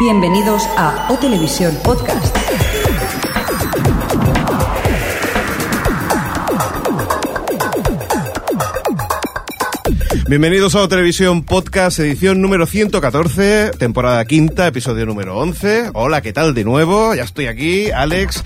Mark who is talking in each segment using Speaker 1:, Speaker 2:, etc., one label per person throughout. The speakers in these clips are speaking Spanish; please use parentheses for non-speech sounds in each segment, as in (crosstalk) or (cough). Speaker 1: Bienvenidos a O Televisión Podcast.
Speaker 2: Bienvenidos a O Televisión Podcast, edición número 114, temporada quinta, episodio número 11. Hola, ¿qué tal de nuevo? Ya estoy aquí, Alex,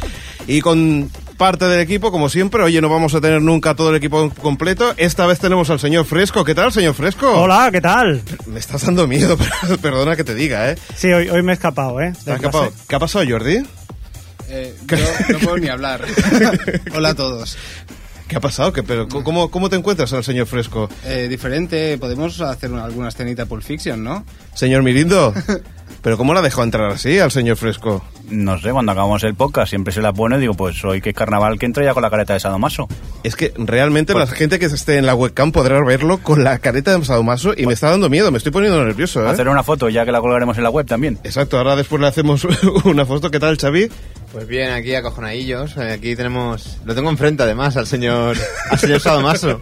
Speaker 2: y con parte del equipo, como siempre. Oye, no vamos a tener nunca todo el equipo completo. Esta vez tenemos al señor Fresco. ¿Qué tal, señor Fresco?
Speaker 3: Hola, ¿qué tal?
Speaker 2: Me estás dando miedo, (laughs) pero- perdona que te diga, ¿eh?
Speaker 3: Sí, hoy, hoy me he escapado, ¿eh?
Speaker 2: ¿Te
Speaker 3: Del
Speaker 2: ha escapado?
Speaker 3: clase.
Speaker 2: ¿Qué ha pasado, Jordi?
Speaker 4: Eh, yo no puedo ni hablar. Hola a todos.
Speaker 2: ¿Qué ha pasado? ¿Qué, pero, ¿cómo, ¿Cómo te encuentras al señor Fresco?
Speaker 4: Eh, diferente, podemos hacer una- alguna escenita Pulp Fiction, ¿no?
Speaker 2: Señor Mirindo, ¿pero cómo la dejó entrar así al señor Fresco?
Speaker 5: No sé, cuando acabamos el podcast siempre se la pone y digo, pues hoy que es carnaval que entra ya con la careta de Sadomaso.
Speaker 2: Es que realmente
Speaker 5: Pues
Speaker 2: la gente que esté en la webcam podrá verlo con la careta de Sadomaso y me está dando miedo, me estoy poniendo nervioso. ¿eh?
Speaker 5: Hacer una foto ya que la colgaremos en la web también.
Speaker 2: Exacto, ahora después le hacemos (laughs) una foto. ¿Qué tal, Xavi?
Speaker 6: Pues bien, aquí acojonadillos. eh, Aquí tenemos. Lo tengo enfrente además al señor. al señor Sadomaso.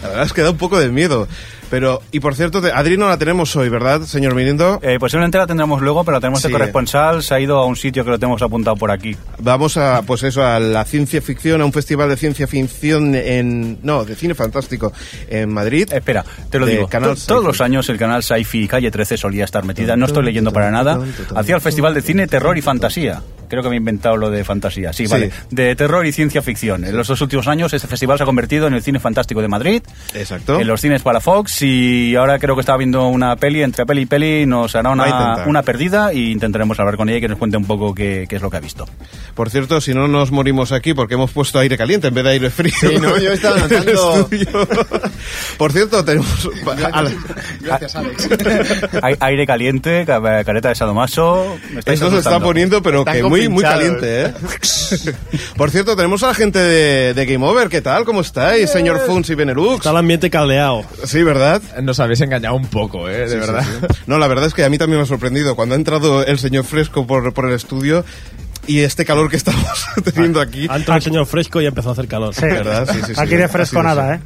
Speaker 2: La verdad es que da un poco de miedo. Pero, y por cierto, te- Adri no la tenemos hoy, ¿verdad, señor Mirindo?
Speaker 5: Eh, posiblemente la tendremos luego, pero la tenemos
Speaker 2: Sí.
Speaker 5: de corresponsal. Se ha ido a un sitio que lo tenemos apuntado por aquí.
Speaker 2: Vamos a, pues eso, a la ciencia ficción, a un festival de ciencia ficción en, no, de cine fantástico en Madrid.
Speaker 5: Espera, te lo
Speaker 2: De
Speaker 5: digo.
Speaker 2: Canal
Speaker 5: To- Todos
Speaker 2: Sci-Fi.
Speaker 5: los años el canal Sci-Fi Calle 13 solía estar metida, no estoy leyendo para nada, hacia el Festival de Cine, Terror y Fantasía. Creo que me he inventado lo de fantasía. Sí,
Speaker 2: Sí.
Speaker 5: vale. De terror y ciencia ficción. En los dos últimos años este festival se ha convertido en el cine fantástico de Madrid,
Speaker 2: Exacto.
Speaker 5: en los cines para Fox y ahora creo que estaba viendo una peli, entre peli y peli nos hará
Speaker 2: Va a
Speaker 5: una,
Speaker 2: intentar.
Speaker 5: una perdida y intentaremos hablar con ella y que nos cuente un poco qué, qué es lo que ha visto.
Speaker 2: (laughs) Por cierto, si no nos morimos aquí porque hemos puesto aire caliente en vez de aire frío.
Speaker 6: Sí, no, yo
Speaker 2: (laughs)
Speaker 6: estaba
Speaker 2: En el
Speaker 6: notando-
Speaker 2: estudio. Por cierto,
Speaker 6: (laughs)
Speaker 2: tenemos... a la-
Speaker 4: (laughs) Gracias, Alex.
Speaker 5: Ai- Aire caliente, ca- careta de Sadomaso. me estáis
Speaker 2: Esto se está
Speaker 5: asustando.
Speaker 2: poniendo, pero
Speaker 6: Están
Speaker 2: que muy, muy
Speaker 6: compinchados.
Speaker 2: caliente,
Speaker 6: (laughs)
Speaker 2: ¿eh? Por cierto, tenemos a la gente de, de Game Over. ¿Qué tal? ¿Cómo estáis, señor Funs y Benelux?
Speaker 7: Está el ambiente caldeado.
Speaker 2: Sí, ¿verdad?
Speaker 7: Nos habéis engañado un poco, ¿eh? De verdad.
Speaker 2: No, la verdad es que a mí también me ha sorprendido. Cuando ha entrado el señor Fresco por, por el estudio y este calor que estamos (laughs)
Speaker 7: Ah,
Speaker 2: teniendo aquí...
Speaker 7: Ha entrado el señor fresco y empezó a hacer calor.
Speaker 3: Sí.
Speaker 2: ¿Verdad? Sí, sí, sí.
Speaker 3: Aquí de fresco
Speaker 2: Así de
Speaker 3: nada, ¿eh?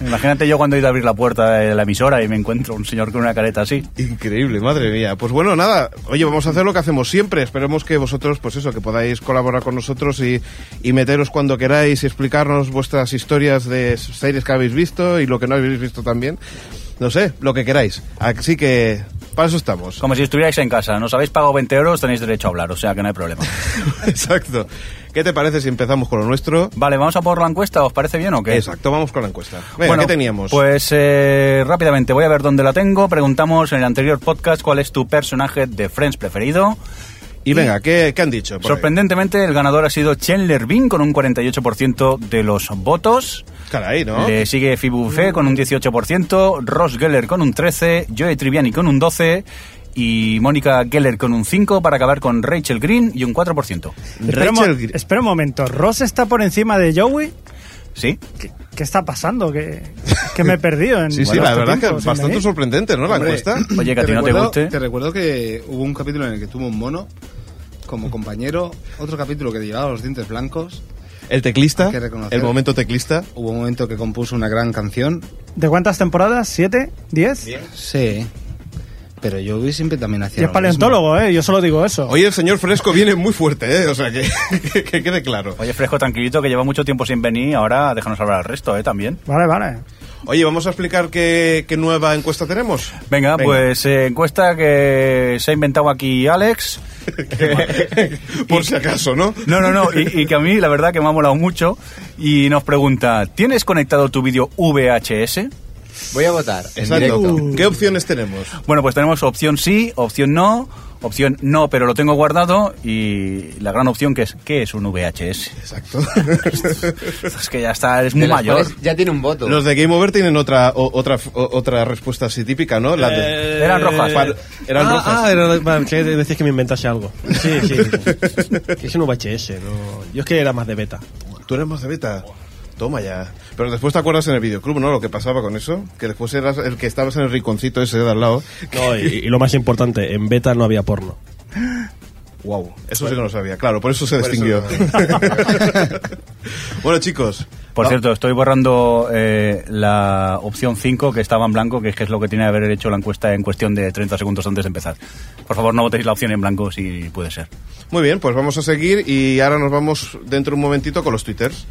Speaker 5: Imagínate yo cuando he ido a abrir la puerta de la emisora y me encuentro un señor con una careta así.
Speaker 2: Increíble, madre mía. Pues bueno, nada, oye, vamos a hacer lo que hacemos siempre. Esperemos que vosotros, pues eso, que podáis colaborar con nosotros y, y meteros cuando queráis y explicarnos vuestras historias de series que habéis visto y lo que no habéis visto también. No sé, lo que queráis. Así que, para eso estamos.
Speaker 5: Como si estuvierais en casa. Nos habéis pagado 20 euros, tenéis derecho a hablar, o sea que no hay problema.
Speaker 2: (laughs) (laughs) Exacto. ¿Qué te parece si empezamos con lo nuestro?
Speaker 5: Vale, vamos a por la encuesta, ¿os parece bien o qué?
Speaker 2: Exacto, vamos con la encuesta. Venga,
Speaker 5: Bueno,
Speaker 2: ¿qué teníamos?
Speaker 5: Pues eh, rápidamente voy a ver dónde la tengo. Preguntamos en el anterior podcast cuál es tu personaje de Friends preferido.
Speaker 2: y venga, ¿qué, qué han dicho? por ahí?
Speaker 5: Sorprendentemente, el ganador ha sido Chandler Bing con un 48% de los votos.
Speaker 2: Caray, ¿no?
Speaker 5: Le sigue Phoebe Buffet con un 18%, Ross Geller con un 13%, Joey Triviani con un 12% y Mónica Geller con un 5% para acabar con Rachel Green y un 4%.
Speaker 3: Espera un, mo-
Speaker 2: Rachel Gr-
Speaker 3: espera un momento. ¿Ross está por encima de Joey?
Speaker 5: ¿Sí?
Speaker 3: ¿Qué, qué está pasando? ¿Qué, que me he perdido en
Speaker 2: (laughs) Sí, sí,
Speaker 3: todo
Speaker 2: la
Speaker 3: este
Speaker 2: verdad
Speaker 3: tiempo
Speaker 2: que
Speaker 3: sin
Speaker 2: bastante
Speaker 3: venir?
Speaker 2: sorprendente, ¿no? La encuesta.
Speaker 5: Oye, que a ti no te
Speaker 4: ¿eh? recuerdo-
Speaker 5: guste.
Speaker 4: Te recuerdo que hubo un capítulo en el que tuvo un mono como compañero, otro capítulo que llevaba los dientes blancos.
Speaker 2: El teclista,
Speaker 4: Hay que reconocer.
Speaker 2: el momento teclista.
Speaker 4: Hubo un momento que compuso una gran canción.
Speaker 3: ¿De cuántas temporadas? ¿Siete? ¿Diez?
Speaker 4: Sí. Pero yo vi siempre también hacía.
Speaker 3: Y es
Speaker 4: lo
Speaker 3: paleontólogo, ¿eh? Yo solo digo eso.
Speaker 2: Hoy el señor fresco viene muy fuerte, ¿eh? O sea, que, que, (laughs) que quede claro.
Speaker 5: Oye, Fresco, tranquilito, que lleva mucho tiempo sin venir. Ahora déjanos hablar al resto, ¿eh? También.
Speaker 3: Vale, vale.
Speaker 2: Oye, vamos a explicar qué, qué nueva encuesta tenemos.
Speaker 5: Venga, pues eh, encuesta que se ha inventado aquí Alex.
Speaker 2: Por si acaso, ¿no?
Speaker 5: No, no, no, y, y que a mí la verdad que me ha molado mucho. Y nos pregunta, ¿tienes conectado tu vídeo VHS?
Speaker 6: Voy a votar. En
Speaker 2: Exacto.
Speaker 6: directo.
Speaker 2: ¿Qué opciones tenemos?
Speaker 5: Bueno, pues tenemos opción sí, opción no, opción no, pero lo tengo guardado y la gran opción que es, ¿qué es un VHS?
Speaker 2: Exacto.
Speaker 5: Es que ya está, es
Speaker 6: De
Speaker 5: muy
Speaker 6: los
Speaker 5: mayor.
Speaker 6: cuales Ya tiene un
Speaker 2: (laughs)
Speaker 6: voto.
Speaker 2: Los de Game Over tienen otra, o- otra, o- otra respuesta así típica, ¿no? La
Speaker 4: Eh,
Speaker 2: de...
Speaker 5: Eran rojas.
Speaker 2: Par- eran
Speaker 7: Eh, ah,
Speaker 2: rojas.
Speaker 7: Ah, era, vale, que decías que me inventase algo. Sí, sí. Que es un VHS, no. Yo es que era más de beta.
Speaker 2: Tú eres más de beta. Toma ya. Pero después te acuerdas en el videoclub, ¿no? Lo que pasaba con eso. Que después eras el que estabas en el rinconcito ese de al lado.
Speaker 7: No, y, y lo más importante, en beta no había porno.
Speaker 2: Wow, eso sí que no lo sabía, claro, por eso se distinguió. (laughs) bueno, chicos,
Speaker 5: Por cierto, estoy borrando eh, la opción 5 que estaba en blanco, que es, que es lo que tiene que haber hecho la encuesta en cuestión de 30 segundos antes de empezar. Por favor, no votéis la opción en blanco si puede ser.
Speaker 2: Muy bien, pues vamos a seguir y ahora nos vamos dentro de un momentito con los twitters.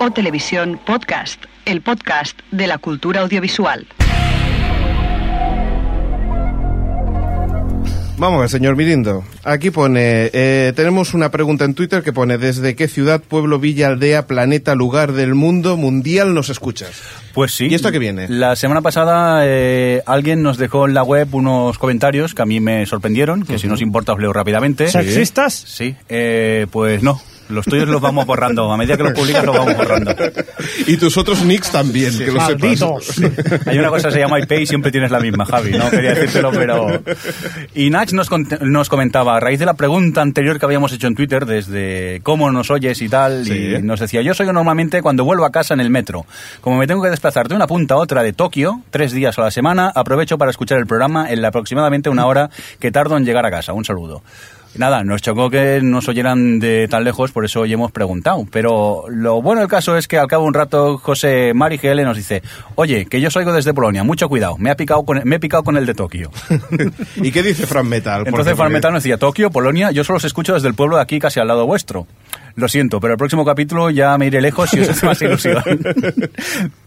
Speaker 1: O Televisión Podcast, el podcast de la cultura audiovisual.
Speaker 2: Vamos al señor Mirindo. Aquí pone, eh, tenemos una pregunta en Twitter que pone, ¿desde qué ciudad, pueblo, villa, aldea, planeta, lugar del mundo mundial nos escuchas?
Speaker 5: Pues sí.
Speaker 2: ¿Y esto a qué viene?
Speaker 5: La semana pasada eh, alguien nos dejó en la web unos comentarios que a mí me sorprendieron, que si no os importa os leo rápidamente.
Speaker 3: ¿Sexistas?
Speaker 5: Sí, eh, pues no. Los tuyos los vamos borrando. A medida que los publicas los vamos borrando.
Speaker 2: Y tus otros nicks también, que lo sepas. (laughs)
Speaker 3: Malditos.
Speaker 5: (laughs) Hay una cosa que se llama IP y siempre tienes la misma, Javi. No quería decírtelo, pero... Y Nach nos, cont- nos comentaba, a raíz de la pregunta anterior que habíamos hecho en Twitter, desde cómo nos oyes y tal,
Speaker 2: Sí.
Speaker 5: y nos decía, yo soy normalmente cuando vuelvo a casa en el metro. Como me tengo que desplazar de una punta a otra de Tokio, tres días a la semana, aprovecho para escuchar el programa en la aproximadamente una hora que tardo en llegar a casa. Un saludo. Nada, nos chocó que nos oyeran de tan lejos, por eso hoy hemos preguntado. Pero lo bueno del caso es que al cabo de un rato José Mari GL nos dice, oye, que yo salgo desde Polonia, mucho cuidado, me, ha picado con, me he picado con el de Tokio.
Speaker 2: (laughs) ¿Y qué dice Fran Metal? Porque-
Speaker 5: Entonces Fan Metal nos decía, Tokio, Polonia, yo solo os escucho desde el pueblo de aquí, casi al lado vuestro. Lo siento, pero el próximo capítulo ya me iré lejos y os hace más ilusión.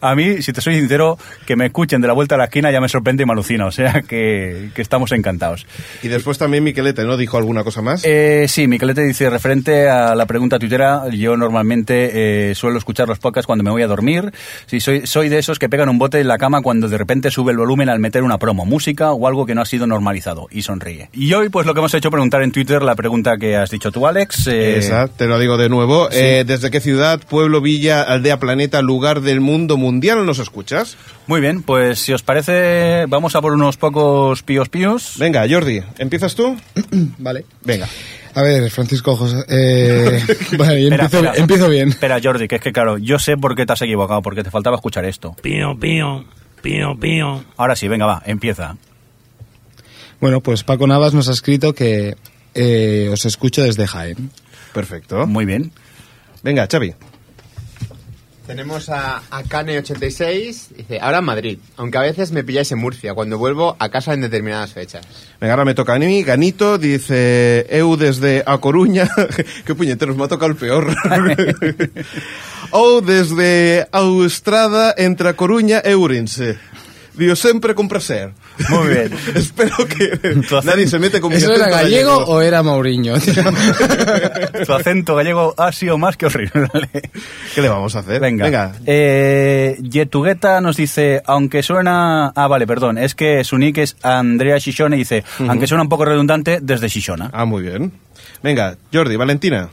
Speaker 5: a mí, si te soy sincero, que me escuchen de la vuelta a la esquina ya me sorprende y me alucina, o sea que, que estamos encantados.
Speaker 2: Y después también Miquelete, ¿no? Dijo alguna cosa más.
Speaker 5: Eh, sí, Miquelete dice, referente a la pregunta tuitera, yo normalmente eh, suelo escuchar los podcasts cuando me voy a dormir. Sí, soy, soy de esos que pegan un bote en la cama cuando de repente sube el volumen al meter una promo, música o algo que no ha sido normalizado y sonríe. Y hoy, pues lo que hemos hecho, preguntar en Twitter la pregunta que has dicho tú, Alex. eh,
Speaker 2: Esa, te lo digo de nuevo. Eh, ¿Desde qué ciudad, pueblo, villa, aldea, planeta, lugar del mundo mundial nos escuchas?
Speaker 5: Muy bien, pues si os parece, vamos a por unos pocos píos píos.
Speaker 2: Venga, Jordi, ¿empiezas tú?
Speaker 4: Vale.
Speaker 2: Venga.
Speaker 8: A ver, Francisco José. eh, vale, yo
Speaker 5: Espera,
Speaker 8: empiezo,
Speaker 5: espera.
Speaker 8: empiezo bien.
Speaker 5: Espera, Jordi, que es que claro, yo sé por qué te has equivocado, porque te faltaba escuchar esto.
Speaker 9: Pío, pío, pío, pío.
Speaker 5: Ahora sí, venga, va, empieza.
Speaker 8: Bueno, pues Paco Navas nos ha escrito que eh, os escucho desde Jaén.
Speaker 2: Perfecto. (laughs)
Speaker 5: Muy bien.
Speaker 2: Venga, Xavi.
Speaker 6: Tenemos a Akane86, dice, ahora en Madrid, aunque a veces me pilláis en Murcia, cuando vuelvo a casa en determinadas fechas.
Speaker 2: Venga, ahora me toca a mí. Ganito dice EU desde A Coruña. (laughs) Qué puñeteros, me ha tocado el peor. Ou desde Austrada entre A Coruña e Ourense. Digo siempre con placer.
Speaker 5: Muy bien.
Speaker 2: (laughs) Espero que nadie se mete con mi
Speaker 8: ¿Eso era
Speaker 2: acento
Speaker 8: gallego o era (laughs) Mauriño?
Speaker 5: Tu acento gallego ha sido más que horrible. (laughs)
Speaker 2: ¿Qué le vamos a hacer?
Speaker 5: Venga. Eh, Yetugueta nos dice, aunque suena... Ah, vale, perdón. Es que su nick es Andrea Shishone y dice, aunque suena un poco redundante, desde Shishona.
Speaker 2: Ah, muy bien. Venga, Jordi, Valentina.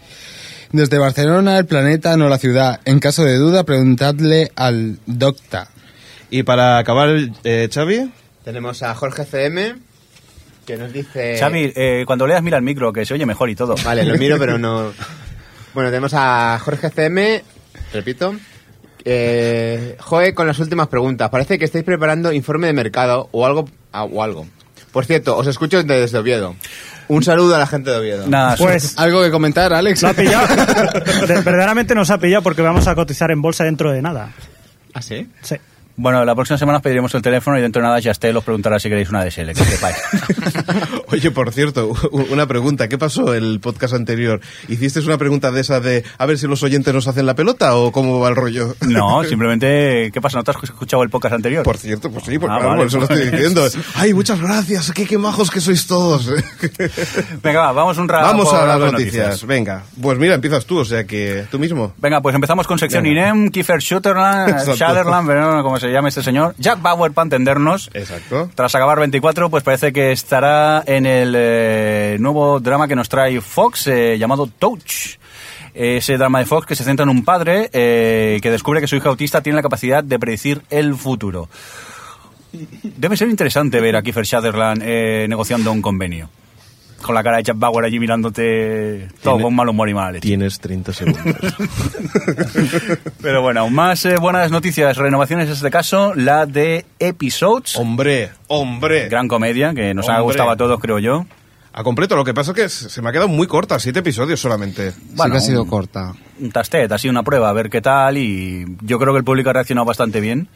Speaker 8: Desde Barcelona, el planeta, no la ciudad. En caso de duda, preguntadle al Docta.
Speaker 2: Y para acabar, eh, Xavi.
Speaker 6: Tenemos a Jorge CM, que nos dice...
Speaker 5: Xavi, eh, cuando leas mira el micro, que se oye mejor y todo.
Speaker 6: Vale, lo miro, pero no... Bueno, tenemos a Jorge CM, repito. Eh, Joe, con las últimas preguntas. Parece que estáis preparando informe de mercado o algo. ah, o algo. Por cierto, os escucho desde Oviedo. Un saludo a la gente de Oviedo.
Speaker 2: Ah,
Speaker 5: Nada, su-
Speaker 3: Pues
Speaker 8: ¿Algo que comentar, Alex?
Speaker 3: lo ha pillado. (laughs) De- verdaderamente nos ha pillado porque vamos a cotizar en bolsa dentro de nada.
Speaker 6: ¿Ah, sí?
Speaker 3: Sí.
Speaker 5: Bueno, la próxima semana os pediremos el teléfono y dentro de nada ya esté, los preguntará si queréis una DSL, que
Speaker 2: (laughs)
Speaker 5: sepáis.
Speaker 2: Oye, por cierto, u- una pregunta. ¿Qué pasó el podcast anterior? ¿Hiciste una pregunta de esa de a ver si los oyentes nos hacen la pelota o cómo va el rollo?
Speaker 5: No, simplemente, ¿qué pasa? ¿No te has escuchado el podcast anterior?
Speaker 2: Por cierto, pues sí, por,
Speaker 5: Ah,
Speaker 2: claro,
Speaker 5: vale,
Speaker 2: por eso lo
Speaker 5: pues.
Speaker 2: estoy diciendo. Ay, muchas gracias, qué, qué majos que sois todos.
Speaker 5: Venga, va, vamos un rato.
Speaker 2: Vamos
Speaker 5: por
Speaker 2: a las
Speaker 5: las
Speaker 2: noticias. venga. Pues mira, empiezas tú, o sea que tú mismo.
Speaker 5: Venga, pues empezamos con sección
Speaker 2: Venga.
Speaker 5: INEM, Kiefer
Speaker 2: (laughs)
Speaker 5: Sutherland,
Speaker 2: Exacto.
Speaker 5: Sutherland, pero no, como se llame este señor, Jack Bauer para entendernos.
Speaker 2: Eh. Exacto.
Speaker 5: Tras acabar 24, pues parece que estará en el eh, nuevo drama que nos trae Fox eh, llamado Touch. Ese drama de Fox que se centra en un padre eh, que descubre que su hija autista tiene la capacidad de predecir el futuro. Debe ser interesante ver a Kiefer Sutherland eh, negociando un convenio. Con la cara de Jack Bauer allí mirándote todo con mal humor y mala leche.
Speaker 2: Tienes 30 segundos.
Speaker 5: Pero bueno, aún más eh, buenas noticias, renovaciones en este caso, la de Episodes,
Speaker 2: hombre, hombre.
Speaker 5: gran comedia que nos ha
Speaker 2: Hombre.
Speaker 5: gustado a todos, creo yo.
Speaker 2: a completo. Lo que pasa es que se me ha quedado muy corta, siete episodios solamente.
Speaker 8: sí que ha sido
Speaker 5: un-
Speaker 8: corta.
Speaker 5: un tastet, ha sido una prueba, a ver qué tal. Y yo creo que el público ha reaccionado bastante bien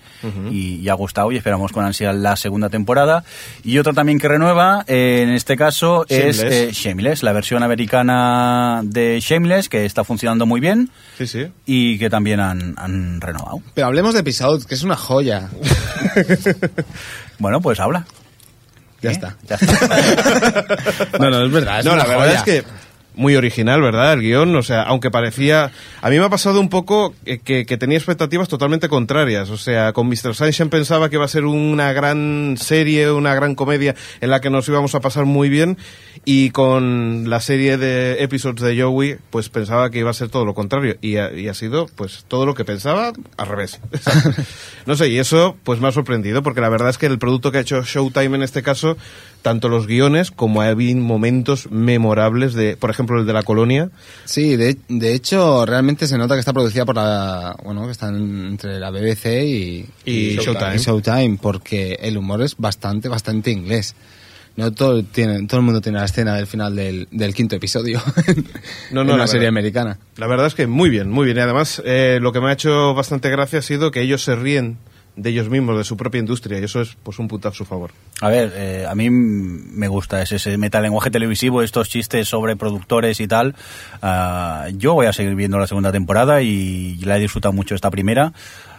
Speaker 5: y, y ha gustado. Y esperamos con ansia la segunda temporada. Y otra también que renueva, eh, en este caso, es
Speaker 2: Shameless.
Speaker 5: eh, Shameless, la versión americana de Shameless, que está funcionando muy bien
Speaker 2: Sí, sí.
Speaker 5: y que también han, han renovado.
Speaker 4: Pero hablemos de Peace Out, que es una
Speaker 8: (laughs)
Speaker 4: joya.
Speaker 5: Bueno, pues habla.
Speaker 4: Ya
Speaker 5: ¿Eh?
Speaker 4: está.
Speaker 5: Ya está.
Speaker 4: No, no, es verdad. es
Speaker 2: no,
Speaker 4: una
Speaker 2: la verdad
Speaker 4: joya.
Speaker 2: es que muy original, ¿verdad? El guión, o sea, aunque parecía... A mí me ha pasado un poco eh, que, que tenía expectativas totalmente contrarias. O sea, con Mr. Sunshine pensaba que iba a ser una gran serie, una gran comedia en la que nos íbamos a pasar muy bien. Y con la serie de episodios de Joey, pues pensaba que iba a ser todo lo contrario. Y ha, y ha sido, pues, todo lo que pensaba al revés. (laughs) no sé, y eso, pues, me ha sorprendido, porque la verdad es que el producto que ha hecho Showtime en este caso, tanto los guiones como había momentos memorables de, por ejemplo, el de la colonia.
Speaker 4: Sí, de, de hecho, realmente se nota que está producida por la. Bueno, que están entre la BBC y,
Speaker 2: Y Showtime.
Speaker 4: y Showtime, porque el humor es bastante, bastante inglés. No todo, tiene, todo el mundo tiene la escena del final del, del quinto episodio (laughs)
Speaker 2: No, no,
Speaker 4: en
Speaker 2: la
Speaker 4: una
Speaker 2: verdad.
Speaker 4: serie americana.
Speaker 2: La verdad es que muy bien, muy bien. Y además, eh, lo que me ha hecho bastante gracia ha sido que ellos se ríen de ellos mismos, de su propia industria, y eso es, pues, un punto a su favor.
Speaker 5: A ver, eh, a mí mm, me gusta ese, ese metalenguaje televisivo, estos chistes sobre productores y tal. Ah, yo voy a seguir viendo la segunda temporada y la he disfrutado mucho esta primera.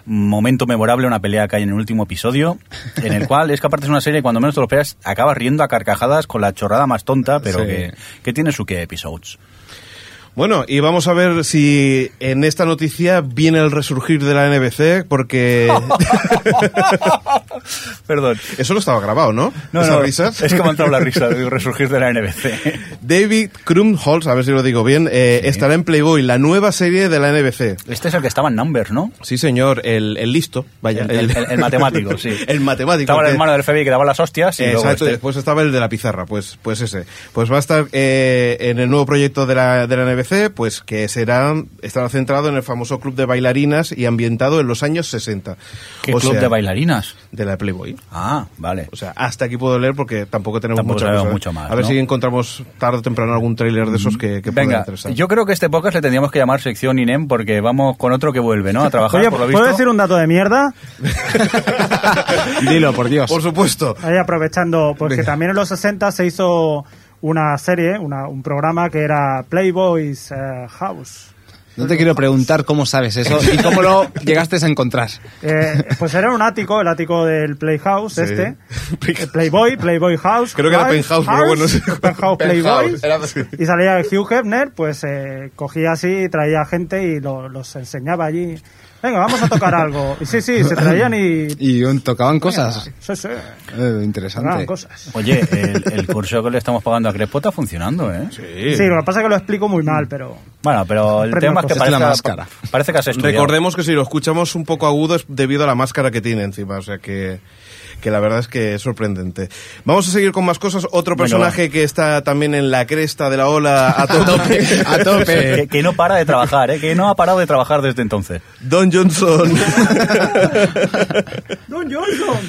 Speaker 5: Momento memorable, una pelea que hay en el último episodio, en el cual es que aparte es una serie, cuando menos te lo esperas, acabas riendo a carcajadas con la chorrada más tonta, pero
Speaker 4: Sí.
Speaker 5: que, que tiene su que episodes.
Speaker 2: Bueno, y vamos a ver si en esta noticia viene el resurgir de la NBC, porque
Speaker 5: Perdón.
Speaker 2: eso no estaba grabado, ¿no?
Speaker 5: No,
Speaker 2: Esas
Speaker 5: no,
Speaker 2: risas.
Speaker 5: es que me ha entrado la risa (laughs) del resurgir de la NBC.
Speaker 2: David Krumholz, a ver si lo digo bien, eh, estará en Playboy, la nueva serie de la NBC.
Speaker 5: Este es el que estaba en Numbers, ¿no?
Speaker 2: Sí, señor, el, el listo, vaya.
Speaker 5: El, el- el matemático, sí.
Speaker 2: (laughs) el matemático.
Speaker 5: Estaba el
Speaker 2: que-
Speaker 5: hermano del FBI que daba las hostias y luego
Speaker 2: Exacto, y
Speaker 5: este.
Speaker 2: después estaba el de la pizarra, pues, pues ese. Pues va a estar eh, en el nuevo proyecto de la, de la NBC, pues que será, estará centrado en el famoso club de bailarinas y ambientado en los años 60.
Speaker 5: ¿Qué
Speaker 2: O
Speaker 5: club
Speaker 2: sea,
Speaker 5: de bailarinas?
Speaker 2: De la Playboy.
Speaker 5: Ah, vale.
Speaker 2: O sea, hasta aquí puedo leer porque tampoco tenemos
Speaker 5: Tampoco
Speaker 2: mucha
Speaker 5: sabemos
Speaker 2: cosa.
Speaker 5: mucho más,
Speaker 2: A ver
Speaker 5: ¿no?
Speaker 2: si encontramos tarde o temprano algún tráiler de esos que, que pueda
Speaker 5: Venga,
Speaker 2: interesar. (laughs)
Speaker 5: yo creo que este podcast le tendríamos que llamar sección INEM porque vamos con otro que vuelve, ¿no? A trabajar,
Speaker 3: Oye,
Speaker 5: por lo
Speaker 3: ¿puedo
Speaker 5: visto.
Speaker 3: decir un dato de mierda?
Speaker 4: Dilo, por Dios.
Speaker 2: Por supuesto.
Speaker 3: Ahí aprovechando, porque
Speaker 4: Venga.
Speaker 3: también en los 60 se hizo una serie, una- un programa que era Playboys eh, House.
Speaker 4: No te quiero preguntar cómo sabes eso y
Speaker 3: (laughs)
Speaker 4: cómo lo llegaste a encontrar.
Speaker 3: Eh, pues era un ático, el ático del Playhouse
Speaker 2: Sí. (laughs)
Speaker 3: este. Eh, Playboy, Playboy House.
Speaker 2: Creo que era
Speaker 3: House,
Speaker 2: Penthouse, pero bueno, sí.
Speaker 3: Penthouse, Playboy.
Speaker 6: Penthouse, era-
Speaker 3: Y salía Hugh Hefner, pues eh, cogía así, traía gente y lo- los enseñaba allí. Venga, vamos a tocar algo. Y sí, sí, se traían y...
Speaker 4: Y un- tocaban cosas.
Speaker 3: Sí, sí,
Speaker 4: Eh, interesante.
Speaker 3: tocaban cosas.
Speaker 5: Oye, el, el curso que le estamos pagando a Crespo está funcionando, ¿eh?
Speaker 3: Sí, lo que pasa es que lo explico muy mal, pero...
Speaker 5: Bueno, pero el
Speaker 3: Premio
Speaker 5: tema es que
Speaker 4: Costa.
Speaker 5: parece,
Speaker 4: Es la máscara.
Speaker 5: parece que has estudiado. (laughs)
Speaker 2: Recordemos que si lo escuchamos un poco agudo es debido a la máscara que tiene encima, o sea que, que la verdad es que es sorprendente. Vamos a seguir con más cosas. Otro
Speaker 5: Venga,
Speaker 2: personaje que está también en la cresta de la ola a
Speaker 5: (laughs)
Speaker 2: tope,
Speaker 4: A
Speaker 5: Que,
Speaker 4: tope.
Speaker 5: que no para de trabajar, ¿eh? Que no ha parado de trabajar desde entonces.
Speaker 2: Don
Speaker 5: (laughs)
Speaker 2: Johnson,
Speaker 3: ¡Don Johnson!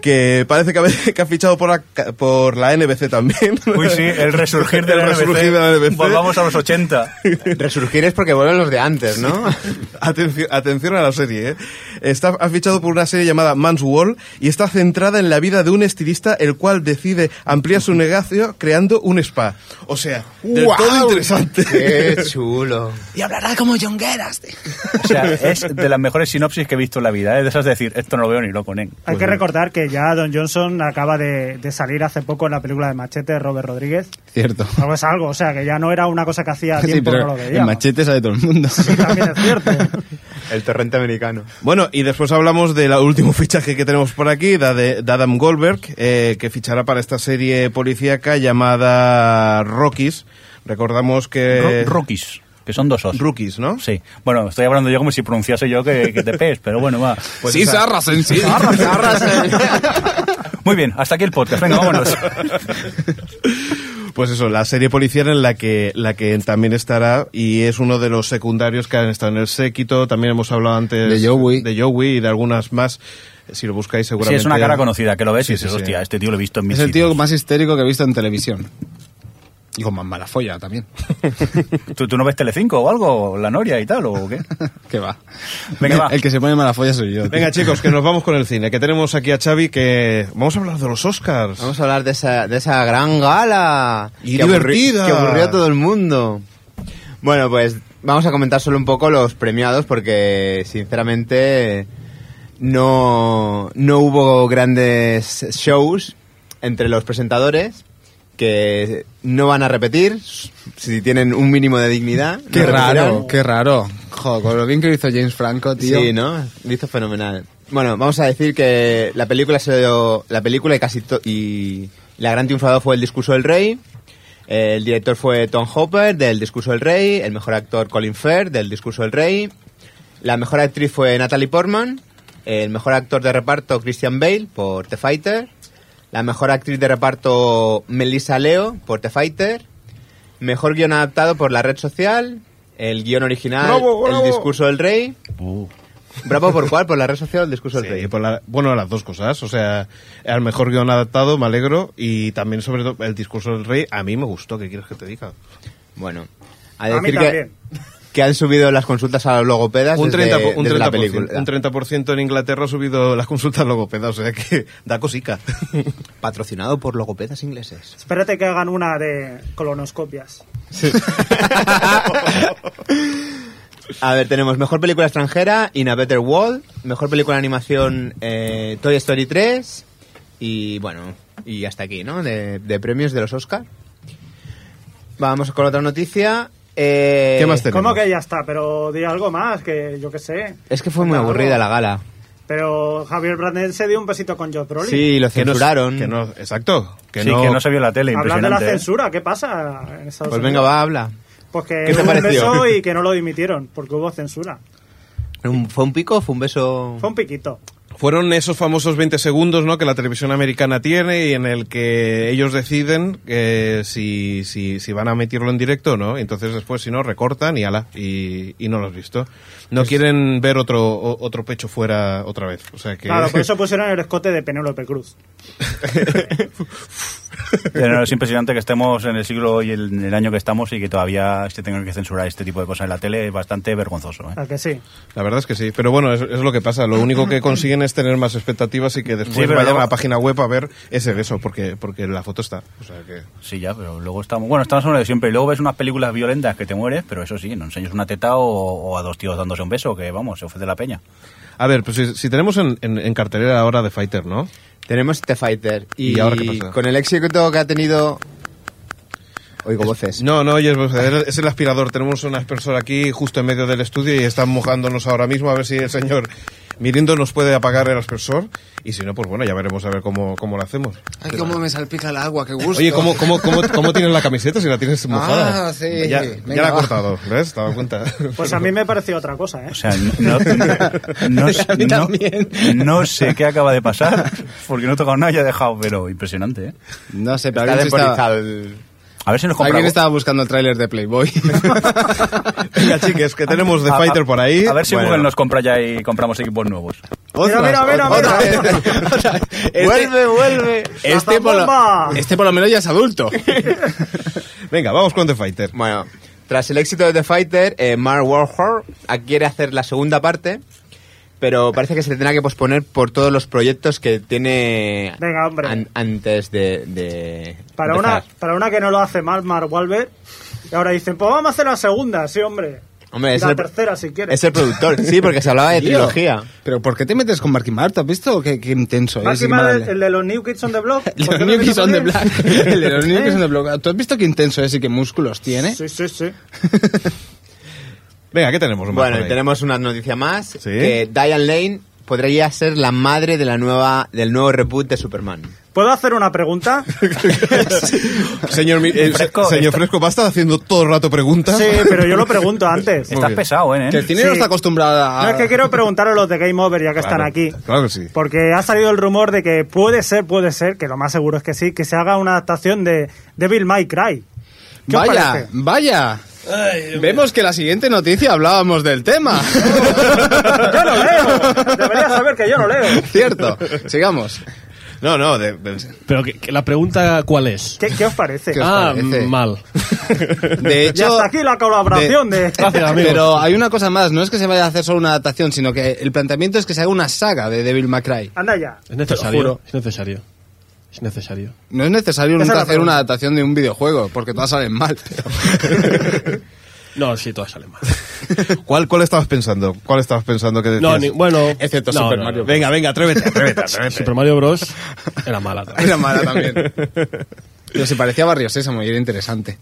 Speaker 2: que parece que ha, (laughs) que ha fichado por la, ca- por la NBC también.
Speaker 5: Uy, sí, el resurgir
Speaker 2: (laughs)
Speaker 5: de
Speaker 2: El
Speaker 5: la NBC.
Speaker 2: resurgir de la NBC. (laughs)
Speaker 5: Volvamos a los 80.
Speaker 6: Resurgir es porque vuelven los de antes, ¿no?
Speaker 2: Atención, atención a la serie, ¿eh? Está, ha fichado por una serie llamada Man's Wall y está centrada en la vida de un estilista el cual decide ampliar su negocio creando un spa. O sea, del
Speaker 6: ¡Guau!
Speaker 2: todo interesante. (laughs)
Speaker 6: Qué chulo.
Speaker 4: Y hablará como Jongueras.
Speaker 5: O sea, es de las mejores sinopsis que he visto en la vida, ¿eh? De esas de decir, esto no lo veo ni loco, nen.
Speaker 6: Pues
Speaker 3: Hay que recordar que ya Don Johnson acaba de, de salir hace poco en la película de Machete de Robert Rodríguez.
Speaker 4: Cierto.
Speaker 3: Algo es algo, o sea, que ya no era una cosa que
Speaker 6: (laughs)
Speaker 3: hacía
Speaker 4: (laughs) Sí,
Speaker 3: tiempo que no
Speaker 4: pero
Speaker 3: lo
Speaker 4: el
Speaker 3: veíamos.
Speaker 4: machete sabe todo el mundo. (laughs)
Speaker 3: Sí, también es cierto.
Speaker 6: El torrente americano.
Speaker 2: Bueno, y después hablamos del último (laughs) fichaje que tenemos por aquí, da de, de Adam Goldberg, eh, que fichará para esta serie policíaca llamada Rockies. Recordamos que...
Speaker 5: Ro- rookies, que son dos os.
Speaker 2: Rookies, ¿no?
Speaker 5: Sí. Bueno, estoy hablando yo como si pronunciase yo que, que te pes, pero bueno, va.
Speaker 2: Pues
Speaker 4: sí,
Speaker 2: esa-
Speaker 4: Sarrasen, sí.
Speaker 5: Muy bien, hasta aquí el podcast. Venga, vámonos.
Speaker 2: Pues eso, la serie policial en la que, la que también estará y es uno de los secundarios que han estado en el séquito. También hemos hablado antes
Speaker 4: De Joey.
Speaker 2: de Joey y de algunas más. Si lo buscáis,
Speaker 5: Sí,
Speaker 2: seguramente.
Speaker 5: es una cara conocida, que lo ves
Speaker 2: Sí,
Speaker 5: y dices,
Speaker 2: sí, sí.
Speaker 5: hostia, este tío lo he visto en mis
Speaker 4: Es el tío
Speaker 5: sitios".
Speaker 4: más histérico que he visto en televisión. Y con más mala folla también. (laughs)
Speaker 5: ¿Tú, tú no ves Telecinco o algo? ¿La Noria y tal o qué?
Speaker 4: que va.
Speaker 5: Venga, va.
Speaker 4: El que se pone mala folla soy yo. tío.
Speaker 2: Venga, chicos, que nos vamos con el cine. Que tenemos aquí a Xavi que. Vamos a hablar de los Oscars.
Speaker 6: Vamos a hablar de esa, de esa gran gala.
Speaker 2: Y
Speaker 6: que aburri-
Speaker 2: divertida.
Speaker 6: que aburrió a todo el mundo. Bueno, pues vamos a comentar solo un poco los premiados porque, sinceramente, no, no hubo grandes shows entre los presentadores que no van a repetir si tienen un mínimo de dignidad.
Speaker 4: Qué
Speaker 6: no repetirán.
Speaker 4: raro, qué raro. Jo, con lo bien que lo hizo James Franco, tío.
Speaker 6: Sí, ¿no? Lo hizo fenomenal. Bueno, vamos a decir que la película se dio- la película y casi to- y la gran triunfadora fue El discurso del rey. El director fue Tom Hopper del discurso del rey, el mejor actor Colin Firth del discurso del rey. La mejor actriz fue Natalie Portman, el mejor actor de reparto Christian Bale por The Fighter. La mejor actriz de reparto Melissa Leo por The Fighter. Mejor guión adaptado por la red social. El guión original,
Speaker 2: Bravo, bravo.
Speaker 6: El discurso del rey. ¿Bravo por cuál? ¿Por la red social o el discurso
Speaker 2: Uh. Sí,
Speaker 6: del rey?
Speaker 2: por pues la- bueno, las dos cosas. O sea, al mejor guión adaptado, me alegro. Y también, sobre todo, el discurso del rey, a mí me gustó. ¿Qué quieres que te diga?
Speaker 6: Bueno, a
Speaker 3: mí
Speaker 6: decir que,
Speaker 3: también.
Speaker 6: que han subido las consultas a los logopedas
Speaker 2: Un 30%,
Speaker 6: desde,
Speaker 2: po- un
Speaker 6: desde la
Speaker 2: 30%,
Speaker 6: película.
Speaker 2: un 30% en Inglaterra ha subido las consultas logopedas. O sea que (laughs) da cosica.
Speaker 6: Patrocinado por logopedas ingleses.
Speaker 3: Espérate que hagan una de colonoscopias.
Speaker 6: (laughs) A ver, tenemos mejor película extranjera, In a Better World, mejor película de animación, eh, Toy Story 3, y bueno, y hasta aquí, ¿no? De, de premios de los Oscar. Vamos con otra noticia. eh,
Speaker 2: ¿Qué más tenemos?
Speaker 3: ¿Cómo que ya está? Pero di algo más, que yo qué sé.
Speaker 6: Es que fue muy
Speaker 3: Cuenta
Speaker 6: aburrida
Speaker 3: algo.
Speaker 6: la gala.
Speaker 3: Pero Javier Brandel se dio un besito con Joe Broly.
Speaker 6: Sí, lo
Speaker 2: Que no-
Speaker 6: censuraron.
Speaker 2: que no- exacto. Que
Speaker 5: sí,
Speaker 2: no,
Speaker 5: que no se vio en la tele,
Speaker 3: Hablando de
Speaker 5: impresionante.
Speaker 3: la
Speaker 5: ¿eh?
Speaker 3: censura, ¿qué pasa en Estados
Speaker 6: Pues venga,
Speaker 3: Unidos?
Speaker 6: va, habla.
Speaker 3: Pues que
Speaker 6: ¿Qué te
Speaker 3: hubo un
Speaker 6: pareció?
Speaker 3: beso
Speaker 6: (laughs)
Speaker 3: y que no lo dimitieron, porque hubo censura.
Speaker 6: ¿Un- ¿Fue un pico o fue un beso?
Speaker 3: Fue un piquito.
Speaker 2: Fueron esos famosos 20 segundos ¿no? que la televisión americana tiene y en el que ellos deciden eh, si, si, si van a emitirlo en directo o no. Entonces después, si no, recortan y ala, y, y no lo has visto. No
Speaker 5: Pues
Speaker 2: quieren ver otro, o- otro pecho fuera otra vez. O sea que...
Speaker 5: pues.
Speaker 3: Claro, por eso pusieron el escote de Penélope Cruz.
Speaker 5: Pero es impresionante que estemos en el siglo y el, en el año que estamos y que todavía se tengan que censurar este tipo de cosas en la tele. Es bastante vergonzoso. ¿eh?
Speaker 3: ¿A que sí?
Speaker 2: (laughs) La verdad es que sí. Pero bueno, es, es lo que pasa. Lo único que consiguen es tener más expectativas y que
Speaker 5: Sí,
Speaker 2: después
Speaker 5: pero
Speaker 2: vayan
Speaker 5: luego-
Speaker 2: a la página web a ver ese beso, porque, porque la foto está. O sea que...
Speaker 5: Sí, ya, pero luego estamos. Bueno, estamos en lo de siempre. Y luego ves unas películas violentas que te mueres, pero eso sí, no enseñas una teta o, o a dos tíos dándose un beso, que vamos, se ofrece la peña.
Speaker 2: A ver, pues si, si tenemos en, en- en cartelera ahora de Fighter, ¿no?
Speaker 6: Tenemos The Fighter. Y,
Speaker 2: ¿Y ahora qué pasa?
Speaker 6: con el éxito que ha tenido. Oigo voces.
Speaker 2: No, no, oyes, pues, era- es el aspirador. Tenemos un aspersor aquí justo en medio del estudio y están mojándonos ahora mismo a ver si el señor Mirindo nos puede apagar el aspersor. Y si no, pues bueno, ya veremos a ver cómo, cómo lo hacemos.
Speaker 8: Ay, cómo me salpica el agua, qué gusto.
Speaker 2: Oye, ¿cómo, cómo, cómo, cómo tienes la camiseta si la tienes mojada?
Speaker 8: Ah, sí.
Speaker 2: Ya,
Speaker 8: Venga,
Speaker 2: ya la he
Speaker 8: va.
Speaker 2: cortado, ¿ves? Te has dado cuenta. (laughs)
Speaker 3: Pues a mí me pareció otra cosa, ¿eh?
Speaker 5: O sea, no, no-
Speaker 4: (laughs)
Speaker 5: no-
Speaker 4: A mí
Speaker 5: no-
Speaker 4: también.
Speaker 5: no sé qué acaba de pasar, porque no he tocado nada y ha dejado, pero impresionante. ¿eh?
Speaker 4: No sé, pero
Speaker 6: Está
Speaker 4: alguien, se estaba,
Speaker 6: temporizado el-
Speaker 5: A ver si nos
Speaker 4: alguien
Speaker 5: compramos.
Speaker 4: estaba buscando el tráiler de Playboy. (laughs)
Speaker 2: Venga, chiques, que tenemos The
Speaker 5: A- a-
Speaker 2: Fighter por ahí.
Speaker 5: A ver si
Speaker 2: Bueno.
Speaker 5: Google nos compra ya y compramos equipos nuevos.
Speaker 3: Mira, mira, mira,
Speaker 4: Otra
Speaker 3: mira.
Speaker 4: vez. Este-
Speaker 6: Vuelve, vuelve.
Speaker 4: Este por, lo,
Speaker 3: ¡Catapumba!
Speaker 4: este por lo menos ya es adulto.
Speaker 2: Venga, vamos con The Fighter.
Speaker 6: Bueno, tras el éxito de The Fighter, eh, Mark Warhol quiere hacer la segunda parte, pero parece que se tendrá que posponer por todos los proyectos que tiene
Speaker 3: Venga, hombre.
Speaker 6: an- antes de. de
Speaker 3: Para
Speaker 6: empezar.
Speaker 3: una, para una que no lo hace mal, Mark Wahlberg. Y ahora dicen, pues vamos a hacer la segunda, sí, hombre.
Speaker 6: Hombre, es
Speaker 3: la
Speaker 6: el-
Speaker 3: tercera, si quieres.
Speaker 6: Es el productor, sí, porque se hablaba de
Speaker 4: Tío.
Speaker 6: trilogía.
Speaker 4: Pero ¿por qué te metes con Marky Mart? ¿Has visto qué, qué intenso
Speaker 3: Más
Speaker 4: es?
Speaker 3: que
Speaker 4: y qué
Speaker 3: mal
Speaker 4: mala
Speaker 3: el,
Speaker 4: le-
Speaker 3: el de los New Kids on the Block. ¿por
Speaker 4: (laughs) Los
Speaker 3: qué no
Speaker 4: New
Speaker 3: te
Speaker 4: Kids on the
Speaker 3: pones?
Speaker 4: Black. (laughs) El de los New
Speaker 3: (laughs)
Speaker 4: Kids on the Black. ¿Tú has visto qué intenso es y qué músculos tiene?
Speaker 3: Sí, sí, sí.
Speaker 2: Venga, ¿qué tenemos? más
Speaker 6: Bueno,
Speaker 2: por
Speaker 6: y
Speaker 2: ahí?
Speaker 6: tenemos una noticia más, que Diane Lane podría ser la madre de la nueva del nuevo reboot de Superman.
Speaker 3: ¿Puedo hacer una
Speaker 4: (laughs)
Speaker 3: pregunta?
Speaker 2: Señor, Mi- eh,
Speaker 5: Fresco,
Speaker 2: señor
Speaker 5: está-
Speaker 2: Fresco, ¿basta haciendo todo el rato preguntas?
Speaker 3: Sí, pero yo lo pregunto antes.
Speaker 2: Muy
Speaker 5: Estás
Speaker 2: bien.
Speaker 5: pesado, ¿eh?
Speaker 4: Que el cine no
Speaker 3: Sí.
Speaker 4: está acostumbrado a...
Speaker 3: No, es que quiero preguntar a los de Game Over
Speaker 2: (laughs)
Speaker 3: ya que están aquí.
Speaker 2: Claro que sí.
Speaker 3: Porque ha salido el rumor de que puede ser, puede ser, que lo más seguro es que sí, que se haga una adaptación de Devil May Cry. ¿Qué os
Speaker 4: Vaya,
Speaker 3: parece?
Speaker 4: vaya. Vemos que la siguiente noticia hablábamos del tema. (laughs)
Speaker 3: Yo no leo. Deberías saber que yo no leo.
Speaker 4: Cierto. Sigamos.
Speaker 2: No, no, de- de-
Speaker 7: Pero que- que la pregunta, ¿cuál es?
Speaker 3: ¿Qué, qué os parece?
Speaker 4: ¿Qué os
Speaker 7: Ah,
Speaker 4: parece?
Speaker 7: mal.
Speaker 4: De
Speaker 3: Y
Speaker 4: hecho,
Speaker 3: hasta aquí la colaboración de...
Speaker 7: Gracias, amigos.
Speaker 4: pero hay una cosa más. No es que se vaya a hacer solo una adaptación, sino que el planteamiento es que se haga una saga de Devil May Cry.
Speaker 3: Anda ya.
Speaker 7: Es
Speaker 4: Te lo
Speaker 7: necesario.
Speaker 4: juro.
Speaker 7: Es necesario. Es necesario.
Speaker 4: No es necesario
Speaker 3: Esa es
Speaker 4: nunca
Speaker 3: la
Speaker 4: hacer
Speaker 3: pregunta.
Speaker 4: una adaptación de un videojuego, porque todas salen mal. pero-
Speaker 7: No, sí, todas salen mal.
Speaker 2: ¿Cuál, ¿Cuál estabas pensando? ¿Cuál estabas pensando que decías?
Speaker 7: No, ni- bueno.
Speaker 4: Excepto
Speaker 7: no,
Speaker 4: Super
Speaker 7: no, no.
Speaker 4: Mario Bros.
Speaker 7: Venga, venga, atrévete.
Speaker 2: Atrévete, atrévete.
Speaker 7: Super Mario Bros. era mala. también.
Speaker 4: Era mala también. Pero si parecía Barrio Sésamo y era interesante.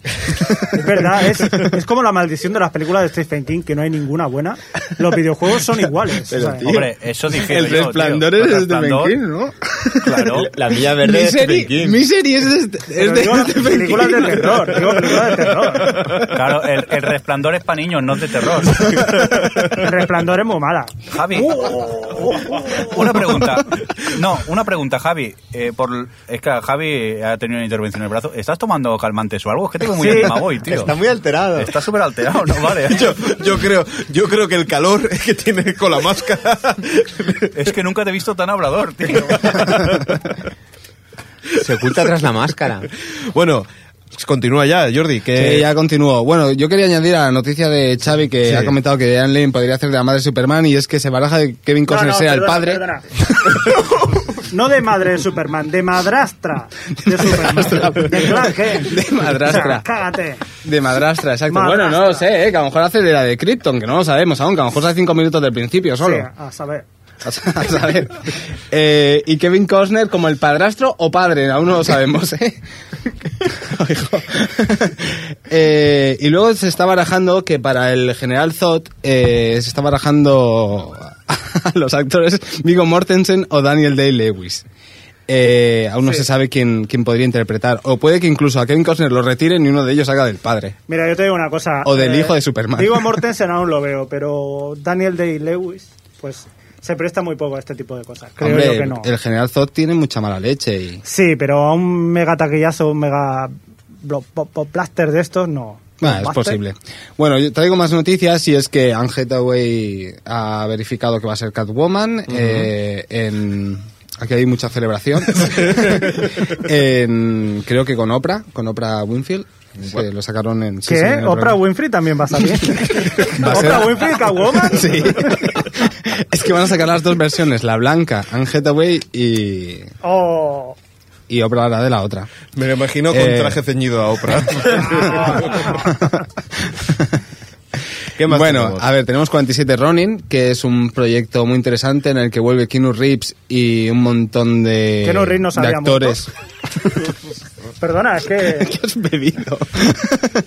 Speaker 3: Es verdad, es, es como la maldición de las películas de Stephen King, que no hay ninguna buena. Los videojuegos son iguales. o sea,
Speaker 5: Hombre, eso dije
Speaker 4: El
Speaker 5: yo, tío.
Speaker 4: resplandor
Speaker 5: El
Speaker 4: es el de
Speaker 5: resplandor,
Speaker 4: Benkin, ¿no?
Speaker 5: Claro.
Speaker 6: La milla verde de Stephen
Speaker 4: Misery,
Speaker 6: King.
Speaker 4: Misery es de, este, es
Speaker 3: pero
Speaker 4: de-
Speaker 3: digo,
Speaker 4: de Stephen
Speaker 3: películas de
Speaker 4: King.
Speaker 3: terror, digo películas de terror.
Speaker 5: Claro, el, el resplandor es para niños, no es de terror.
Speaker 3: El resplandor es muy mala.
Speaker 5: Javi, una pregunta. No, una pregunta, Javi. Eh, por, es que Javi ha tenido una intervención en el brazo. ¿Estás tomando calmantes o algo? Es que tengo muy
Speaker 3: Sí.
Speaker 5: ánimo hoy, tío.
Speaker 6: Está muy alterado.
Speaker 5: Está súper alterado, ¿no? Vale.
Speaker 2: Yo, yo creo, yo creo que el calor (laughs) que tiene con la máscara.
Speaker 5: Es que nunca te he visto tan hablador, tío.
Speaker 6: Se oculta tras
Speaker 8: (laughs)
Speaker 6: la máscara.
Speaker 2: Bueno, continúa ya, Jordi. Que
Speaker 4: Sí, ya continúo. Bueno, yo quería añadir a la noticia de Xavi que
Speaker 2: Eh, Sí.
Speaker 4: ha comentado que Dan Lane podría hacer de la madre de Superman y es que se baraja de Kevin
Speaker 3: No,
Speaker 4: Costner
Speaker 3: no,
Speaker 4: sea el
Speaker 3: perdona,
Speaker 4: padre.
Speaker 3: perdona. (laughs) No de madre de Superman, de madrastra de Superman. De Clark Kent.
Speaker 4: De madrastra.
Speaker 3: O sea, cágate.
Speaker 4: De
Speaker 3: (laughs)
Speaker 4: madrastra, exacto.
Speaker 3: Madrastra.
Speaker 4: Bueno, no lo sé, eh, que a lo mejor hace de la de Krypton, que no lo sabemos aún, que a lo mejor hace cinco minutos del principio solo.
Speaker 3: Sí, a saber.
Speaker 4: (laughs) A saber. Eh, y Kevin Costner como el padrastro o padre, aún no lo sabemos, ¿eh? (laughs) Ay, hijo. Eh, y luego se está barajando que para el general Zod eh, se está barajando a los actores Vigo Mortensen o Daniel Day-Lewis. Eh, aún no se sabe quién, quién podría interpretar. O puede que incluso a Kevin Costner lo retiren y uno de ellos haga del padre.
Speaker 3: Mira, yo te digo una cosa.
Speaker 4: O del hijo de Superman. (laughs)
Speaker 3: Digo Mortensen aún lo veo, pero Daniel Day-Lewis, pues se presta muy poco a este tipo de cosas. Creo
Speaker 4: Hombre,
Speaker 3: yo que no.
Speaker 4: el general Zod tiene mucha mala leche y...
Speaker 3: Sí, pero a un mega taquillazo, un mega blo- po- po- plaster de estos, no.
Speaker 4: Ah, es
Speaker 3: ¿Blockbuster?
Speaker 4: posible. Bueno, yo traigo más noticias y es que Anne Hathaway ha verificado que va a ser Catwoman. eh, en... Aquí hay mucha celebración. (laughs) En- creo que con Oprah, con Oprah Winfield. Se lo sacaron en... sí,
Speaker 3: ¿Qué?
Speaker 4: sí, en el
Speaker 3: Oprah
Speaker 4: programa.
Speaker 3: Winfrey también va a salir.
Speaker 4: (laughs) Va a ser-
Speaker 3: Oprah Winfrey, Catwoman.
Speaker 4: (laughs) Sí. es que van a sacar las dos versiones, la blanca, Anne Hathaway y,
Speaker 3: Oh.
Speaker 4: y Oprah hará de la
Speaker 3: (laughs)
Speaker 4: otra.
Speaker 2: me lo imagino con
Speaker 4: Eh.
Speaker 2: traje ceñido a Oprah. ¿Qué más
Speaker 4: bueno,
Speaker 2: tenemos?
Speaker 4: a ver, tenemos 47 Ronin, que es un proyecto muy interesante en el que vuelve Keanu Reeves y un montón de,
Speaker 3: Keanu Reeves no
Speaker 4: de
Speaker 3: sabía
Speaker 4: actores.
Speaker 3: Perdona, es que
Speaker 4: (laughs) ¿Qué has bebido?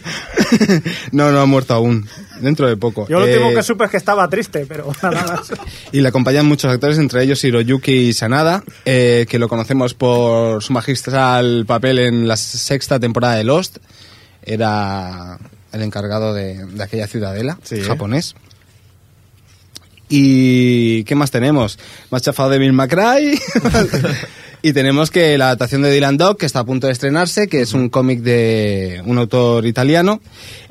Speaker 4: (laughs) no, no ha muerto aún. Dentro de poco.
Speaker 3: yo lo último
Speaker 4: Eh,
Speaker 3: que supe es que estaba triste, pero (laughs) nada más.
Speaker 4: Y le acompañan muchos actores, entre ellos Hiroyuki Sanada, eh, que lo conocemos por su magistral papel en la sexta temporada de Lost. Era el encargado de, de aquella ciudadela
Speaker 2: Sí.
Speaker 4: japonés. ¿Y qué más tenemos? Más chafado de
Speaker 6: (laughs)
Speaker 4: Bill McRae. y tenemos que la adaptación de Dylan Dog, que está a punto de estrenarse, que es un cómic de un autor italiano,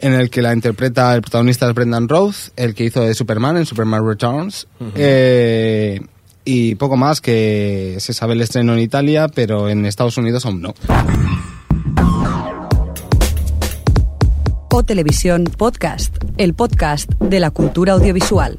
Speaker 4: en el que la interpreta el protagonista es Brendan Roth, el que hizo de Superman en Superman Returns. Eh, y poco más que se sabe el estreno en Italia, pero en Estados Unidos aún no.
Speaker 1: O Televisión Podcast, el podcast de la cultura audiovisual.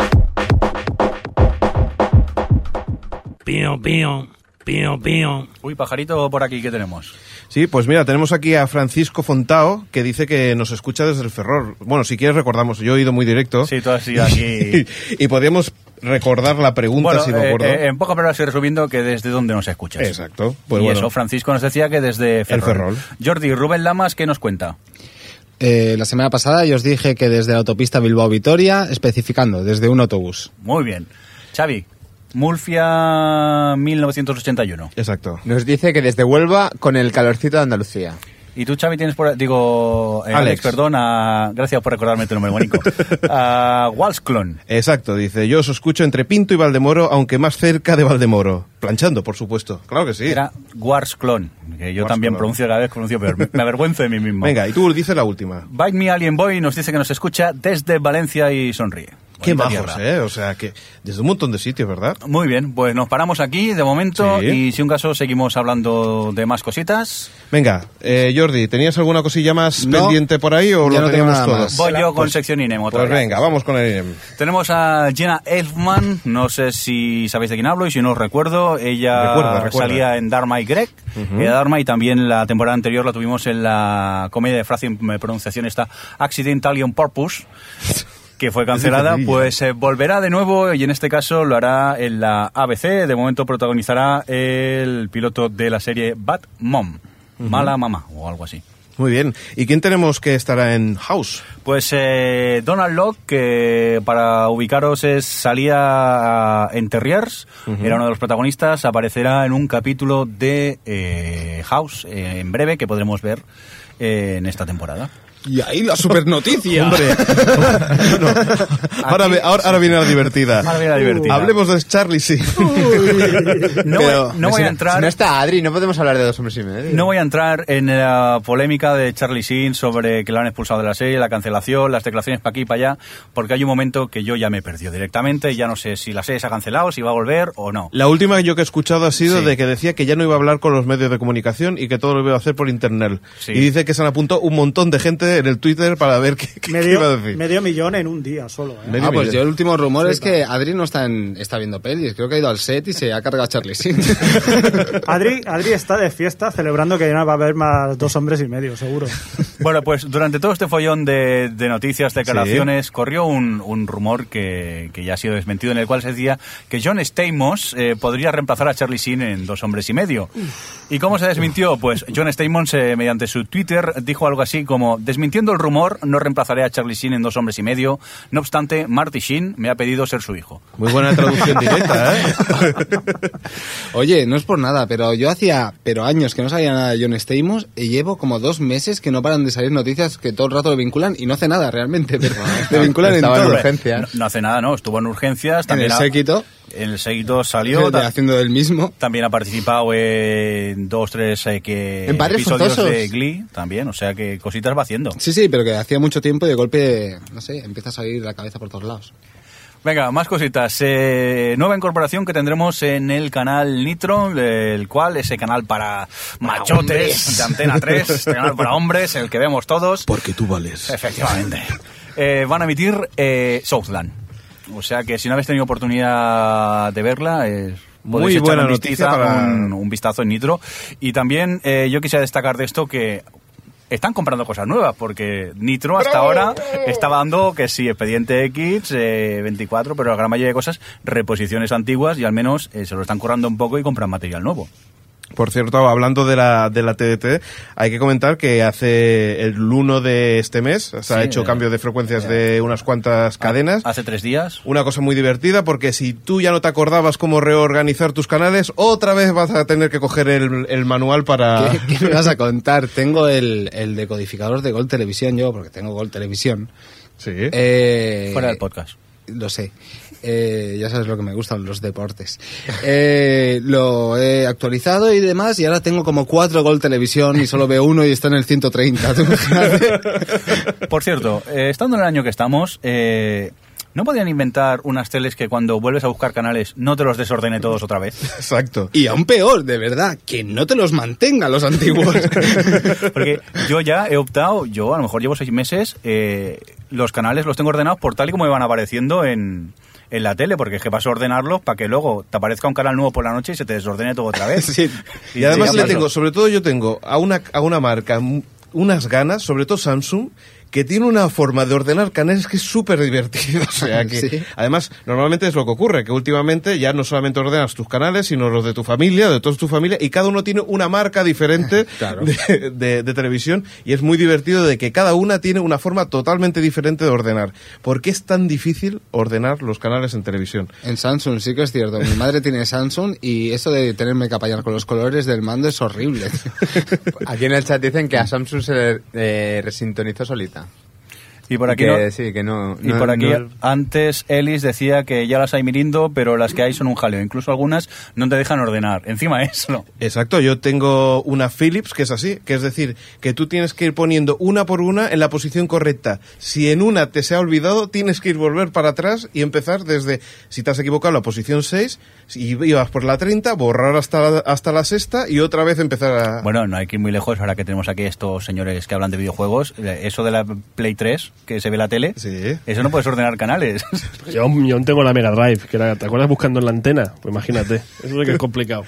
Speaker 9: Pío, pío, pío, pío.
Speaker 5: Uy, pajarito por aquí, ¿qué tenemos?
Speaker 2: Sí, pues mira, tenemos aquí a Francisco Fontao, que dice que nos escucha desde el Ferrol. Bueno, si quieres recordamos, yo he ido muy directo.
Speaker 5: Sí, tú has ido aquí.
Speaker 2: (laughs) y podíamos recordar la pregunta,
Speaker 5: Bueno,
Speaker 2: si me
Speaker 5: eh,
Speaker 2: acuerdo.
Speaker 5: eh, en pocas palabras y resumiendo que desde dónde nos escuchas.
Speaker 2: Exacto. Pues
Speaker 5: y
Speaker 2: bueno.
Speaker 5: eso, Francisco nos decía que desde Ferrol.
Speaker 2: Ferrol.
Speaker 5: Jordi, Rubén Lamas, ¿qué nos cuenta?
Speaker 4: Eh, la semana pasada yo os dije que desde la autopista Bilbao-Vitoria, especificando, desde un autobús.
Speaker 5: Muy bien. Xavi, Murcia 1981.
Speaker 2: Exacto.
Speaker 6: Nos dice que desde Huelva con el calorcito de Andalucía.
Speaker 5: Y tú, Xavi, tienes por... Digo, eh, Alex.
Speaker 2: Alex.
Speaker 5: perdón, a- gracias por recordarme tu
Speaker 2: (laughs)
Speaker 5: nombre, Mónico. A Walsclon.
Speaker 2: Exacto, dice, yo os escucho entre Pinto y Valdemoro, aunque más cerca de Valdemoro. Planchando, por supuesto. Claro que sí.
Speaker 5: Era Warsclon, que yo también
Speaker 2: Warsclon.
Speaker 5: pronuncio cada vez pronuncio peor. Me, me avergüenzo de mí mismo.
Speaker 2: Venga, y tú dices la última.
Speaker 5: Bite Me Alien Boy nos dice que nos escucha desde Valencia y sonríe.
Speaker 2: Qué
Speaker 5: Bonita
Speaker 2: majos,
Speaker 5: tierra.
Speaker 2: ¿eh? O sea, que desde un montón de sitios, ¿verdad?
Speaker 5: Muy bien, pues nos paramos aquí de momento
Speaker 2: Sí.
Speaker 5: y si un caso seguimos hablando de más cositas.
Speaker 2: Venga, eh, Jordi, ¿tenías alguna cosilla más
Speaker 8: No,
Speaker 2: pendiente por ahí o
Speaker 8: ya
Speaker 2: lo
Speaker 8: no tengo
Speaker 2: teníamos
Speaker 8: nada
Speaker 2: todo?
Speaker 8: más.
Speaker 5: Voy yo con sección INEM otra
Speaker 2: Pues
Speaker 5: vez.
Speaker 2: venga, vamos con el INEM.
Speaker 5: Tenemos a Jenna Elfman, no sé si sabéis de quién hablo y si no os recuerdo, ella
Speaker 2: Recuerda, recuerda.
Speaker 5: salía en Dharma y Greg. Y a Dharma y también la temporada anterior la tuvimos en la comedia de frase me pronunciación esta Accidental on Purpose que fue cancelada,
Speaker 2: maravilla.
Speaker 5: pues eh, volverá de nuevo y en este caso lo hará en la ABC. De momento protagonizará el piloto de la serie Bad Mom, Mala Mamá o algo así.
Speaker 2: Muy bien. ¿Y quién tenemos que estará en House?
Speaker 5: Pues eh, Donald Locke, que para ubicaros es, salía en Terriers, era uno de los protagonistas, aparecerá en un capítulo de eh, House eh, en breve que podremos ver eh, en
Speaker 6: (laughs)
Speaker 5: esta temporada.
Speaker 4: Y ahí la super
Speaker 2: (laughs)
Speaker 4: noticia. (laughs)
Speaker 2: Hombre, no. ahora, ve- ahora, ahora viene la divertida.
Speaker 5: Ahora
Speaker 6: Uh,
Speaker 5: viene la divertida.
Speaker 2: Hablemos de Charlie, sí.
Speaker 5: No,
Speaker 6: Pero,
Speaker 5: voy- no voy
Speaker 6: si
Speaker 5: a
Speaker 6: no-
Speaker 5: entrar.
Speaker 6: Si no está Adri, no podemos hablar de dos hombres y medio.
Speaker 5: No voy a entrar en la polémica de Charlie Sheen sobre que lo han expulsado de la serie, la cancelación, las declaraciones para aquí y para allá, porque hay un momento que yo ya me perdió directamente, ya no sé si la serie se ha cancelado, si va a volver o no.
Speaker 2: La última que yo que he escuchado ha sido
Speaker 5: Sí.
Speaker 2: de que decía que ya no iba a hablar con los medios de comunicación y que todo lo iba a hacer por internet.
Speaker 5: Sí.
Speaker 2: Y dice que se han apuntado un montón de gente en el Twitter para ver qué, qué- qué
Speaker 3: Medio,
Speaker 2: iba a decir.
Speaker 3: medio millón en un día solo. ¿eh?
Speaker 2: Medio
Speaker 4: Ah, pues
Speaker 2: millón.
Speaker 4: yo el último rumor es que Adri no está, en- está viendo pelis. Creo que ha ido al set y se ha cargado a Charlie
Speaker 6: (laughs)
Speaker 4: Sheen.
Speaker 3: Adri, Adri está de fiesta celebrando que ya va a haber más dos hombres y medio, seguro.
Speaker 5: Bueno, pues durante todo este follón de, de noticias, declaraciones, corrió un, un rumor que, que ya ha sido desmentido en el cual se decía que John Stamos eh, podría reemplazar a Charlie Sheen en Dos Hombres y Medio. ¿Y cómo se desmintió? Pues John Stamos, eh, mediante su Twitter, dijo algo así como, desmintiendo el rumor, no reemplazaré a Charlie Sheen en Dos Hombres y Medio. No obstante, Marty Sheen me ha pedido ser su hijo.
Speaker 2: Muy buena traducción directa, ¿eh?
Speaker 4: (laughs) Oye, no es por nada, pero yo hacía pero años que no sabía nada de John Stamos y llevo como dos meses que no paran de salir noticias que todo el rato lo vinculan y no hace nada realmente, pero (laughs) le vinculan en
Speaker 6: Estaba en
Speaker 4: todo.
Speaker 6: urgencias.
Speaker 5: No, no hace nada, ¿no? Estuvo en urgencias.
Speaker 4: En el
Speaker 5: ha-
Speaker 4: séquito, eh,
Speaker 5: En el séquito salió.
Speaker 4: de-
Speaker 5: ta-
Speaker 4: haciendo el mismo.
Speaker 5: También ha participado en dos, tres eh, que
Speaker 6: En Padres
Speaker 5: episodios
Speaker 6: Forzosos.
Speaker 5: de Glee también, o sea que cositas va haciendo.
Speaker 4: Sí, sí, pero que hacía mucho tiempo y de golpe, no sé, empieza a salir la cabeza por todos lados.
Speaker 5: Venga, más cositas. Eh, nueva incorporación que tendremos en el canal Nitro, el cual ese canal para machotes de Antena 3, este canal para hombres, el que vemos todos.
Speaker 2: Porque tú vales.
Speaker 5: Efectivamente. Eh, van a emitir eh, Southland. O sea que si no habéis tenido oportunidad de verla, es
Speaker 2: Muy
Speaker 5: podéis echarle
Speaker 2: buena
Speaker 5: un,
Speaker 2: noticia
Speaker 5: vistazo,
Speaker 2: para-
Speaker 5: un, un vistazo en Nitro. Y también eh, yo quisiera destacar de esto que están comprando cosas nuevas, porque Nitro hasta ahora estaba dando que sí, Expediente X, eh, 24, pero la gran mayoría de cosas, reposiciones antiguas y al menos eh, se lo están currando un poco y compran material nuevo.
Speaker 2: Por cierto, hablando de la, de la TDT, hay que comentar que hace el 1 de este mes, se ha
Speaker 5: Sí, Ah,
Speaker 2: hecho
Speaker 5: eh,
Speaker 2: cambio de frecuencias de unas cuantas cadenas.
Speaker 5: Hace tres días.
Speaker 2: Una cosa muy divertida porque si tú ya no te acordabas cómo reorganizar tus canales, otra vez vas a tener que coger el, el manual para...
Speaker 4: ¿Qué, qué me vas a contar? Tengo el, el decodificador de Gol Televisión, yo, porque tengo Gol Televisión.
Speaker 2: Sí.
Speaker 4: Eh,
Speaker 5: Fuera del podcast.
Speaker 4: Lo sé. Eh, ya sabes lo que me gustan los deportes. Eh, lo he actualizado y demás, y ahora tengo como cuatro gol televisión y solo veo uno y está en el 130. ¿Te imaginas?
Speaker 5: Por cierto, eh, estando en el año que estamos, eh, ¿no podían inventar unas teles que cuando vuelves a buscar canales no te los desordene todos otra vez?
Speaker 2: Exacto.
Speaker 4: y aún peor, de verdad, que no te los mantenga los antiguos.
Speaker 5: Porque yo ya he optado, yo a lo mejor llevo seis meses, eh, los canales los tengo ordenados por tal y como me van apareciendo en, en la tele, porque es que vas a ordenarlos para que luego te aparezca un canal nuevo por la noche y se te desordene todo otra vez.
Speaker 4: Sí.
Speaker 2: Y además
Speaker 5: sí,
Speaker 2: le
Speaker 5: pasó.
Speaker 2: tengo, sobre todo yo tengo a una, a una marca m- unas ganas, sobre todo Samsung, que tiene una forma de ordenar canales que es súper divertido. (laughs) O sea, que,
Speaker 6: Sí.
Speaker 2: Además, normalmente es lo que ocurre, que últimamente ya no solamente ordenas tus canales, sino los de tu familia, de toda tu familia, y cada uno tiene una marca diferente
Speaker 4: Claro.
Speaker 2: de, de- de televisión, y es muy divertido de que cada una tiene una forma totalmente diferente de ordenar. ¿Por qué es tan difícil ordenar los canales en televisión?
Speaker 8: En Samsung sí que es cierto. Mi madre tiene Samsung y eso de tenerme que apañar con los colores del mando es horrible.
Speaker 6: (laughs) Aquí en el chat dicen que a Samsung se le eh, resintonizó solita.
Speaker 5: Y por aquí,
Speaker 6: que,
Speaker 5: no-
Speaker 6: Sí, que no...
Speaker 5: y
Speaker 6: no-
Speaker 5: por aquí
Speaker 6: no-
Speaker 5: antes Ellis decía que ya las hay mirindo, pero las que hay son un jaleo. Incluso algunas no te dejan ordenar. Encima eso.
Speaker 2: Exacto, yo tengo una Philips que es así, que es decir, que tú tienes que ir poniendo una por una en la posición correcta. Si en una te se ha olvidado, tienes que ir volver para atrás y empezar desde, si te has equivocado, la posición 6, si ibas por la 30, borrar hasta la, hasta la sexta y otra vez empezar a...
Speaker 5: Bueno, no hay que ir muy lejos ahora que tenemos aquí estos señores que hablan de videojuegos. Eh, Eso de la Play 3, que se ve la tele,
Speaker 2: Sí.
Speaker 5: eso no puedes ordenar canales.
Speaker 7: Yo, yo aún tengo la Mega Drive, que era, ¿te acuerdas buscando en la antena? Pues imagínate, eso es lo que es complicado.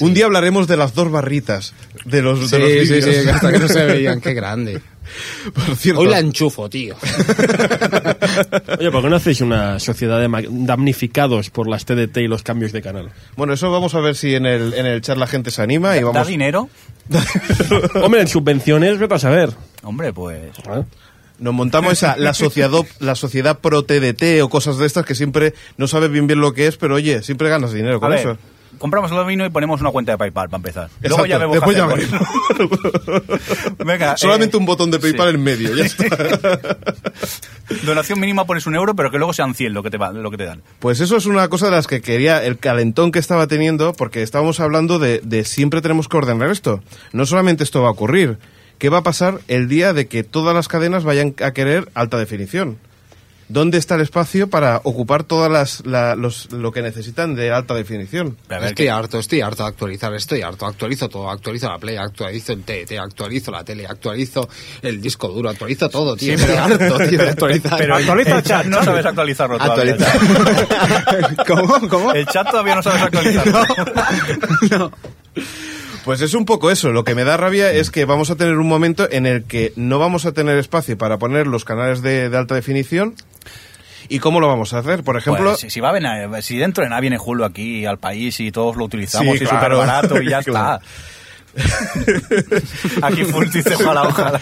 Speaker 2: Un día hablaremos de las dos barritas de los, de los
Speaker 8: sí, sí,
Speaker 2: vídeos.
Speaker 8: sí, hasta que no
Speaker 6: (laughs)
Speaker 8: se veían. Qué grande.
Speaker 2: (laughs) Por cierto.
Speaker 8: Hoy la enchufo, tío.
Speaker 7: Oye, ¿por qué no hacéis una sociedad de ma- damnificados por las TDT y los cambios de canal?
Speaker 2: Bueno, eso vamos a ver si en el, en el chat la gente se anima y (laughs)
Speaker 5: ¿Da
Speaker 2: vamos...
Speaker 5: dinero?
Speaker 7: Hombre, en subvenciones, vete a saber. ¿eh?
Speaker 5: Hombre, pues...
Speaker 2: Nos montamos esa, la sociedad, la sociedad pro TDT o cosas de estas que siempre no sabes bien bien lo que es, pero oye, siempre ganas dinero
Speaker 5: A
Speaker 2: con
Speaker 5: ver,
Speaker 2: eso.
Speaker 5: compramos el dominio y ponemos una cuenta de PayPal para empezar. Luego ya vemos
Speaker 2: Exacto,
Speaker 5: qué
Speaker 2: después
Speaker 5: hacemos.
Speaker 2: ya veremos.
Speaker 5: (laughs)
Speaker 2: (laughs)
Speaker 5: Venga,
Speaker 2: Solamente
Speaker 5: eh,
Speaker 2: un botón de PayPal
Speaker 5: sí.
Speaker 2: en medio, ya
Speaker 5: (laughs)
Speaker 2: está.
Speaker 5: Donación mínima pones un euro, pero que luego sean 100 lo que te, va- lo que te dan.
Speaker 2: Pues eso es una cosa de las que quería, el calentón que estaba teniendo, porque estábamos hablando de, de siempre tenemos que ordenar esto. No solamente esto va a ocurrir, ¿qué va a pasar el día de que todas las cadenas vayan a querer alta definición? ¿Dónde está el espacio para ocupar todas las, la- los- lo que necesitan de alta definición?
Speaker 5: A ver,
Speaker 8: Estoy harto, estoy harto de actualizar, estoy harto. Actualizo todo, actualizo la Play, actualizo el TT, actualizo la tele, actualizo el disco duro, actualizo todo, tío. estoy harto, tío, de actualizar.
Speaker 5: (laughs) pero
Speaker 3: Actualiza el
Speaker 5: el chat
Speaker 3: chat,
Speaker 5: no
Speaker 3: Xavi.
Speaker 5: sabes actualizarlo todavía.
Speaker 6: Actualiza.
Speaker 5: (laughs)
Speaker 2: (laughs)
Speaker 8: ¿Cómo? ¿Cómo?
Speaker 5: El chat todavía no sabes actualizarlo.
Speaker 2: Pues es un poco eso. Lo que me da rabia es que vamos a tener un momento en el que no vamos a tener espacio para poner los canales de, de alta definición. ¿Y cómo lo vamos a hacer? Por ejemplo.
Speaker 5: Pues, si, si va a venir- si dentro de nada viene Julio aquí al país y todos lo utilizamos
Speaker 2: Sí,
Speaker 5: y es
Speaker 2: claro.
Speaker 5: súper barato
Speaker 2: (laughs)
Speaker 5: y ya
Speaker 2: Claro.
Speaker 5: está. (laughs) aquí Full dice ojalá,
Speaker 2: (laughs)
Speaker 5: ojalá.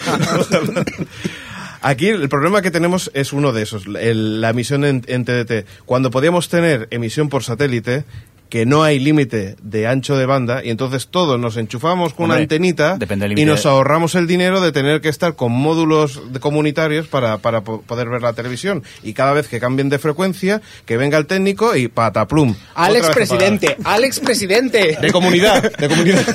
Speaker 2: Aquí el problema que tenemos es uno de esos, el- la emisión en, en TDT. Cuando podíamos tener emisión por satélite, que no hay límite de ancho de banda, y entonces todos nos enchufamos con una
Speaker 5: Hombre,
Speaker 2: antenita
Speaker 5: depende del
Speaker 2: y
Speaker 5: límite.
Speaker 2: nos ahorramos el dinero de tener que estar con módulos de- comunitarios para, para po- poder ver la televisión. Y cada vez que cambien de frecuencia, que venga el técnico y pataplum.
Speaker 4: Al
Speaker 2: Otra vez
Speaker 4: expresidente, al expresidente.
Speaker 2: apagada. (laughs) De comunidad, de comunidad.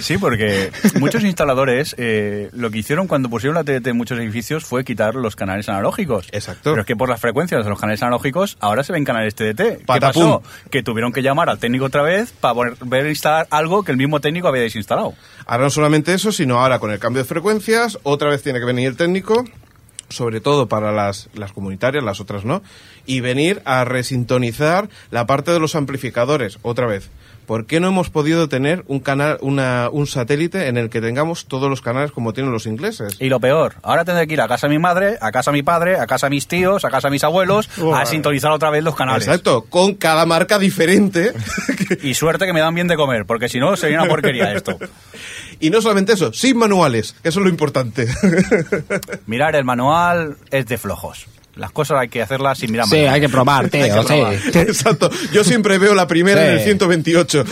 Speaker 5: Sí, porque muchos instaladores eh, lo que hicieron cuando pusieron la TDT en muchos edificios fue quitar los canales analógicos.
Speaker 2: Exacto.
Speaker 5: Pero es que por las frecuencias de los canales analógicos ahora se ven canales TDT.
Speaker 2: Patapum.
Speaker 5: ¿Qué pasó? Que tuvieron que llamar al técnico otra vez para volver a instalar algo que el mismo técnico había desinstalado.
Speaker 2: Ahora no solamente eso, sino ahora con el cambio de frecuencias, otra vez tiene que venir el técnico, sobre todo para las, las comunitarias, las otras no, y venir a resintonizar la parte de los amplificadores, otra vez. ¿Por qué no hemos podido tener un canal, una, un satélite en el que tengamos todos los canales como tienen los ingleses?
Speaker 5: Y lo peor, ahora tendré que ir a casa de mi madre, a casa de mi padre, a casa de mis tíos, a casa de mis abuelos, a sintonizar otra vez los canales.
Speaker 2: Exacto, con cada marca diferente. (laughs)
Speaker 5: Y suerte que me dan bien de comer, porque si no sería una porquería esto.
Speaker 2: y no solamente eso, sin manuales, que eso es lo importante.
Speaker 5: Mirar el manual es de flojos. Las cosas hay que hacerlas sin mirar
Speaker 4: Sí,
Speaker 5: manual.
Speaker 4: hay que probar,
Speaker 5: Hay
Speaker 4: tío,
Speaker 5: que probar.
Speaker 2: (laughs)
Speaker 4: sí.
Speaker 2: Exacto, yo siempre veo la primera en el
Speaker 4: Sí.
Speaker 2: 128.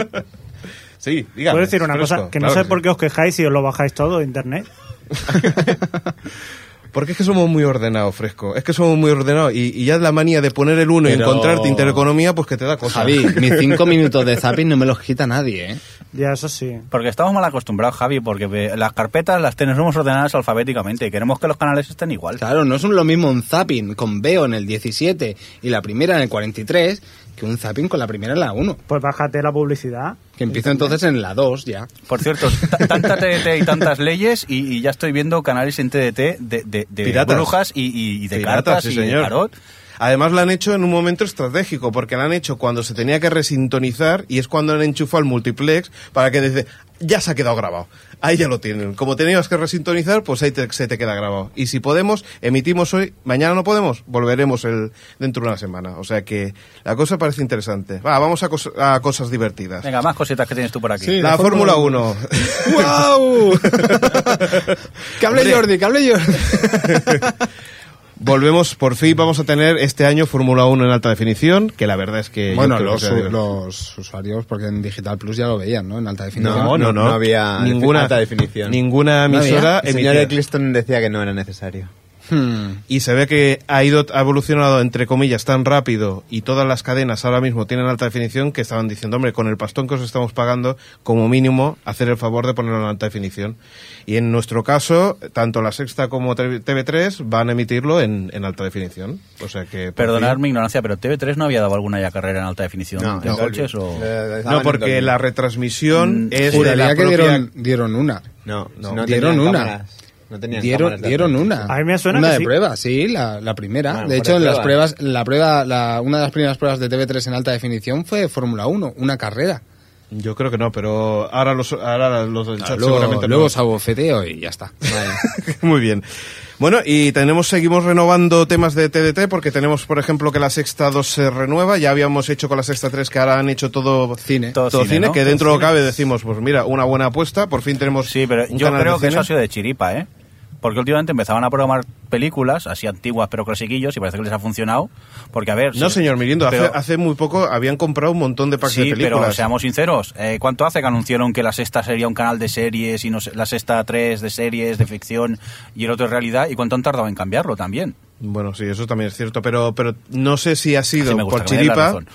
Speaker 2: (laughs) sí, dígame.
Speaker 3: Puedo decir una
Speaker 2: fresco,
Speaker 3: cosa, que no
Speaker 2: claro
Speaker 3: sé
Speaker 2: sí.
Speaker 3: por qué os quejáis si os lo bajáis todo de internet.
Speaker 2: Porque es que somos muy ordenados, Fresco. Es que somos muy ordenados. Y, y ya la manía de poner el uno y
Speaker 4: Pero-
Speaker 2: encontrarte intereconomía, pues que te da cosa.
Speaker 4: Javi, mis cinco minutos de zapping no me los quita nadie, ¿eh?
Speaker 3: Ya, eso sí.
Speaker 5: Porque estamos mal acostumbrados, Javi, porque ve- las carpetas las tenemos ordenadas alfabéticamente y queremos que los canales estén igual.
Speaker 4: Claro, no es lo mismo un zapping con Veo en el 17 y la primera en el 43 que un zapping con la primera en la 1.
Speaker 3: Pues bájate la publicidad.
Speaker 4: Que empiezo entonces en la 2 ya.
Speaker 8: (laughs)
Speaker 5: Por cierto, ta- tanta TDT y tantas leyes y, y ya estoy viendo canales en TDT de, de, de
Speaker 2: Piratas.
Speaker 5: brujas y, y- y de
Speaker 2: Piratas,
Speaker 5: cartas
Speaker 2: sí,
Speaker 5: y de
Speaker 2: señor.
Speaker 5: tarot.
Speaker 2: Además la han hecho en un momento estratégico, porque la han hecho cuando se tenía que resintonizar y es cuando han enchufado el multiplex para que desde ya se ha quedado grabado. Ahí ya lo tienen. Como tenías que resintonizar, pues ahí te- se te queda grabado. Y si podemos, emitimos hoy. Mañana no podemos, volveremos el, dentro de una semana. O sea que la cosa parece interesante. Va, vamos a, cos- a cosas divertidas.
Speaker 5: Venga, más cositas que tienes tú por aquí.
Speaker 4: Sí.
Speaker 2: la
Speaker 4: la
Speaker 2: Fórmula
Speaker 4: Fórmula
Speaker 2: 1.
Speaker 4: (laughs) ¡Wow! que hable
Speaker 2: Hombre.
Speaker 4: Jordi, que hable Jordi.
Speaker 2: (laughs) Volvemos, por fin vamos a tener este año Fórmula 1 en alta definición, que la verdad es que... yo
Speaker 8: Bueno,
Speaker 2: creo
Speaker 8: los,
Speaker 2: que era divertido.
Speaker 8: (laughs) los usuarios, porque en Digital Plus ya lo veían, ¿no? En alta definición.
Speaker 2: No, no, no.
Speaker 6: no, no había
Speaker 2: ninguna
Speaker 6: alta definición.
Speaker 2: Ninguna
Speaker 6: No había.
Speaker 2: emisora
Speaker 6: El señor
Speaker 2: emitía.
Speaker 6: Eccleston decía que no era necesario.
Speaker 8: Hmm.
Speaker 2: Y se ve que ha ido ha evolucionado entre comillas tan rápido y todas las cadenas ahora mismo tienen alta definición que estaban diciendo, hombre, con el pastón que os estamos pagando, como mínimo, hacer el favor de ponerlo en alta definición. Y en nuestro caso, tanto la Sexta como TV3 van a emitirlo en, en alta definición. O sea que por
Speaker 5: Perdonad
Speaker 2: fin-
Speaker 5: mi ignorancia, pero TV3 no había dado alguna ya carrera en alta definición
Speaker 6: No,
Speaker 5: de
Speaker 6: no.
Speaker 5: coches o...
Speaker 6: Eh,
Speaker 2: No, porque la retransmisión es de
Speaker 8: Mm, Juraría
Speaker 2: la
Speaker 8: que
Speaker 2: propia
Speaker 8: dieron, dieron una.
Speaker 6: No, no,
Speaker 8: no
Speaker 6: tenían
Speaker 8: dieron una.
Speaker 6: cámaras. No tenían
Speaker 8: Dieron,
Speaker 6: cámaras de
Speaker 8: dieron
Speaker 6: atrás.
Speaker 8: una.
Speaker 3: A mí me suena
Speaker 8: Una
Speaker 3: que
Speaker 8: de
Speaker 3: sí.
Speaker 8: prueba, sí, la, la primera.
Speaker 6: Bueno,
Speaker 8: de
Speaker 6: por
Speaker 8: hecho, en las
Speaker 6: pruebas.
Speaker 8: pruebas, la prueba, la, una de las primeras pruebas de TV3 en alta definición fue Fórmula 1, una carrera.
Speaker 2: Yo creo que no, pero ahora los, ahora los del chat
Speaker 8: Ah, luego
Speaker 2: seguramente
Speaker 8: luego
Speaker 2: lo-
Speaker 8: os abofeteo y ya está.
Speaker 2: (laughs) Muy bien. Bueno, y tenemos, seguimos renovando temas de TDT porque tenemos, por ejemplo, que la sexta 2 se renueva. Ya habíamos hecho con la sexta 3 que ahora han hecho todo
Speaker 8: Cine.
Speaker 2: Todo,
Speaker 5: Todo
Speaker 2: cine,
Speaker 5: cine, ¿no?
Speaker 2: que dentro lo cabe decimos, pues mira, una buena apuesta. Por fin tenemos.
Speaker 5: Sí, pero
Speaker 2: un
Speaker 5: yo
Speaker 2: canal de
Speaker 5: creo que
Speaker 2: cine.
Speaker 5: eso ha sido de chiripa, ¿eh? Porque últimamente empezaban a programar películas, así antiguas pero clasiquillos, y parece que les ha funcionado. Porque, a ver...
Speaker 2: No,
Speaker 5: sí,
Speaker 2: señor Mirindo,
Speaker 5: pero-
Speaker 2: hace, hace muy poco habían comprado un montón de packs
Speaker 5: Sí,
Speaker 2: de películas.
Speaker 5: pero seamos sinceros, eh, ¿cuánto hace que anunciaron que la sexta sería un canal de series y no sé, la sexta tres de series, de ficción y el otro de realidad? ¿Y cuánto han tardado en cambiarlo también?
Speaker 2: Bueno, sí, eso también es cierto, pero, pero no sé si ha sido
Speaker 5: Así me gusta,
Speaker 2: por
Speaker 5: que me dé la
Speaker 2: chiripa
Speaker 5: razón.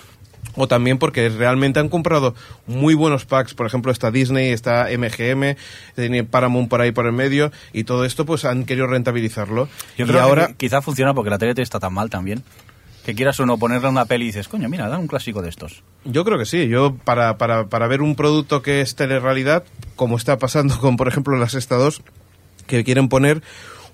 Speaker 2: o también porque realmente han comprado muy buenos packs. Por ejemplo, está Disney, está MGM, tiene Paramount por ahí por el medio y todo esto pues han querido rentabilizarlo.
Speaker 5: Yo
Speaker 2: y
Speaker 5: creo
Speaker 2: ahora
Speaker 5: que quizá funciona porque la tele está tan mal también. Que quieras o no ponerle una peli y dices, coño, mira, dan un clásico de estos.
Speaker 2: Yo creo que sí. Yo, para, para, para ver un producto que es telerrealidad, como está pasando con, por ejemplo, las Sexta 2, que quieren poner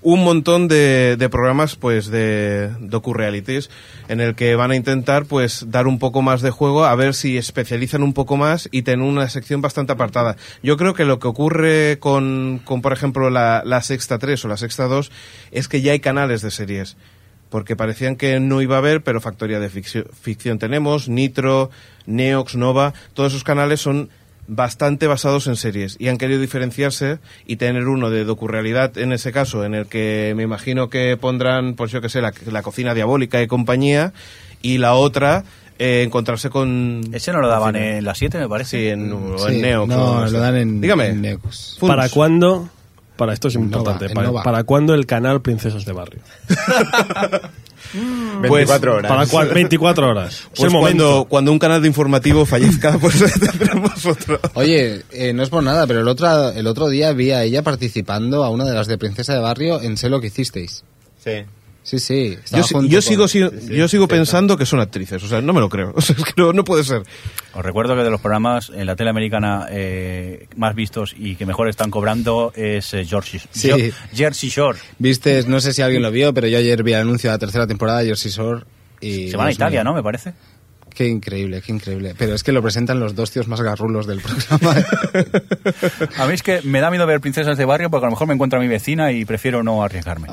Speaker 2: un montón de, de programas pues de docu-realities en el que van a intentar pues dar un poco más de juego a ver si especializan un poco más y tener una sección bastante apartada yo creo que lo que ocurre con, con por ejemplo la, la sexta 3 o la sexta 2 es que ya hay canales de series porque parecían que no iba a haber, pero Factoría de Ficcio- Ficción tenemos, Nitro, Neox, Nova, todos esos canales son bastante basados en series y han querido diferenciarse y tener uno de docurrealidad en ese caso, en el que me imagino que pondrán, pues yo que sé, la, la cocina diabólica y compañía, y la otra eh, encontrarse con...
Speaker 5: Ese no lo daban en las 7, me parece.
Speaker 2: Sí, en, o
Speaker 8: Sí,
Speaker 2: en Neox.
Speaker 8: no,
Speaker 2: o algo así.
Speaker 8: lo dan en-
Speaker 2: Dígame.
Speaker 8: en Neox.
Speaker 2: Funs.
Speaker 7: ¿Para cuándo? Para esto es
Speaker 8: Nova,
Speaker 7: importante.
Speaker 4: eh,
Speaker 8: en
Speaker 7: para,
Speaker 8: Nova.
Speaker 7: ¿Para cuándo el canal Princesas de Barrio?
Speaker 6: 24 horas.
Speaker 7: Pues, Para cua- 24 horas.
Speaker 2: Pues cuando,
Speaker 7: Ese momento.
Speaker 2: cuando un canal de informativo fallezca, (laughs) pues tendremos otro.
Speaker 8: Oye, eh, no es por nada, pero el otro, el otro día vi a ella participando a una de las de Princesa de Barrio en Sé lo que hicisteis.
Speaker 6: Sí.
Speaker 8: Sí, sí. estaba
Speaker 2: Yo, si-
Speaker 8: junto
Speaker 2: yo
Speaker 8: con-
Speaker 2: sigo, si-
Speaker 6: sí,
Speaker 2: yo sigo
Speaker 6: sí,
Speaker 2: pensando que son actrices, o sea, no me lo creo. (laughs) O sea, es que no, no puede ser.
Speaker 5: Os recuerdo que de los programas en la tele americana eh, más vistos y que mejor están cobrando es eh, Jersey-
Speaker 8: Sí.
Speaker 5: Jo- Jersey Shore.
Speaker 8: Viste, no sé si alguien lo vio, pero yo ayer vi el anuncio de la tercera temporada de Jersey Shore. Y
Speaker 5: Se van a
Speaker 8: Dios
Speaker 5: Italia,
Speaker 8: mío,
Speaker 5: ¿no? Me parece.
Speaker 8: Qué increíble, qué increíble. Pero es que lo presentan los dos tíos más garrulos del (laughs)
Speaker 2: (laughs)
Speaker 8: programa.
Speaker 5: A mí es que me da miedo ver princesas de barrio porque a lo mejor me encuentro a mi vecina y prefiero
Speaker 2: (laughs)
Speaker 5: no arriesgarme.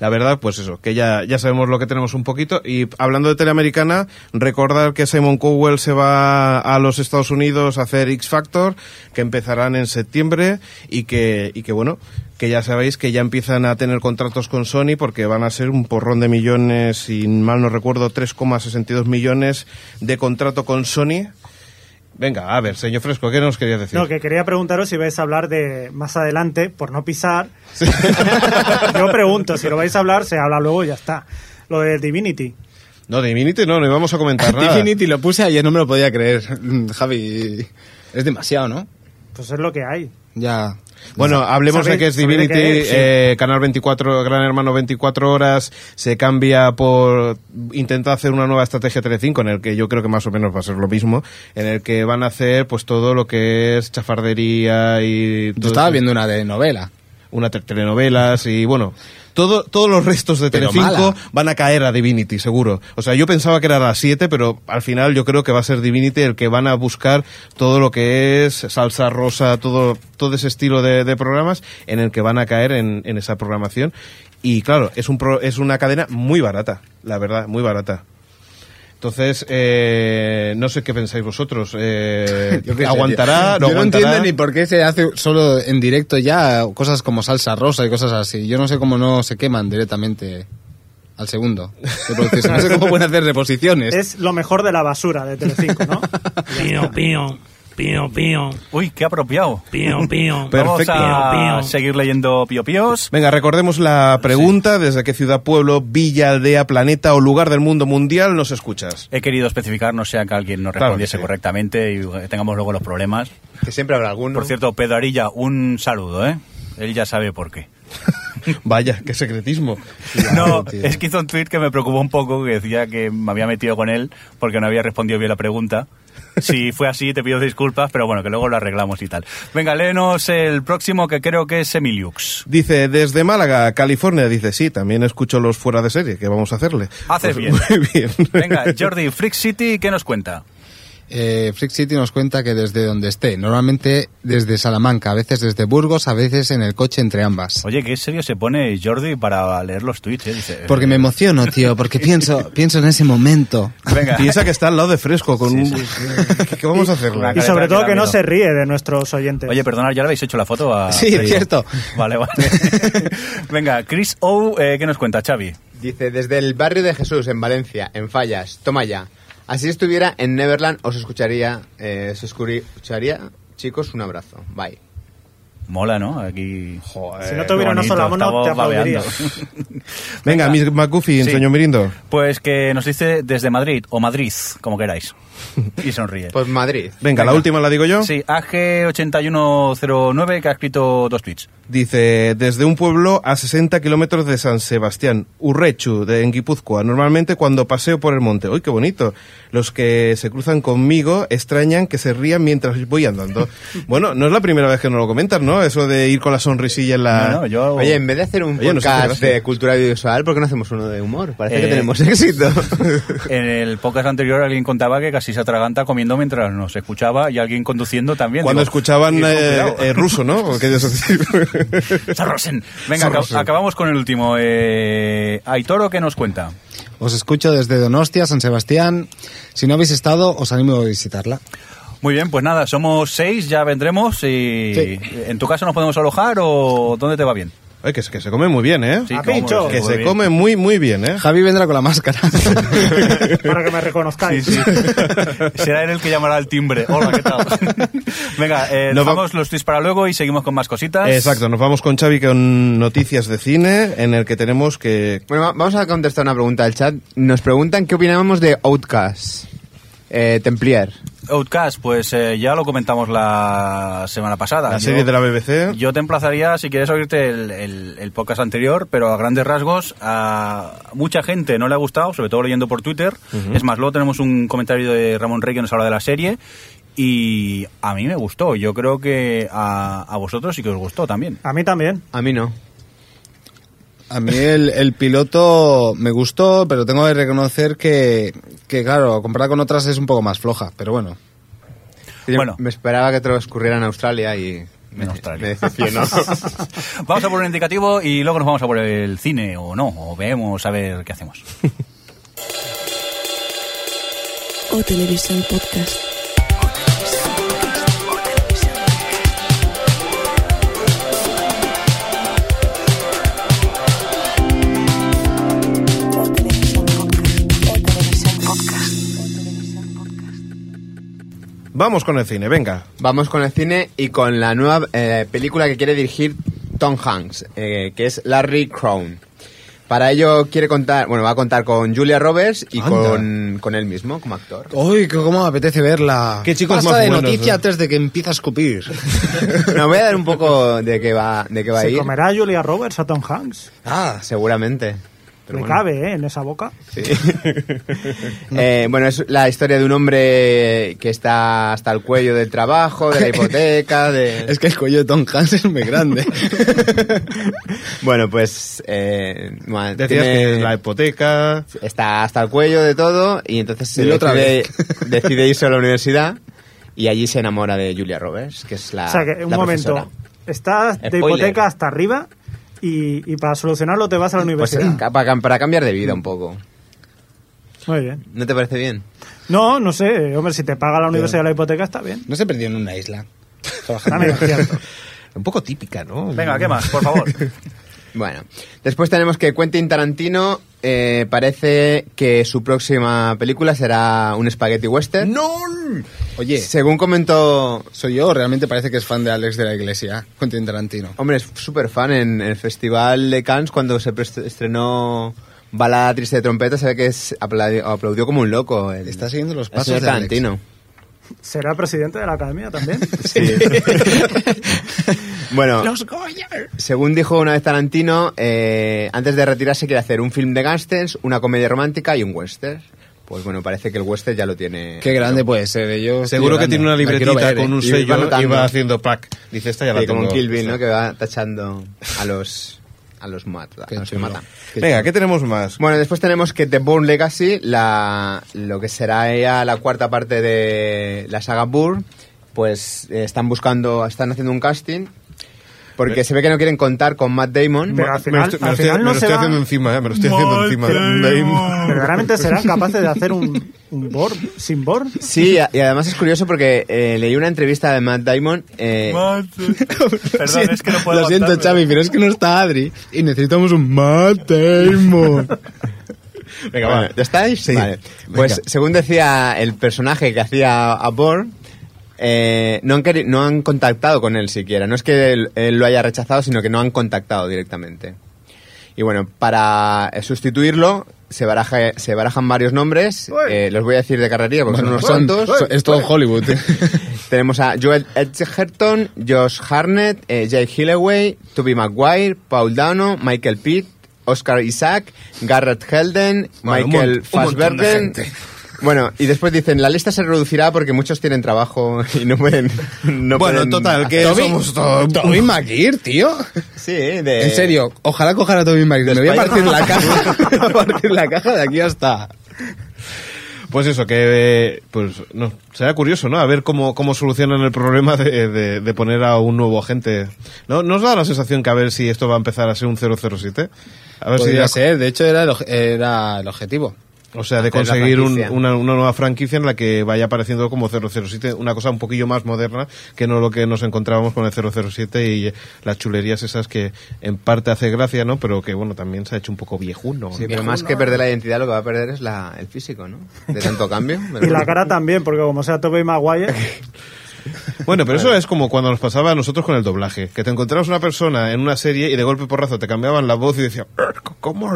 Speaker 2: La verdad, pues eso, que ya, ya sabemos lo que tenemos un poquito. Y hablando de teleamericana, recordar que Simon Cowell se va a los Estados Unidos a hacer X Factor, que empezarán en septiembre y que, y que bueno, que ya sabéis que ya empiezan a tener contratos con Sony porque van a ser un porrón de millones, si mal no recuerdo, 3,62 millones de contrato con Sony. Venga, a ver, señor Fresco, ¿qué nos querías decir?
Speaker 3: No, que quería preguntaros si vais a hablar de más adelante, por no pisar. (laughs) Yo pregunto, si lo vais a hablar, se habla luego y ya está. Lo de Divinity.
Speaker 2: No, de Divinity no, no íbamos a
Speaker 3: (laughs)
Speaker 2: comentar nada.
Speaker 8: Divinity lo puse ayer, no me lo podía creer. (laughs) Javi, es demasiado, ¿no?
Speaker 3: Pues es lo que hay.
Speaker 8: Ya.
Speaker 2: Bueno, hablemos de
Speaker 3: ¿Sabéis-
Speaker 2: que es
Speaker 3: sabéis de
Speaker 2: Divinity,
Speaker 3: qué es? Sí.
Speaker 2: eh, Canal 24, Gran Hermano 24 horas, se cambia por... intenta hacer una nueva estrategia Telecinco, en el que yo creo que más o menos va a ser lo mismo, en el que van a hacer pues todo lo que es chafardería y...
Speaker 8: Yo
Speaker 2: todo
Speaker 8: estaba
Speaker 2: eso.
Speaker 8: viendo una de novela.
Speaker 2: Una te- telenovelas y bueno... todo, todos los restos de
Speaker 6: Pero
Speaker 2: Telecinco
Speaker 6: mala.
Speaker 2: van a caer a Divinity, seguro. O sea, yo pensaba que era la 7, pero al final yo creo que va a ser Divinity el que van a buscar todo lo que es salsa rosa, todo, todo ese estilo de, de programas en el que van a caer en, en esa programación. Y claro, es, un pro- es una cadena muy barata, la verdad, muy barata. Entonces, eh, no sé qué pensáis vosotros. eh,
Speaker 6: (laughs) Yo qué sé,
Speaker 2: ¿Aguantará?
Speaker 6: tío.
Speaker 2: ¿No
Speaker 6: Yo no
Speaker 2: aguantará?
Speaker 6: entiendo
Speaker 4: ni por qué se hace solo en directo ya cosas como salsa rosa y cosas así. Yo no sé cómo no se queman directamente al segundo. de producción. No sé cómo pueden hacer reposiciones.
Speaker 3: Es lo mejor de la basura de Telecinco,
Speaker 6: (laughs)
Speaker 3: ¿no?
Speaker 9: Pío, pío. Pío, pío.
Speaker 5: Uy, qué apropiado.
Speaker 9: Pío, pío.
Speaker 2: Perfecto.
Speaker 5: Vamos a
Speaker 9: Pío, pío.
Speaker 5: seguir leyendo Pío Píos.
Speaker 2: Venga, recordemos la pregunta, desde qué ciudad, pueblo, villa, aldea, planeta o lugar del mundo mundial nos escuchas.
Speaker 5: He querido especificar, no sea que alguien no
Speaker 2: Claro
Speaker 5: respondiese
Speaker 2: que sí.
Speaker 5: correctamente y eh, tengamos luego los problemas.
Speaker 6: Que siempre habrá alguno.
Speaker 5: Por cierto, Pedro Arilla, un saludo, ¿eh? Él ya sabe por qué.
Speaker 2: Vaya, qué secretismo.
Speaker 5: No,
Speaker 6: tío.
Speaker 5: es que hizo un tweet que me preocupó un poco, que decía que me había metido con él porque no había respondido bien la pregunta. Si fue así, te pido disculpas, pero bueno, que luego lo arreglamos y tal. Venga, léenos el próximo que creo que es Emiliux.
Speaker 2: Dice, desde Málaga, California, dice, sí, también escucho los fuera de serie, ¿qué vamos a hacerle? Pues,
Speaker 5: Haces bien.
Speaker 2: (laughs) Muy bien. (laughs)
Speaker 5: Venga, Jordi, Freak City, ¿qué nos cuenta?
Speaker 4: Eh, Freak City nos cuenta que desde donde esté, normalmente desde Salamanca, a veces desde Burgos, a veces en el coche entre ambas.
Speaker 5: Oye, qué serio se pone Jordi para leer los tweets, ¿eh? Dice,
Speaker 4: Porque me emociono, tío, porque pienso, pienso en ese momento.
Speaker 2: (laughs)
Speaker 5: Venga.
Speaker 2: Piensa que está al lado de fresco, con
Speaker 5: Sí,
Speaker 2: un...
Speaker 5: sí.
Speaker 2: ¿Qué- ¿Qué vamos a hacerle?
Speaker 3: Y
Speaker 5: Vale,
Speaker 3: sobre
Speaker 5: espera,
Speaker 3: todo
Speaker 5: que
Speaker 3: que
Speaker 5: la
Speaker 3: no
Speaker 5: miro.
Speaker 3: se ríe de nuestros oyentes.
Speaker 5: Oye, perdonad, ya le habéis hecho la foto a...
Speaker 4: Sí, es
Speaker 5: Pedro.
Speaker 4: cierto.
Speaker 3: (laughs)
Speaker 5: Vale, vale. Venga, Chris O, eh, ¿qué nos cuenta, Xavi?
Speaker 6: Dice, desde el barrio de Jesús, en Valencia, en Fallas, toma ya. Así estuviera en Neverland, os escucharía, eh, os escucharía. Chicos, un abrazo. Bye.
Speaker 5: Mola, ¿no? Aquí...
Speaker 3: Si no tuviera
Speaker 5: qué
Speaker 3: una sola
Speaker 5: bonito,
Speaker 3: mano, te
Speaker 5: estamos
Speaker 3: aplaudiría.
Speaker 5: babeando.
Speaker 2: Venga, Miss McGuffy,
Speaker 5: Sí.
Speaker 2: enseño Mirindo.
Speaker 5: Pues que nos dice desde Madrid o Madrid, como queráis. Y sonríe.
Speaker 6: Pues Madrid.
Speaker 2: Venga, la
Speaker 5: Venga.
Speaker 2: última la digo yo.
Speaker 5: Sí, AG8109 que ha escrito dos tweets.
Speaker 2: Dice, desde un pueblo a 60 kilómetros de San Sebastián, Urrechu, de, en Guipúzcoa. Normalmente cuando paseo por el monte, ¡uy, qué bonito! Los que se cruzan conmigo extrañan que se rían mientras voy
Speaker 6: (laughs)
Speaker 2: andando. bueno, no es la primera vez que nos lo comentas, ¿no? Eso de ir con la sonrisilla en la...
Speaker 5: No, no, yo hago-
Speaker 6: Oye, en vez de hacer un
Speaker 2: Oh. Oye, nos hace
Speaker 6: podcast
Speaker 2: gracia.
Speaker 6: de cultura audiovisual, ¿por qué no hacemos uno de humor? Parece
Speaker 5: Eh,
Speaker 6: que tenemos (laughs) éxito.
Speaker 5: En el podcast anterior alguien contaba que casi se atraganta comiendo mientras nos escuchaba y alguien conduciendo también.
Speaker 2: (laughs) Cuando
Speaker 5: Digo,
Speaker 2: escuchaban
Speaker 5: ir con
Speaker 2: eh,
Speaker 5: cuidado.
Speaker 2: eh, ruso, ¿no? Porque ellos-
Speaker 6: (laughs)
Speaker 5: Sarrosen. Venga, acab-
Speaker 2: Sarrosen.
Speaker 5: acabamos con el último. Eh, Aitoro, ¿qué nos cuenta?
Speaker 4: Os escucho desde Donostia, San Sebastián. Si no habéis estado, os animo a visitarla.
Speaker 5: Muy bien, pues nada, somos seis, ya vendremos y...
Speaker 4: Sí.
Speaker 5: ¿En tu casa nos podemos alojar o dónde te va bien?
Speaker 2: Ay, que, se- que se come muy bien, ¿eh?
Speaker 5: Sí,
Speaker 3: A
Speaker 5: como-
Speaker 3: pincho.
Speaker 2: que
Speaker 5: muy
Speaker 2: se
Speaker 5: bien.
Speaker 2: come muy, muy bien, ¿eh?
Speaker 4: Javi vendrá con la máscara.
Speaker 3: (laughs) Para que me reconozcáis.
Speaker 5: (laughs) Será él el que llamará al timbre. Hola,
Speaker 2: (laughs)
Speaker 5: ¿qué tal? Venga, eh,
Speaker 2: Nos va-
Speaker 5: dejamos los tweets para luego y seguimos con más cositas.
Speaker 2: Exacto, nos vamos con Xavi con noticias de cine, en el que tenemos que...
Speaker 6: bueno, va- vamos a contestar una pregunta del chat. Nos preguntan qué opinábamos de Outcast. Eh, Templier.
Speaker 5: Outcast, pues eh, ya lo comentamos la semana pasada.
Speaker 2: La
Speaker 5: Yo-
Speaker 2: serie de la BBC.
Speaker 5: Yo te emplazaría, si quieres oírte el, el- el podcast anterior, pero a grandes rasgos, a mucha gente no le ha gustado, sobre todo leyendo por Twitter. Es más, luego tenemos un comentario de Ramón Rey que nos habla de la serie. Y a mí me gustó, yo creo que a, a vosotros sí que os gustó también.
Speaker 3: A mí también.
Speaker 6: A mí no.
Speaker 4: A mí el, el piloto me gustó, pero tengo que reconocer que, que, claro, comparada con otras es un poco más floja, pero bueno.
Speaker 6: Yo
Speaker 5: Bueno.
Speaker 6: Me esperaba que transcurriera en Australia y me,
Speaker 5: En Australia.
Speaker 6: me decepcionó.
Speaker 5: (laughs) Vamos a por un indicativo y luego nos vamos a por el cine o no, o vemos a ver qué hacemos.
Speaker 10: O Televisión Podcast.
Speaker 2: Vamos con el cine, venga.
Speaker 6: Vamos con el cine y con la nueva eh, película que quiere dirigir Tom Hanks, eh, que es Larry Crown. Para ello quiere contar, bueno, va a contar con Julia Roberts y
Speaker 4: Anda.
Speaker 6: con, con él mismo como actor. (laughs)
Speaker 4: ¡Uy, que cómo me apetece verla!
Speaker 2: Qué chicos
Speaker 4: Pasta
Speaker 2: más
Speaker 4: de
Speaker 2: buenos,
Speaker 4: noticia
Speaker 2: eh.
Speaker 4: antes de que empiece
Speaker 2: (laughs)
Speaker 4: a escupir.
Speaker 6: Nos voy a dar un poco de qué va, de qué va a
Speaker 3: ¿Se
Speaker 6: ir.
Speaker 3: comerá Julia Roberts a Tom Hanks?
Speaker 4: ah,
Speaker 6: Seguramente. Pero
Speaker 3: Me
Speaker 6: bueno.
Speaker 3: cabe, ¿eh? En esa boca.
Speaker 6: (laughs) Eh, bueno, es la historia de un hombre que está hasta el cuello del trabajo, de la hipoteca, de...
Speaker 4: Es que el cuello de Tom Hanks es muy grande. (laughs)
Speaker 6: Bueno, pues... Eh, bueno,
Speaker 2: Decías
Speaker 6: tiene-
Speaker 2: que la hipoteca.
Speaker 6: está hasta el cuello de todo y entonces se
Speaker 4: Dilo otra
Speaker 6: decide, (laughs) decide irse a la universidad y allí se enamora de Julia Roberts, que es la
Speaker 3: o sea, que un
Speaker 6: la
Speaker 3: momento.
Speaker 6: profesora.
Speaker 3: Estás de
Speaker 6: Spoiler.
Speaker 3: hipoteca hasta arriba y, y para solucionarlo te vas a la
Speaker 6: Pues,
Speaker 3: universidad.
Speaker 6: ca- para, cam- para cambiar de vida un poco.
Speaker 3: Muy bien.
Speaker 6: ¿No te parece bien?
Speaker 3: No, no sé. Hombre, si te paga la universidad la hipoteca, está bien.
Speaker 4: No se perdió en una isla. Trabajando.
Speaker 3: También es
Speaker 6: (laughs)
Speaker 3: cierto.
Speaker 2: Ah, Un poco típica, ¿no?
Speaker 5: Venga, ¿qué más? Por favor. (laughs)
Speaker 6: Bueno, después tenemos que Quentin Tarantino eh, parece que su próxima película será un spaghetti western.
Speaker 4: ¡No! Oye,
Speaker 6: Según comentó...
Speaker 4: soy yo, realmente parece que es fan de Alex de la Iglesia, Quentin Tarantino.
Speaker 6: Hombre, es súper fan en el Festival de Cannes cuando se pres- estrenó Balada Triste de Trompeta, se ve que es apla- aplaudió como un loco. el-
Speaker 4: Está siguiendo los
Speaker 6: el
Speaker 4: pasos
Speaker 6: señor
Speaker 4: de Alex.
Speaker 6: Tarantino.
Speaker 3: ¿Será presidente de la academia también?
Speaker 6: Bueno, según dijo una vez Tarantino, eh, antes de retirarse quiere hacer un film de gángsters, una comedia romántica y un western. Pues bueno, parece que el western ya lo tiene.
Speaker 4: Qué grande puede ser. eh, yo estoy
Speaker 2: Seguro que
Speaker 4: llorando.
Speaker 2: tiene una
Speaker 4: La quiero
Speaker 2: libretita
Speaker 4: ver, eh.
Speaker 2: con un
Speaker 6: Y va
Speaker 2: sello y
Speaker 6: anotando.
Speaker 2: va haciendo pack. Dice, esta ya la
Speaker 6: Sí, como
Speaker 2: tengo.
Speaker 6: un Kill Bill, ¿no? Que va tachando a los a los mata, a
Speaker 4: Qué
Speaker 6: los que
Speaker 4: chulo.
Speaker 6: matan.
Speaker 2: Venga, ¿qué tenemos más?
Speaker 6: Bueno, después tenemos que The Bourne Legacy, la, lo que será ya la cuarta parte de la saga Bourne, pues eh, están buscando, están haciendo un casting, porque se ve que no quieren contar con Matt Damon.
Speaker 3: Pero al final-
Speaker 2: me lo
Speaker 3: al
Speaker 2: estoy,
Speaker 3: final
Speaker 2: me
Speaker 3: no
Speaker 2: lo
Speaker 3: se
Speaker 2: estoy
Speaker 3: va-
Speaker 2: haciendo encima, ¿eh? Me lo estoy haciendo encima.
Speaker 6: (laughs)
Speaker 3: ¿Verdaderamente serán capaces de hacer un, un board sin board?
Speaker 6: Sí, y a- y además es curioso porque eh, leí una entrevista de Matt Damon. eh,
Speaker 5: Perdón, es que no puedo
Speaker 4: Lo siento,
Speaker 5: aguantarme.
Speaker 4: Xavi, pero es que no está Adri. Y necesitamos un Matt (laughs) Damon.
Speaker 2: Venga,
Speaker 6: bueno,
Speaker 2: va.
Speaker 6: ¿Ya estáis?
Speaker 2: Sí.
Speaker 6: Vale.
Speaker 2: Venga.
Speaker 6: Pues según decía el personaje que hacía a Bourne, eh, no, han queri- no han contactado con él siquiera. No es que él, él lo haya rechazado, sino que no han contactado directamente. Y bueno, para eh, sustituirlo se, baraja, se barajan varios nombres.
Speaker 3: Uy.
Speaker 6: Eh, los voy a decir de carrería porque son unos
Speaker 4: son-
Speaker 6: santos.
Speaker 4: son- es todo Hollywood. eh.
Speaker 6: (laughs) Tenemos a Joel Edgerton, Josh Harnett, eh, Jake Hilloway, Toby Maguire, Paul Dano, Michael Pitt, Oscar Isaac, Garrett Helden,
Speaker 4: Bueno, un
Speaker 6: Michael
Speaker 4: mont- un montón de
Speaker 6: Fassbergen.
Speaker 4: gente.
Speaker 6: Bueno, y después dicen, la lista se reducirá porque muchos tienen trabajo y no pueden... no
Speaker 2: Bueno,
Speaker 6: pueden
Speaker 2: total, que
Speaker 6: hacer-
Speaker 2: somos todos...
Speaker 4: Tommy McGear, tío.
Speaker 6: Sí, de...
Speaker 4: En serio, ojalá cojara a Tommy McGear. Me voy a
Speaker 6: Spider-
Speaker 4: partir (laughs) la caja.
Speaker 6: (laughs)
Speaker 4: Me voy a partir la caja de aquí hasta.
Speaker 2: Pues eso, que eh, pues no, será curioso, ¿no? A ver cómo, cómo solucionan el problema de, de- de poner a un nuevo agente. ¿No, ¿No os da la sensación que a ver si esto va a empezar a ser un 007? A ver
Speaker 4: Podría
Speaker 2: ya-
Speaker 4: ser, de hecho era el, oje- era el objetivo.
Speaker 2: O sea, de
Speaker 6: Hacer la
Speaker 2: conseguir un-
Speaker 6: franquicia.
Speaker 2: una, una nueva franquicia en la que vaya apareciendo como 007, una cosa un poquillo más moderna que no lo que nos encontrábamos con el 007 y las chulerías esas que en parte hace gracia, ¿no? Pero que bueno, también se ha hecho un poco viejuno.
Speaker 6: Sí, pero más que perder la identidad, lo que va a perder es la, el físico, ¿no? De
Speaker 3: (laughs)
Speaker 6: tanto cambio.
Speaker 2: (laughs)
Speaker 3: Y la cara también, porque como sea Tobey Maguire,
Speaker 2: Bueno, pero eso es como cuando nos pasaba a nosotros con el doblaje, que te encontrabas una persona en una serie y de golpe y porrazo te cambiaban la voz y decías, ¿cómo?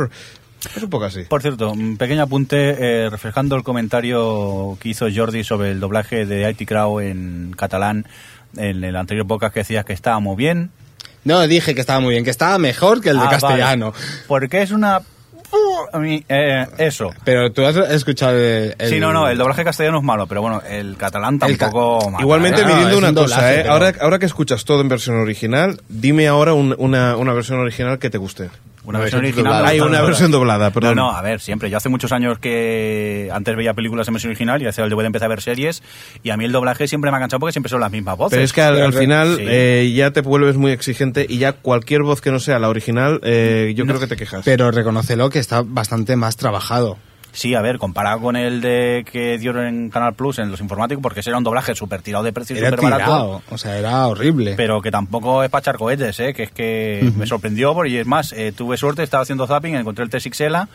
Speaker 2: Es un poco así.
Speaker 5: Por cierto, un pequeño apunte eh, reflejando el comentario que hizo Jordi sobre el doblaje de IT Crow en catalán en el anterior podcast que decías que estaba muy bien.
Speaker 4: No, dije que estaba muy bien, que estaba mejor que el de
Speaker 5: Ah, vale.
Speaker 4: castellano.
Speaker 5: Porque es una... a mí, eh, eso.
Speaker 4: Pero tú has escuchado el. el-
Speaker 5: Sí, no, no, el doblaje castellano es malo, pero bueno, el catalán
Speaker 4: El ca-
Speaker 5: tampoco... mata,
Speaker 2: Igualmente,
Speaker 5: ¿eh?
Speaker 4: no,
Speaker 2: midiendo
Speaker 4: es
Speaker 2: una
Speaker 4: un
Speaker 2: cosa,
Speaker 4: doblaje,
Speaker 2: ¿eh?
Speaker 4: pero-
Speaker 2: ahora, ahora que escuchas todo en versión original, dime ahora un- una, una versión original que te guste.
Speaker 5: Una versión original.
Speaker 2: doblada.
Speaker 5: no
Speaker 2: Hay
Speaker 5: está
Speaker 2: una
Speaker 5: doblada.
Speaker 2: versión doblada, perdón.
Speaker 5: No, no, a ver, siempre. Yo hace muchos años que antes veía películas en versión original y hace el voy a empezar a ver series y a mí el doblaje siempre me ha cansado porque siempre son las mismas voces.
Speaker 2: Pero es que al, al
Speaker 5: Sí.
Speaker 2: final
Speaker 5: Sí.
Speaker 2: eh, ya te vuelves muy exigente y ya cualquier voz que no sea la original, eh, yo creo que te quejas.
Speaker 4: Pero reconócelo que está bastante más trabajado.
Speaker 5: Sí, a ver, comparado con el de que dieron en Canal Plus, en Los Informáticos, porque ese era un doblaje súper tirado de precio y
Speaker 4: Era
Speaker 5: súper barato.
Speaker 4: tirado, o sea, era horrible.
Speaker 5: Pero que tampoco es para echar cohetes, ¿eh? que es que me sorprendió. porque- Y es más, eh, tuve suerte, estaba haciendo zapping, encontré el T6L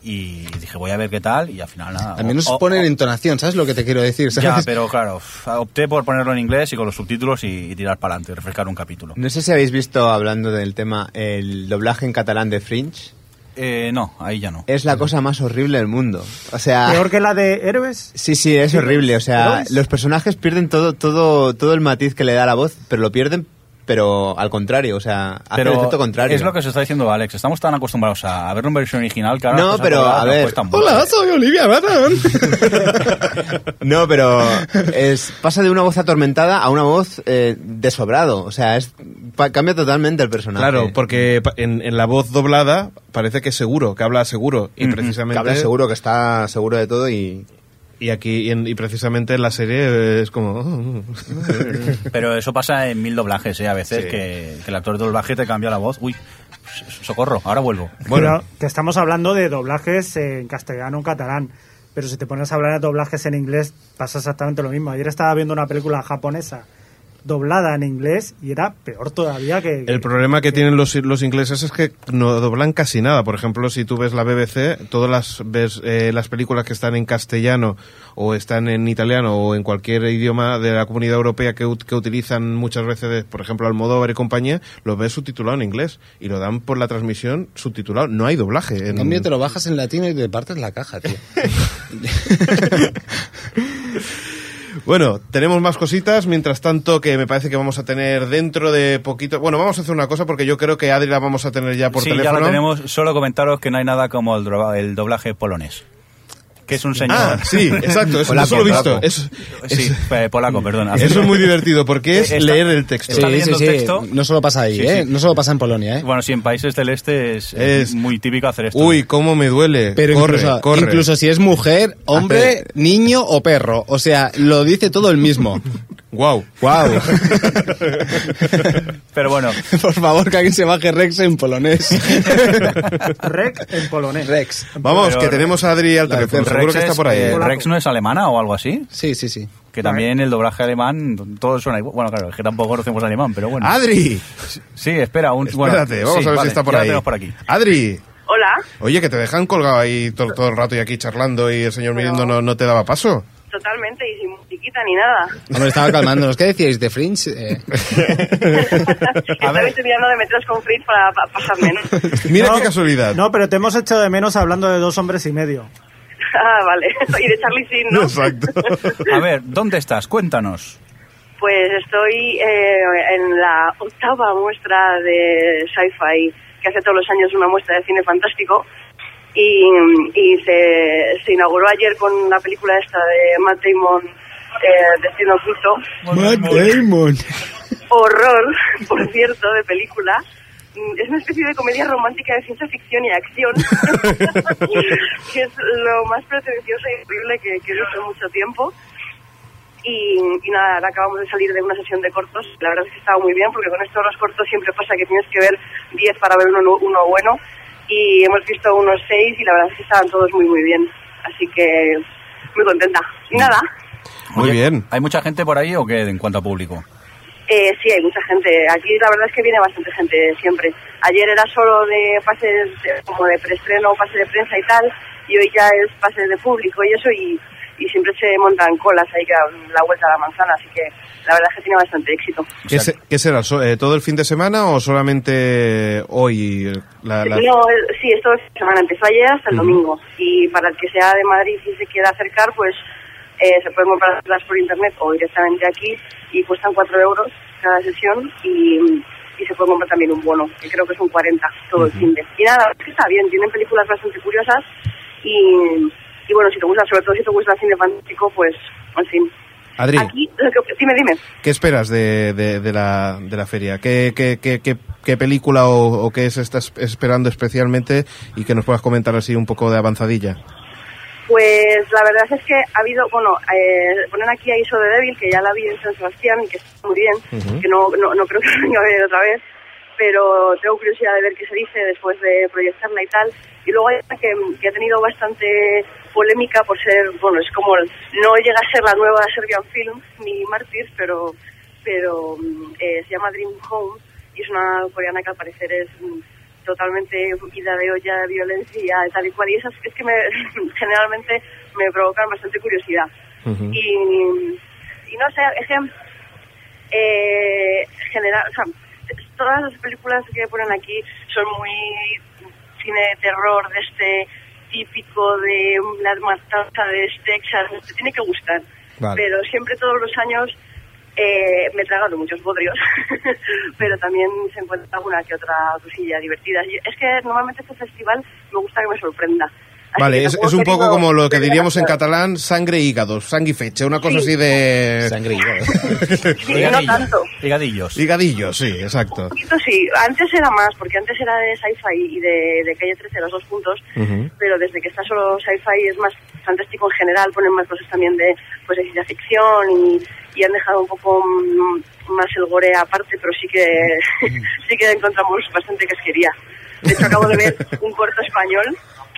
Speaker 5: y dije, voy a ver qué tal. Y al final nada.
Speaker 4: Al menos
Speaker 5: O- o-
Speaker 4: ponen
Speaker 5: o-
Speaker 4: entonación, ¿sabes lo que te quiero decir?
Speaker 5: Ya,
Speaker 4: ¿sabes?
Speaker 5: pero claro, f- opté por ponerlo en inglés y con los subtítulos y, y tirar para adelante, refrescar un capítulo.
Speaker 6: No sé si habéis visto, hablando del tema, el doblaje en catalán de Fringe.
Speaker 5: Eh, no, ahí ya no.
Speaker 6: Es la cosa más horrible del mundo. O sea...
Speaker 3: peor que la de Héroes.
Speaker 6: Sí, sí, es horrible. O sea,
Speaker 3: ¿Héroes?
Speaker 6: los personajes pierden todo, todo, todo el matiz que le da la voz, pero lo pierden pero al contrario, o sea, hace el efecto contrario.
Speaker 5: es lo que se está diciendo Alex. Estamos tan acostumbrados a ver una versión original que ahora
Speaker 6: No,
Speaker 5: las cosas
Speaker 6: pero,
Speaker 5: dobladas
Speaker 6: a
Speaker 5: nos
Speaker 6: ver,
Speaker 5: cuestan mucho.
Speaker 4: Hola, soy Olivia Barón.
Speaker 6: No, pero es, pasa de una voz atormentada a una voz eh, de sobrado. O sea, es, pa- cambia totalmente el personaje.
Speaker 2: Claro, porque pa- en, en la voz doblada parece que es seguro, que habla seguro. Y
Speaker 5: Ujú,
Speaker 2: precisamente.
Speaker 6: Que habla seguro, que está seguro de todo y...
Speaker 2: Y aquí, y, en- y precisamente en la serie eh, es como.
Speaker 5: Pero eso pasa en mil doblajes, ¿eh? A veces que, que el actor de doblaje te cambia la voz. Uy, s- socorro, ahora vuelvo.
Speaker 2: Bueno.
Speaker 3: Bueno, que estamos hablando de doblajes en castellano en catalán, pero si te pones a hablar de doblajes en inglés pasa exactamente lo mismo. Ayer estaba viendo una película japonesa doblada en inglés y era peor todavía que...
Speaker 2: El problema que tienen los, los ingleses es que no doblan casi nada. Por ejemplo, si tú ves la BBC, todas las, ves, eh, las películas que están en castellano o están en italiano o en cualquier idioma de la comunidad europea que, ut- que utilizan muchas veces, de- por ejemplo, Almodóvar y compañía, lo ves subtitulado en inglés y lo dan por la transmisión subtitulado. No hay doblaje.
Speaker 4: En
Speaker 2: en-
Speaker 4: cambio, te lo bajas en latino y te partes la caja, tío.
Speaker 2: Bueno, tenemos más cositas, mientras tanto que me parece que vamos a tener dentro de poquito... Bueno, vamos a hacer una cosa porque yo creo que Adri la vamos a tener ya por
Speaker 5: sí,
Speaker 2: teléfono.
Speaker 5: ya lo tenemos. Solo comentaros que no hay nada como el, droba- el doblaje polonés. Que es un señor.
Speaker 2: Ah, sí, exacto, eso,
Speaker 6: Polaco,
Speaker 2: eso lo he visto.
Speaker 6: polaco.
Speaker 2: Eso,
Speaker 5: Sí, eh, polaco, perdón.
Speaker 2: eso es muy divertido porque es
Speaker 5: (laughs) Está-
Speaker 2: leer el texto.
Speaker 5: Está leyendo texto.
Speaker 4: No solo pasa ahí,
Speaker 5: Sí,
Speaker 4: ¿eh?
Speaker 5: sí.
Speaker 4: No solo pasa en Polonia, ¿eh?
Speaker 5: Bueno, sí, en países del este es, eh,
Speaker 2: Es-
Speaker 5: muy típico hacer esto.
Speaker 2: Uy, cómo me duele.
Speaker 4: Pero
Speaker 2: corre,
Speaker 4: incluso,
Speaker 2: corre.
Speaker 4: incluso si es mujer, hombre, niño o perro. O sea, lo dice todo el mismo.
Speaker 2: Guau.
Speaker 4: ¡Wow!
Speaker 5: Pero bueno,
Speaker 4: Por favor, que alguien se baje Rex en polonés.
Speaker 3: Rec en polonés.
Speaker 4: Rex.
Speaker 2: (laughs) Vamos,
Speaker 5: Pero-
Speaker 2: que tenemos a Adri al
Speaker 4: La
Speaker 2: teléfono,
Speaker 4: defensa.
Speaker 2: seguro que está
Speaker 5: es,
Speaker 2: por ahí.
Speaker 5: eh,
Speaker 2: ¿eh?
Speaker 5: Rex no es alemana o algo así.
Speaker 4: Sí, sí, sí.
Speaker 5: Que también el doblaje alemán, todo suena igual. Bueno, claro, es que tampoco conocemos alemán, pero bueno.
Speaker 2: Adri,
Speaker 5: Sí, espera, un. bueno,
Speaker 2: Ah, espérate, vamos
Speaker 5: sí,
Speaker 2: a ver si
Speaker 5: vale,
Speaker 2: está por
Speaker 5: ya la
Speaker 2: ahí.
Speaker 5: tenemos por aquí.
Speaker 2: Adri,
Speaker 11: Hola,
Speaker 2: oye, que te dejan colgado ahí todo, todo el rato y aquí charlando y el señor mirando no, no te daba paso.
Speaker 11: totalmente, y sin musiquita ni nada.
Speaker 4: Hombre, estaba calmándonos. ¿Qué decíais de Fringe? Eh,
Speaker 11: Estaba estudiando de metros con Fritz para, para pasarme, ¿no?
Speaker 2: Mira
Speaker 3: No,
Speaker 2: qué casualidad.
Speaker 3: No, pero te hemos hecho de menos hablando de dos hombres y medio.
Speaker 11: ah, vale. Y de Charlie Sheen,
Speaker 2: (laughs)
Speaker 11: ¿no?
Speaker 2: Exacto.
Speaker 5: A ver, ¿dónde estás? Cuéntanos.
Speaker 11: Pues estoy eh, en la octava muestra de Sci-Fi, que hace todos los años una muestra de cine fantástico. Y, y se, se inauguró ayer con la película esta de Matt Damon, eh, Destino Oculto.
Speaker 4: Matt Damon.
Speaker 11: horror, por cierto, de película. Mm, Es una especie de comedia romántica de ciencia ficción y acción, que es lo más pretencioso y horrible que, que he visto en mucho tiempo. Y, y nada, ahora acabamos de salir de una sesión de cortos. La verdad es que estaba muy bien, porque con estos los cortos siempre pasa que tienes que ver 10 para ver uno, nu- uno bueno. Y hemos visto unos 6 y la verdad es que estaban todos muy, muy bien. Así que muy contenta. Y nada,
Speaker 2: Muy
Speaker 5: Oye,
Speaker 2: bien.
Speaker 5: ¿Hay mucha gente por ahí o qué en cuanto a público?
Speaker 11: Eh, sí, hay mucha gente. Aquí la verdad es que viene bastante gente siempre. Ayer era solo de pases eh, como de preestreno, pase de prensa y tal, y hoy ya es pase de público y eso, y, y siempre se montan colas ahí que dan la vuelta a la manzana, así que la verdad es que tiene bastante éxito.
Speaker 2: ¿Qué, se- qué será? so- eh, ¿Todo el fin de semana o solamente hoy? eh, La, la-
Speaker 11: No, eh, sí, esto es semana, empezó ayer hasta el domingo, y para el que sea de Madrid y se quiera acercar, pues eh, se pueden comprarlas por internet o directamente aquí, y cuestan 4 euros cada sesión, y, y se puede comprar también un bono, que creo que son 40 todo el fin de. Y nada, es que está bien, tienen películas bastante curiosas, y, y bueno, si te gusta, sobre todo si te gusta el cine fantástico, pues, en fin.
Speaker 2: Adri.
Speaker 11: Aquí, lo que- dime, dime.
Speaker 2: ¿Qué esperas de, de- de la, de la feria? ¿Qué, qué, qué- qué- qué película o, o qué se está es- esperando especialmente y que nos puedas comentar así un poco de avanzadilla?
Speaker 11: Pues la verdad es que ha habido, bueno, eh, ponen aquí a Iso de Débil, que ya la vi en San Sebastián, que está muy bien, que no, no, no creo que la venga a ver otra vez, pero tengo curiosidad de ver qué se dice después de proyectarla y tal. Y luego hay una que, que ha tenido bastante polémica por ser, bueno, es como, no llega a ser la nueva Serbian Film ni Mártir, pero, pero mm, eh, se llama Dream Home y es una coreana que al parecer es mm, totalmente ida de olla, violencia, tal y cual. Y esas es que me, (laughs) generalmente me provocan bastante curiosidad. y, y no sé, es que eh, general, o sea, todas las películas que ponen aquí son muy cine de terror de este típico de la matanza de este Texas, te tiene que gustar.
Speaker 2: Vale.
Speaker 11: Pero siempre todos los años Eh, me he tragado muchos bodrios, (laughs) pero también se encuentra alguna que otra cosilla divertida. Y Es que normalmente este festival me gusta que me sorprenda. Así
Speaker 2: Vale,
Speaker 11: que
Speaker 2: es,
Speaker 11: tampoco
Speaker 2: es un
Speaker 11: he
Speaker 2: poco
Speaker 11: querido
Speaker 2: como lo que
Speaker 11: ver
Speaker 2: diríamos en
Speaker 11: demasiado.
Speaker 2: catalán, sangre y hígado, sanguifeche, una cosa
Speaker 11: Sí.
Speaker 2: así de...
Speaker 5: Sangre y
Speaker 2: (laughs)
Speaker 11: Sí, no tanto.
Speaker 5: Higadillos.
Speaker 2: Higadillos, sí, exacto.
Speaker 11: poquito sí, antes era más, porque antes era de sci-fi y de, de calle 13, los dos puntos, pero desde que está solo sci-fi es más fantástico en general, ponen más cosas también de, pues, de ciencia ficción y, y han dejado un poco mm, más el gore aparte, pero sí que, (laughs) sí que encontramos bastante casquería. De hecho, acabo de ver un corto español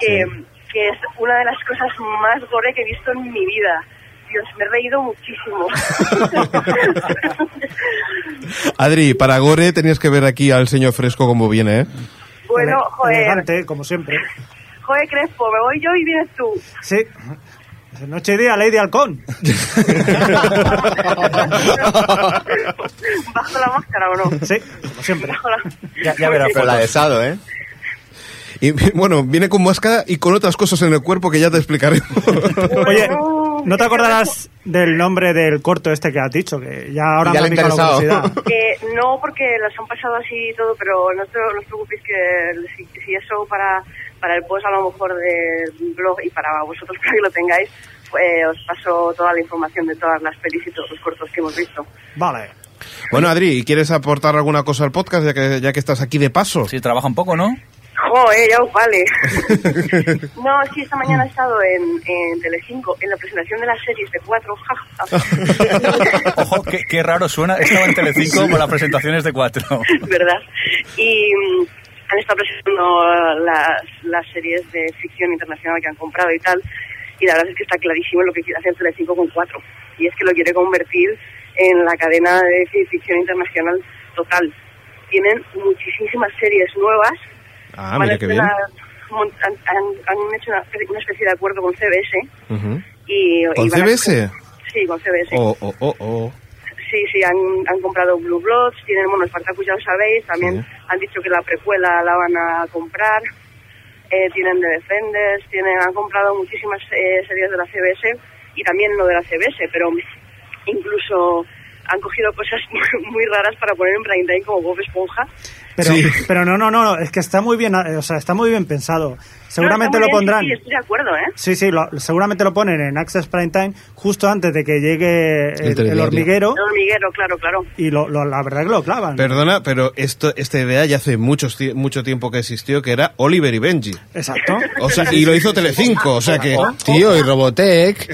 Speaker 11: que, que es una de las cosas más gore que he visto en mi vida. Dios, me he reído muchísimo. (laughs)
Speaker 2: Adri, para Gore tenías que ver aquí al señor fresco como viene, ¿eh?
Speaker 11: bueno, joder,
Speaker 3: Elegante, como siempre.
Speaker 11: joder Crespo, me voy yo y vienes tú.
Speaker 3: Sí. Noche y día, Lady
Speaker 2: (laughs)
Speaker 3: Halcón.
Speaker 11: (laughs) ¿Bajo la máscara o no?
Speaker 3: Sí, como siempre.
Speaker 11: Bajo la...
Speaker 5: Ya,
Speaker 6: Polarizado, ¿eh?
Speaker 2: Y (laughs) bueno, viene con máscara y con otras cosas en el cuerpo que ya te explicaremos.
Speaker 3: Oye, ¿no te acordarás del nombre del corto este que has dicho? Que ya ahora
Speaker 2: Ya
Speaker 3: me
Speaker 2: le
Speaker 3: ha
Speaker 2: ha
Speaker 3: picado la
Speaker 2: interesado. (laughs)
Speaker 3: curiosidad.
Speaker 11: Eh, no, porque las han pasado así y todo, pero no, te, no os preocupéis que si, si eso para, para el post a lo mejor del blog y para vosotros (laughs) para que lo tengáis, eh, os paso toda la información de todas las pelis y todos los cortos que hemos visto.
Speaker 3: Vale.
Speaker 2: Bueno, Adri, ¿y ¿quieres aportar alguna cosa al podcast ya que, ya que estás aquí de paso?
Speaker 5: Sí, trabaja un poco, ¿no?
Speaker 11: Joder, ya
Speaker 3: (laughs)
Speaker 11: os vale. No, es que esta mañana he estado en, en Telecinco en la presentación de las series de cuatro. ja, ja.
Speaker 3: (laughs)
Speaker 5: Ojo, qué, qué raro suena. Estaba en Telecinco con las presentaciones de cuatro.
Speaker 11: (laughs) ¿verdad? Y mm, han estado presentando las, las series de ficción internacional que han comprado y tal, y la verdad es que está clarísimo lo que quiere hacer Telecinco con cuatro, y es que lo quiere convertir en la cadena de fi- ficción internacional total. Tienen muchísimas series nuevas,
Speaker 2: Ah,
Speaker 11: Van a
Speaker 2: mira qué bien.
Speaker 11: estrenar mon- han, han- han hecho una, una especie de acuerdo con CBS.
Speaker 2: Ujú.
Speaker 11: Y, y
Speaker 2: ¿Con
Speaker 11: van a-
Speaker 2: CBS?
Speaker 11: Sí, con CBS.
Speaker 2: Oh, oh, oh, oh.
Speaker 11: Sí, sí, han, han comprado Blue Bloods, tienen, bueno, Spartacus ya lo sabéis, también han dicho que la precuela la van a comprar, eh, tienen The Defenders, tienen, han comprado muchísimas eh, series de la CBS y también lo de la CBS, pero incluso han cogido cosas (laughs) muy, muy raras para poner en prime time como Bob Esponja.
Speaker 3: Pero, pero no, no, no, es que está muy bien, eh, o sea, está muy bien pensado. Seguramente
Speaker 11: No, está muy
Speaker 3: lo
Speaker 11: bien,
Speaker 3: pondrán.
Speaker 11: Sí, sí, estoy de acuerdo, ¿eh?
Speaker 3: Sí, sí, lo- seguramente lo ponen en Access Prime Time justo antes de que llegue el, el
Speaker 2: telediario.
Speaker 3: hormiguero
Speaker 11: El hormiguero, claro, claro.
Speaker 3: y lo, lo- la verdad que lo clavan.
Speaker 2: Perdona, pero esto, esta idea ya hace mucho, ti- mucho tiempo que existió, que era Oliver y Benji. (laughs)
Speaker 3: Exacto.
Speaker 2: O sea, y lo hizo Telecinco, o sea
Speaker 11: (laughs)
Speaker 2: que...
Speaker 4: Tío, y Robotech.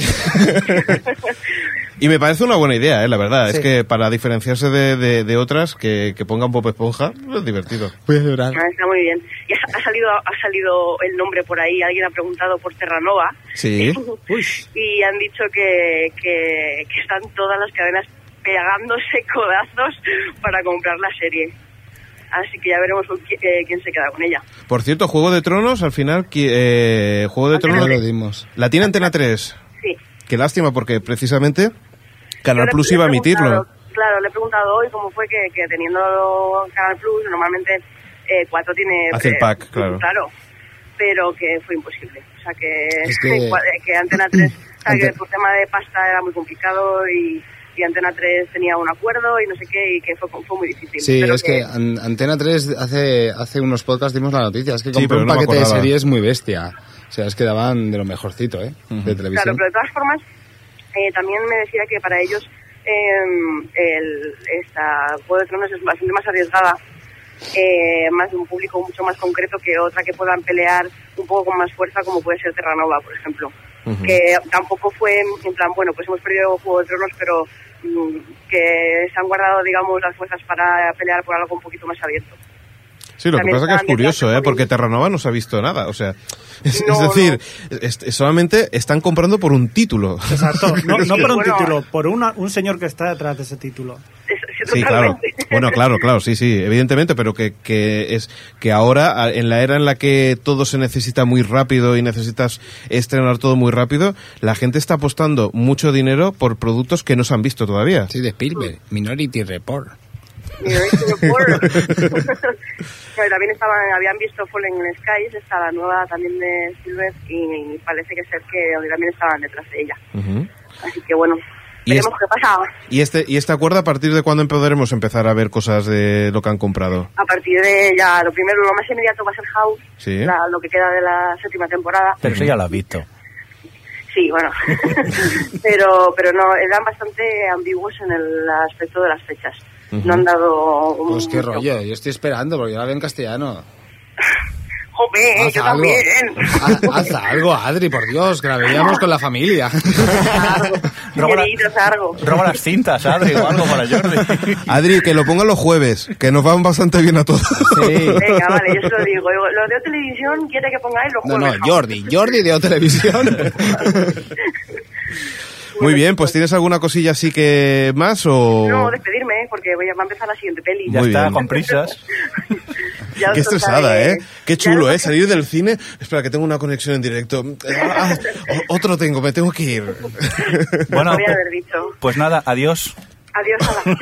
Speaker 2: Y me parece una buena idea, eh, la verdad.
Speaker 3: Sí.
Speaker 2: Es que para diferenciarse de, de- de otras, que, que pongan Bob Esponja, es divertido.
Speaker 4: Voy a llorar.
Speaker 11: Ah, Está muy bien. Y ha, ha salido, ha salido el nombre por ahí, alguien ha preguntado por Terranova.
Speaker 2: Sí.
Speaker 11: y han dicho que, que, que están todas las cadenas pegándose (laughs) codazos para comprar la serie. Así que ya veremos con qui- eh, quién se queda con ella.
Speaker 2: Por cierto, Juego de Tronos, al final, qui- eh, Juego de
Speaker 11: Antena
Speaker 2: Tronos...
Speaker 4: Ya lo dimos.
Speaker 2: La tiene Antena 3.
Speaker 11: Sí.
Speaker 2: Qué lástima, porque precisamente Canal
Speaker 11: Yo le-
Speaker 2: Plus
Speaker 11: le he
Speaker 2: iba a emitirlo.
Speaker 11: preguntado- Claro, le he preguntado hoy cómo fue que, que teniendo Canal Plus, normalmente eh, cuatro tiene...
Speaker 2: Hace el
Speaker 11: eh,
Speaker 2: pack, claro.
Speaker 11: pero que fue imposible. O sea, que, (laughs)
Speaker 4: Es que-
Speaker 11: cua- eh, que Antena
Speaker 2: (clears throat)
Speaker 11: 3, o sea, que
Speaker 4: Ante-
Speaker 11: por tema de pasta era muy complicado y, y Antena 3 tenía un acuerdo y no sé qué, y que fue, fue muy difícil.
Speaker 4: Sí,
Speaker 11: Pero
Speaker 4: es que An- Antena 3 hace, hace unos podcasts dimos la noticia. Es que
Speaker 2: Sí,
Speaker 4: compró
Speaker 2: pero
Speaker 4: un
Speaker 2: no me
Speaker 4: paquete de
Speaker 2: acordaba.
Speaker 4: series muy bestia. O sea, es que daban de lo mejorcito, ¿eh? De
Speaker 11: Claro,
Speaker 4: televisión.
Speaker 11: pero de todas formas, eh, también me decía que para ellos eh, el, esta Juego de Tronos es bastante más arriesgada, eh, más de un público mucho más concreto que otra que puedan pelear un poco con más fuerza, como puede ser Terranova, por ejemplo. Que tampoco fue en plan, bueno, pues hemos perdido Juego de Tronos, pero mm, que se han guardado, digamos, las fuerzas para pelear por algo un poquito más abierto.
Speaker 2: Sí, lo que
Speaker 11: También
Speaker 2: pasa que es
Speaker 11: estaba
Speaker 2: curioso,
Speaker 11: mirando
Speaker 2: ¿eh? Porque
Speaker 11: también.
Speaker 2: Terranova no se ha visto nada, o sea... (laughs) Es, es
Speaker 11: No,
Speaker 2: decir, es- es- solamente están comprando por un (laughs) título.
Speaker 3: Exacto. No, no
Speaker 11: Sí,
Speaker 3: por un
Speaker 11: bueno.
Speaker 3: título, por una, un señor que está detrás de ese título.
Speaker 11: Es- es
Speaker 2: Sí, claro.
Speaker 11: totalmente-
Speaker 2: Bueno, claro, claro, sí, sí, evidentemente, pero que, que es que ahora, a- en la era en la que todo se necesita muy rápido y necesitas estrenar todo muy rápido, la gente está apostando mucho dinero por productos que no se han visto todavía.
Speaker 4: Sí, de Spielberg. Minority Report.
Speaker 11: Minority Report. Pero también estaban, habían visto Fallen in Skies, está la nueva también de Silver y parece que ser que también estaban detrás de ella.
Speaker 2: Ujú.
Speaker 11: Así que bueno,
Speaker 2: Y, es-
Speaker 11: Veremos qué pasa
Speaker 2: y este, ¿Y este acuerdo a partir de cuándo podremos empezar a ver cosas de lo que han comprado?
Speaker 11: a partir de ya lo primero, lo más inmediato va a ser House,
Speaker 2: Sí.
Speaker 11: la- lo que queda de la séptima temporada.
Speaker 5: Pero eso ya lo has visto.
Speaker 11: Sí, bueno. pero, pero no, eran bastante ambiguos en el aspecto de las fechas. No han dado un...
Speaker 8: Pues qué rollo, yo estoy esperando porque yo la veo en castellano.
Speaker 11: Jope,
Speaker 8: Haz
Speaker 11: Eh, yo
Speaker 8: algo.
Speaker 11: también.
Speaker 8: Ha- Haz
Speaker 11: (laughs)
Speaker 8: algo, Adri, por Dios, que la veíamos con la familia.
Speaker 5: Roba, la-
Speaker 11: Queridos, algo.
Speaker 5: roba las cintas, Adri, o algo para Jordi.
Speaker 2: Adri, que lo pongan los jueves, que nos van bastante bien a todos.
Speaker 11: Venga, vale, yo se lo digo. Digo, Lo de televisión quiere que pongáis los
Speaker 8: No, no,
Speaker 11: jueves.
Speaker 8: Jordi, Jordi de O Televisión.
Speaker 2: Muy bien, pues ¿tienes alguna cosilla así que más o...?
Speaker 11: No, despedirme, ¿eh? porque voy a, va a empezar la siguiente peli.
Speaker 2: Ya Muy está, bien. con
Speaker 5: prisas.
Speaker 11: Ya os
Speaker 2: Qué estresada,
Speaker 11: contaré.
Speaker 2: ¿eh? Qué chulo, ¿eh? Salir del cine... Espera, que tengo una conexión en directo. Ah, ah, o- otro tengo, me tengo que ir.
Speaker 5: Bueno,
Speaker 11: Podría haber dicho.
Speaker 5: pues nada, adiós.
Speaker 11: Adiós, Ana.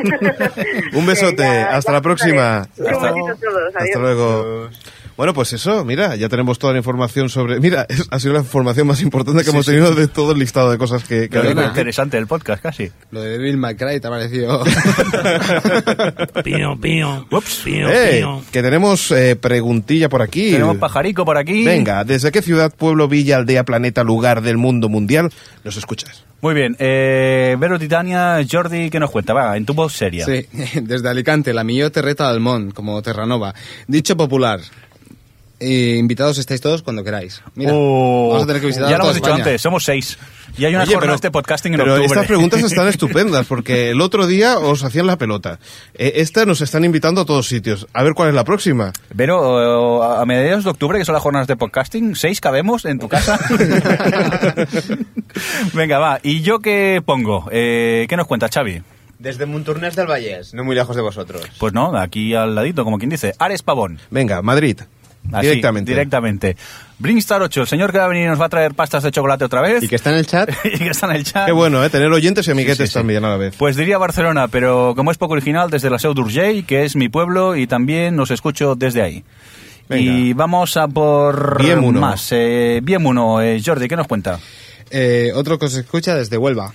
Speaker 2: (laughs) Un besote,
Speaker 11: Venga,
Speaker 2: hasta la
Speaker 11: os
Speaker 2: próxima.
Speaker 11: contaré. Un
Speaker 5: Hasta
Speaker 11: besito a todos, adiós.
Speaker 2: Hasta luego. Bueno, pues eso, mira, ya tenemos toda la información sobre... Mira, es- ha sido la información más importante que hemos tenido de todo el listado de cosas que... ¿eh? que
Speaker 5: Lo único
Speaker 2: había.
Speaker 5: interesante del podcast, casi.
Speaker 8: Lo de Bill McCray te ha
Speaker 2: (laughs)
Speaker 8: parecido.
Speaker 9: Pío, pío.
Speaker 5: Ups.
Speaker 9: Pío,
Speaker 2: Eh,
Speaker 9: pío.
Speaker 2: que tenemos eh, preguntilla por aquí.
Speaker 5: Tenemos pajarico por aquí.
Speaker 2: Venga, ¿desde qué ciudad, pueblo, villa, aldea, planeta, lugar del mundo mundial nos escuchas?
Speaker 5: Muy bien. Eh, Vero Titania, Jordi, ¿qué nos cuenta? Va, en tu voz seria.
Speaker 8: Sí, desde Alicante, la millor terreta del món, como Terranova. Dicho popular. eh, invitados estáis todos cuando queráis. Mira,
Speaker 5: Oh,
Speaker 8: vamos a tener que visitar
Speaker 5: Ya
Speaker 8: a
Speaker 5: lo
Speaker 8: toda
Speaker 5: hemos dicho
Speaker 8: España.
Speaker 5: antes, somos seis. Y hay una
Speaker 2: Oye,
Speaker 5: jornada
Speaker 2: pero-
Speaker 5: de podcasting en
Speaker 2: Pero
Speaker 5: octubre.
Speaker 2: estas
Speaker 5: (laughs)
Speaker 2: preguntas están estupendas, porque el otro día os hacían la pelota. Eh, esta nos están invitando a todos sitios. A ver cuál es la próxima.
Speaker 5: Pero eh, a mediados de octubre, que son las jornadas de podcasting, seis cabemos en tu casa. (laughs) Venga, va. ¿Y yo qué pongo? Eh, ¿Qué nos cuenta, Xavi?
Speaker 6: Desde Monturnés del Vallés, no muy lejos de vosotros.
Speaker 5: Pues no, aquí al ladito, como quien dice. Ares Pavón.
Speaker 2: Venga, Madrid.
Speaker 5: Así,
Speaker 2: directamente.
Speaker 5: Ah, Directamente. Bringstar 8, el señor que va a venir y nos va a traer pastas de chocolate otra vez.
Speaker 6: Y que está en el chat.
Speaker 5: (laughs) Y que está en el chat.
Speaker 2: Qué bueno, ¿eh? Tener oyentes y amiguetes
Speaker 5: Sí, sí, sí.
Speaker 2: también a la vez.
Speaker 5: Pues diría Barcelona, pero como es poco original, desde la Seu d'Urgell, que es mi pueblo, y también nos escucho desde ahí.
Speaker 2: Venga.
Speaker 5: Y vamos a por
Speaker 2: Biemuno.
Speaker 5: más. Eh, Biemuno, eh, Jordi, ¿qué nos cuenta?
Speaker 8: Eh, otro que os escucha desde Huelva.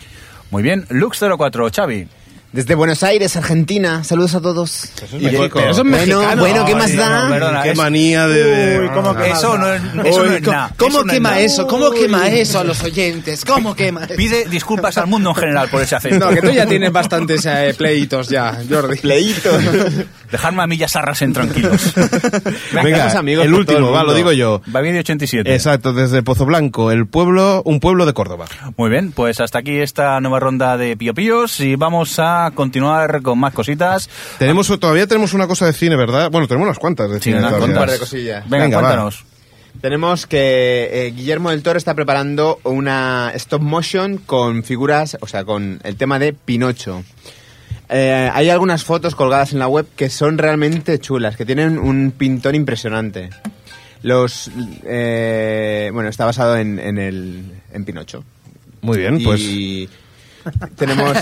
Speaker 5: Muy bien, Lux04, Xavi.
Speaker 6: Desde Buenos Aires, Argentina. Saludos a todos.
Speaker 2: es México.
Speaker 8: pero eso es
Speaker 6: Bueno,
Speaker 8: mexicano.
Speaker 6: bueno, ¿qué
Speaker 5: Ay,
Speaker 6: más
Speaker 5: no,
Speaker 6: da?
Speaker 5: perdona,
Speaker 2: Qué
Speaker 5: es-
Speaker 2: manía de... de-
Speaker 3: Uy, ¿cómo que
Speaker 5: Eso no es, eso no
Speaker 8: Uy,
Speaker 5: es
Speaker 8: co-
Speaker 2: Ah,
Speaker 5: nada.
Speaker 8: ¿Cómo
Speaker 5: Eso no es
Speaker 8: quema
Speaker 5: nada.
Speaker 8: eso? ¿Cómo quema eso a los oyentes? ¿Cómo quema eso?
Speaker 5: Pide disculpas al mundo en general por ese acento.
Speaker 8: No, que tú ya tienes bastantes eh, pleitos ya, Jordi.
Speaker 2: (laughs)
Speaker 8: Pleitos.
Speaker 5: Dejarme a mí y a Sarras en tranquilos.
Speaker 2: Venga,
Speaker 6: Esos amigos
Speaker 2: el
Speaker 6: por todo
Speaker 2: último,
Speaker 6: el
Speaker 2: va, lo
Speaker 6: mundo.
Speaker 2: digo yo.
Speaker 5: Babi de 87.
Speaker 2: Exacto, desde Pozo Blanco, el pueblo, un pueblo de Córdoba.
Speaker 5: Muy bien, pues hasta aquí esta nueva ronda de Pío Píos y vamos a continuar con más cositas.
Speaker 2: Tenemos todavía tenemos una cosa de cine, ¿verdad? Bueno, tenemos unas cuantas de
Speaker 5: Sí,
Speaker 2: cine.
Speaker 5: unas
Speaker 2: todavía.
Speaker 6: Un par de
Speaker 5: cuantas.
Speaker 6: cosillas.
Speaker 5: Venga,
Speaker 2: Venga, va.
Speaker 5: cuéntanos.
Speaker 6: Tenemos que eh, Guillermo del Toro está preparando una stop motion con figuras, o sea, con el tema de Pinocho. Eh, hay algunas fotos colgadas en la web que son realmente chulas, que tienen un pintor impresionante. Los, eh, bueno, está basado en, en el, en Pinocho.
Speaker 2: Muy bien, pues.
Speaker 6: Y (laughs) tenemos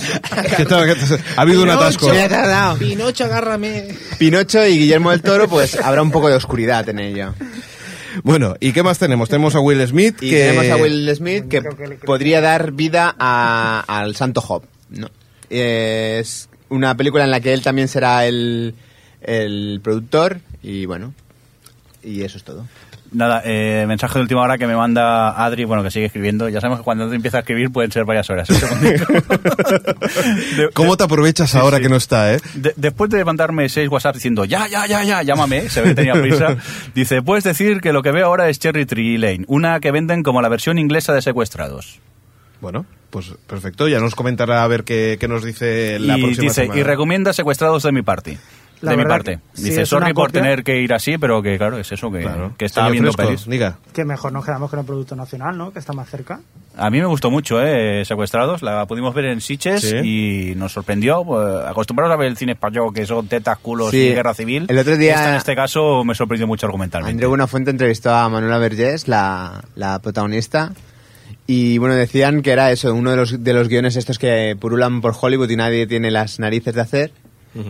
Speaker 2: ¿Qué tal? ¿Qué tal? Ha habido un atasco.
Speaker 6: Me ha tardado.
Speaker 8: Pinocho, agárrame.
Speaker 6: Pinocho y Guillermo del Toro, pues habrá un poco de oscuridad en ello.
Speaker 2: Bueno, ¿y qué más tenemos? Tenemos a Will Smith
Speaker 6: Y
Speaker 2: que
Speaker 6: tenemos a Will Smith que podría dar vida a- al Santo Job. ¿no? Es una película en la que él también será el, el productor y bueno, y eso es todo.
Speaker 5: Nada, eh, mensaje de última hora que me manda Adri, bueno, que sigue escribiendo. Ya sabemos que cuando Adri empieza a escribir pueden ser varias horas. un
Speaker 2: (laughs)
Speaker 5: segundito. De-
Speaker 2: ¿Cómo te aprovechas ahora que no está, eh?
Speaker 5: de- después de mandarme seis WhatsApp diciendo, ya, ya, ya, ya, llámame, se ve que tenía prisa, dice, puedes decir que lo que veo ahora es Cherry Tree Lane, una que venden como la versión inglesa de Secuestrados.
Speaker 2: Bueno, pues perfecto, ya nos comentará a ver qué, qué nos dice la
Speaker 5: y
Speaker 2: próxima
Speaker 5: dice,
Speaker 2: semana.
Speaker 5: y recomienda Secuestrados de mi parte.
Speaker 3: La
Speaker 5: de mi
Speaker 3: verdad
Speaker 5: parte.
Speaker 3: que sí,
Speaker 5: dice,
Speaker 3: es
Speaker 5: sorry
Speaker 3: una
Speaker 5: por
Speaker 3: copia".
Speaker 5: tener que ir así, pero que claro, es eso, que,
Speaker 2: Claro.
Speaker 5: que estaba
Speaker 2: Señor
Speaker 5: viendo
Speaker 2: Fresco,
Speaker 5: pelis.
Speaker 2: diga.
Speaker 3: Que mejor nos quedamos con el producto nacional, ¿no? Que está más cerca.
Speaker 5: A mí me gustó mucho, ¿eh? Secuestrados. La pudimos ver en Siches
Speaker 2: Sí.
Speaker 5: y nos sorprendió. Eh, Acostumbrados a ver el cine español, que son tetas, culos y
Speaker 6: Sí.
Speaker 5: guerra civil.
Speaker 6: El otro día-
Speaker 5: Esta, en este caso me sorprendió mucho argumentalmente.
Speaker 6: Andreu Buenafuente entrevistó a Manuela Vergés, la, la protagonista, y bueno, decían que era eso, uno de los, de los guiones estos que purulan por Hollywood y nadie tiene las narices de hacer.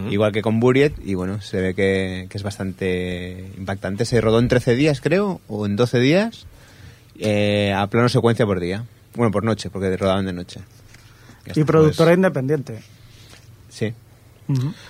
Speaker 6: Igual que con Buriet, y bueno, se ve que, que es bastante impactante. Se rodó en 13 días, creo, o en 12 días, eh, a plano secuencia por día. Bueno, por noche, porque rodaban de noche.
Speaker 3: y productora
Speaker 2: pues.
Speaker 3: independiente.
Speaker 2: Sí.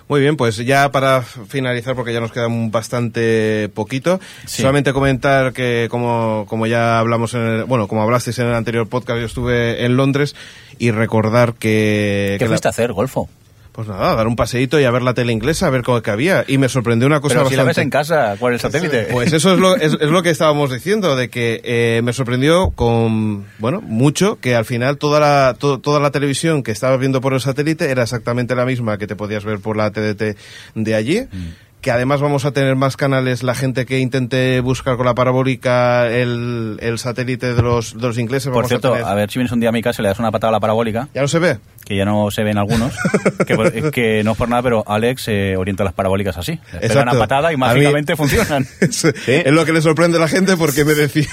Speaker 2: Muy bien, pues ya para finalizar, porque ya nos queda un bastante poquito,
Speaker 5: Sí.
Speaker 2: solamente comentar que como, como ya hablamos en el- bueno, como hablasteis en el anterior podcast, yo estuve en Londres y recordar que...
Speaker 5: ¿Qué
Speaker 2: que la-
Speaker 5: fuiste a hacer, Golfo?
Speaker 2: Pues nada, a dar un paseíto y a ver la tele inglesa, a ver qué había. Y me sorprendió una cosa
Speaker 5: Pero si
Speaker 2: bastante...
Speaker 5: la ves en casa, con el satélite.
Speaker 2: Pues eso es lo, es, es lo que estábamos diciendo, de que eh, me sorprendió con, bueno, mucho, que al final toda la, to- toda la televisión que estabas viendo por el satélite era exactamente la misma que te podías ver por la TDT de allí.
Speaker 5: Mm.
Speaker 2: Que además vamos a tener más canales la gente que intente buscar con la parabólica el, el satélite de los, de los ingleses.
Speaker 5: (laughs) Por
Speaker 2: vamos
Speaker 5: cierto,
Speaker 2: a, tener-
Speaker 5: a ver si vienes un día a mi casa y le das una patada a la parabólica.
Speaker 2: ¿Ya no se ve?
Speaker 5: Que ya no se
Speaker 2: (laughs)
Speaker 5: ven algunos. que, por- es que no es por nada, pero Alex eh, orienta las parabólicas así. Le pega
Speaker 2: Exacto.
Speaker 5: una patada y
Speaker 2: A
Speaker 5: mágicamente
Speaker 2: mí- (laughs)
Speaker 5: funcionan.
Speaker 2: Es, es lo que le sorprende a la gente porque me decía,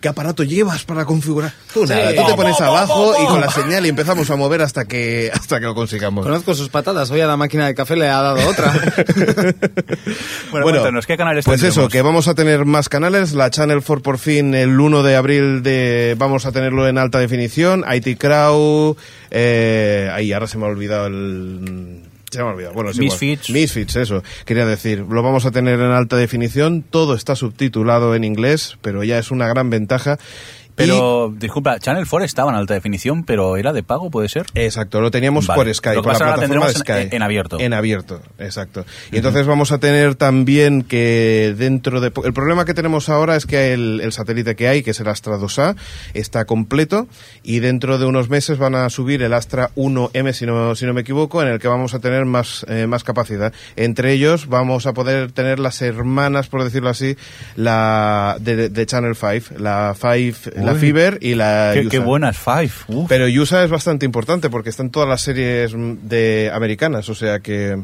Speaker 2: ¿qué aparato llevas para configurar? Tú, nada,
Speaker 4: Sí.
Speaker 2: tú te
Speaker 4: Po,
Speaker 2: pones
Speaker 4: po,
Speaker 2: abajo
Speaker 4: po, po.
Speaker 2: y con la señal y empezamos a mover hasta que, hasta que lo consigamos.
Speaker 4: Conozco sus patadas. Hoy a la máquina de café le ha
Speaker 2: (laughs)
Speaker 4: dado otra.
Speaker 5: Bueno, cuéntanos, ¿qué canales
Speaker 2: Pues
Speaker 5: tendremos?
Speaker 2: eso, que vamos a tener más canales. La Channel 4 por fin, el 1 de abril de, vamos a tenerlo en alta definición. IT Crow, eh, ahí ahora se me ha olvidado el... Se me ha olvidado. Bueno, es igual.
Speaker 5: Misfits.
Speaker 2: Misfits, eso. Quería decir, lo vamos a tener en alta definición. Todo está subtitulado en inglés, pero ya es una gran ventaja.
Speaker 5: Pero, disculpa, Channel 4 estaba en alta definición, pero ¿era de pago, puede ser?
Speaker 2: Exacto, lo teníamos
Speaker 5: Vale.
Speaker 2: por Sky,
Speaker 5: Lo que
Speaker 2: por la
Speaker 5: pasa ahora
Speaker 2: plataforma de
Speaker 5: tendremos en-
Speaker 2: Sky.
Speaker 5: en abierto.
Speaker 2: En abierto, exacto. Y entonces vamos a tener también que dentro de... po- El problema que tenemos ahora es que el, el satélite que hay, que es el Astra 2A, está completo y dentro de unos meses van a subir el Astra 1M, si no, si no me equivoco, en el que vamos a tener más, eh, más capacidad. Entre ellos vamos a poder tener las hermanas, por decirlo así, la de, de Channel 5, la 5, la
Speaker 5: Uy.
Speaker 2: Fiber y la...
Speaker 5: Qué, qué
Speaker 2: Yusa.
Speaker 5: buenas, Five. Uf.
Speaker 2: Pero USA es bastante importante porque están todas las series mm, de americanas, o sea que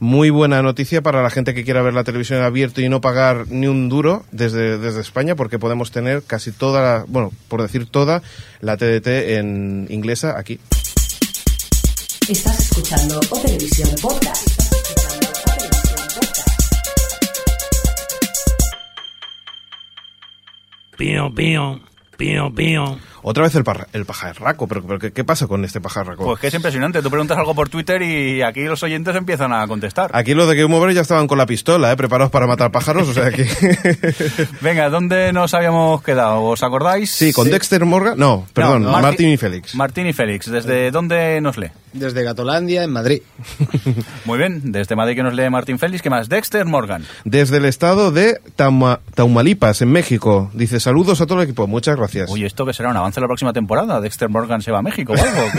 Speaker 2: muy buena noticia para la gente que quiera ver la televisión en abierto y no pagar ni un duro desde, desde España porque podemos tener casi toda, la- bueno, por decir toda, la TDT en inglesa aquí.
Speaker 12: Estás escuchando O Televisión Podcast.
Speaker 9: Pío, pío, pío, pío.
Speaker 2: Otra vez el, parra- el pajarraco, pero, pero ¿qué, qué pasa con este pajarraco?
Speaker 5: Pues que es impresionante. Tú preguntas algo por Twitter y aquí los oyentes empiezan a contestar.
Speaker 2: Aquí los de que mover ya estaban con la pistola, ¿eh? preparados para matar pájaros, o sea
Speaker 5: (laughs)
Speaker 2: que...
Speaker 5: Venga, ¿dónde nos habíamos quedado? ¿Os acordáis?
Speaker 2: Sí, con Dexter Morgan... No, perdón,
Speaker 5: No,
Speaker 2: Martin,
Speaker 5: Martin-
Speaker 2: y Félix.
Speaker 5: Martín y Félix, ¿desde dónde nos lee?
Speaker 4: Desde Gatolandia, en Madrid.
Speaker 5: Muy bien, desde Madrid que nos lee Martín Félix, ¿qué más? Dexter Morgan.
Speaker 2: Desde el estado de Tauma- Taumalipas, en México. Dice, saludos a todo el equipo. Muchas gracias.
Speaker 5: Uy, ¿esto que será un avance de la próxima temporada? ¿Dexter Morgan se va a México o algo?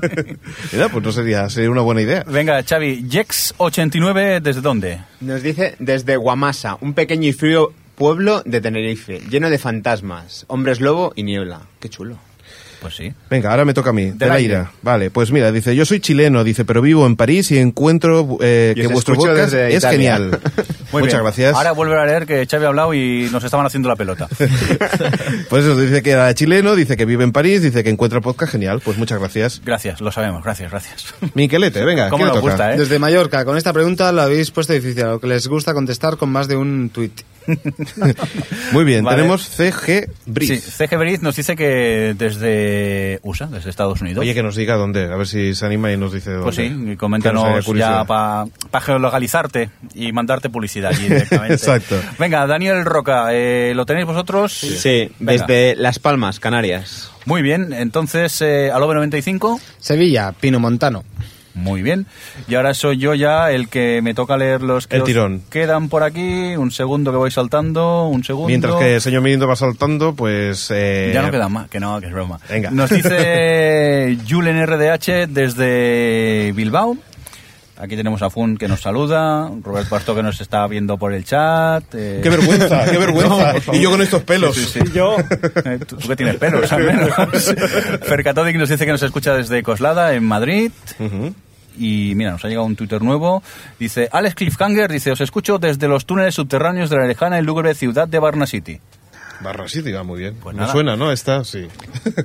Speaker 2: (laughs) Mira, pues no sería, sería una buena idea.
Speaker 5: Venga, Xavi, Jex89, ¿desde dónde?
Speaker 6: Nos dice desde Guamasa, un pequeño y frío pueblo de Tenerife, lleno de fantasmas, hombres lobo y niebla. Qué chulo.
Speaker 5: Pues sí.
Speaker 2: Venga, ahora me toca a mí. De la
Speaker 6: aire.
Speaker 2: ira. Vale, pues mira, dice, yo soy chileno, dice, pero vivo en París y encuentro eh,
Speaker 6: Y
Speaker 2: que
Speaker 6: os
Speaker 2: vuestro
Speaker 6: escucho
Speaker 2: podcast
Speaker 6: desde
Speaker 2: es
Speaker 6: Italia".
Speaker 2: genial.
Speaker 5: (laughs) Muy
Speaker 2: Muchas
Speaker 5: bien.
Speaker 2: gracias.
Speaker 5: Ahora (laughs) vuelve a leer que Xavi ha hablado y nos estaban haciendo la pelota.
Speaker 2: (laughs) Pues eso, dice que era chileno, dice que vive en París, dice que encuentra podcast genial. Pues muchas gracias.
Speaker 5: Gracias, lo sabemos, gracias, gracias.
Speaker 2: Miquelete, venga,
Speaker 5: ¿Cómo
Speaker 2: ¿qué le
Speaker 5: nos
Speaker 2: toca?
Speaker 5: gusta, eh?
Speaker 4: Desde Mallorca, con esta pregunta lo habéis puesto difícil, a lo que les gusta contestar con más de un tuit.
Speaker 2: Muy bien,
Speaker 5: eh? Vale.
Speaker 2: tenemos CG Briz.
Speaker 5: Sí, CG Briz nos dice que desde USA, desde Estados Unidos.
Speaker 2: Oye, que nos diga dónde, a ver si se anima y nos dice dónde.
Speaker 5: Pues sí,
Speaker 2: Que
Speaker 5: y
Speaker 2: nos haga
Speaker 5: coméntanos
Speaker 2: curiosidad.
Speaker 5: ya para geolocalizarte y mandarte publicidad
Speaker 2: (laughs)
Speaker 5: allí directamente.
Speaker 2: Exacto.
Speaker 5: Venga, Daniel Roca, eh, ¿lo tenéis vosotros?
Speaker 6: Sí,
Speaker 5: Venga.
Speaker 6: desde Las Palmas, Canarias.
Speaker 5: Muy bien, entonces, eh, Alobe 95.
Speaker 4: Sevilla, Pino Montano.
Speaker 5: Muy bien. Y ahora soy yo ya el que me toca leer los que
Speaker 2: El
Speaker 5: os
Speaker 2: tirón.
Speaker 5: quedan por aquí. Un segundo que voy saltando, un segundo.
Speaker 2: Mientras que el señor Mirindo va saltando, pues... eh,
Speaker 5: Ya no quedan más, que no, que es broma.
Speaker 2: Venga. (laughs)
Speaker 5: Nos dice Julen RDH desde Bilbao. Aquí tenemos a Fun que nos saluda, Robert Pasto que nos está viendo por el chat. eh,
Speaker 2: ¡Qué (laughs) vergüenza,
Speaker 5: (laughs)
Speaker 2: qué vergüenza! y yo con estos pelos.
Speaker 5: Sí, sí,
Speaker 2: (laughs)
Speaker 5: sí.
Speaker 3: Y yo,
Speaker 5: Eh, Tú, tú que tienes pelos, al menos. Fercatodic nos dice que nos escucha desde Coslada, en Madrid.
Speaker 2: Ujú.
Speaker 5: Y mira, nos ha llegado un Twitter nuevo. Dice, Alex Cliffhanger dice, os escucho desde los túneles subterráneos de la lejana y lúgubre ciudad de Barna City.
Speaker 2: Barra City va muy bien.
Speaker 5: Pues
Speaker 2: Me
Speaker 5: nada.
Speaker 2: suena, ¿no? Esta, sí.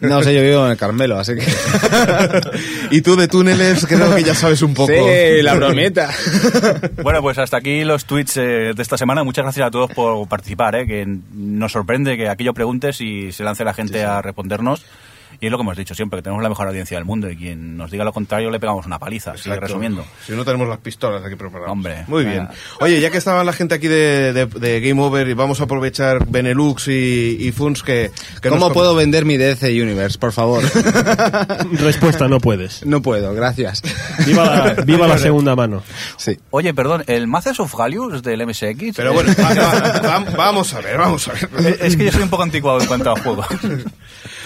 Speaker 4: No sé, yo vivo en el Carmelo, así que...
Speaker 2: y tú de túneles creo que ya sabes (laughs) un poco.
Speaker 4: Sí,
Speaker 2: (laughs)
Speaker 4: la bromita.
Speaker 5: (laughs) Bueno, pues hasta aquí los tweets eh, de esta semana. Muchas gracias a todos por participar, eh, que nos sorprende que aquello preguntes y se lance la gente a respondernos. Y es lo que hemos dicho siempre, que tenemos la mejor audiencia del mundo y quien nos diga lo contrario le pegamos una paliza, así
Speaker 2: Exacto.
Speaker 5: resumiendo.
Speaker 2: Si no tenemos las pistolas aquí preparadas.
Speaker 5: Hombre.
Speaker 2: Muy bien. Oye, ya que estaba la gente aquí de, de- de Game Over, y vamos a aprovechar Benelux y, y Funs que... que
Speaker 4: ¿Cómo
Speaker 2: nos-
Speaker 4: puedo vender mi DC Universe,
Speaker 2: (laughs)
Speaker 4: por favor?
Speaker 7: Respuesta, no puedes.
Speaker 4: No puedo, gracias.
Speaker 7: (laughs) Viva
Speaker 4: (laughs)
Speaker 7: la, viva la segunda mano.
Speaker 4: Sí.
Speaker 5: Oye, perdón, ¿el Maces of Gallius del MSX?
Speaker 2: Pero
Speaker 5: (laughs)
Speaker 2: bueno, va- va- va- vamos a ver, vamos a ver.
Speaker 5: Eh, Es que yo soy un poco anticuado en cuanto a juegos. (laughs)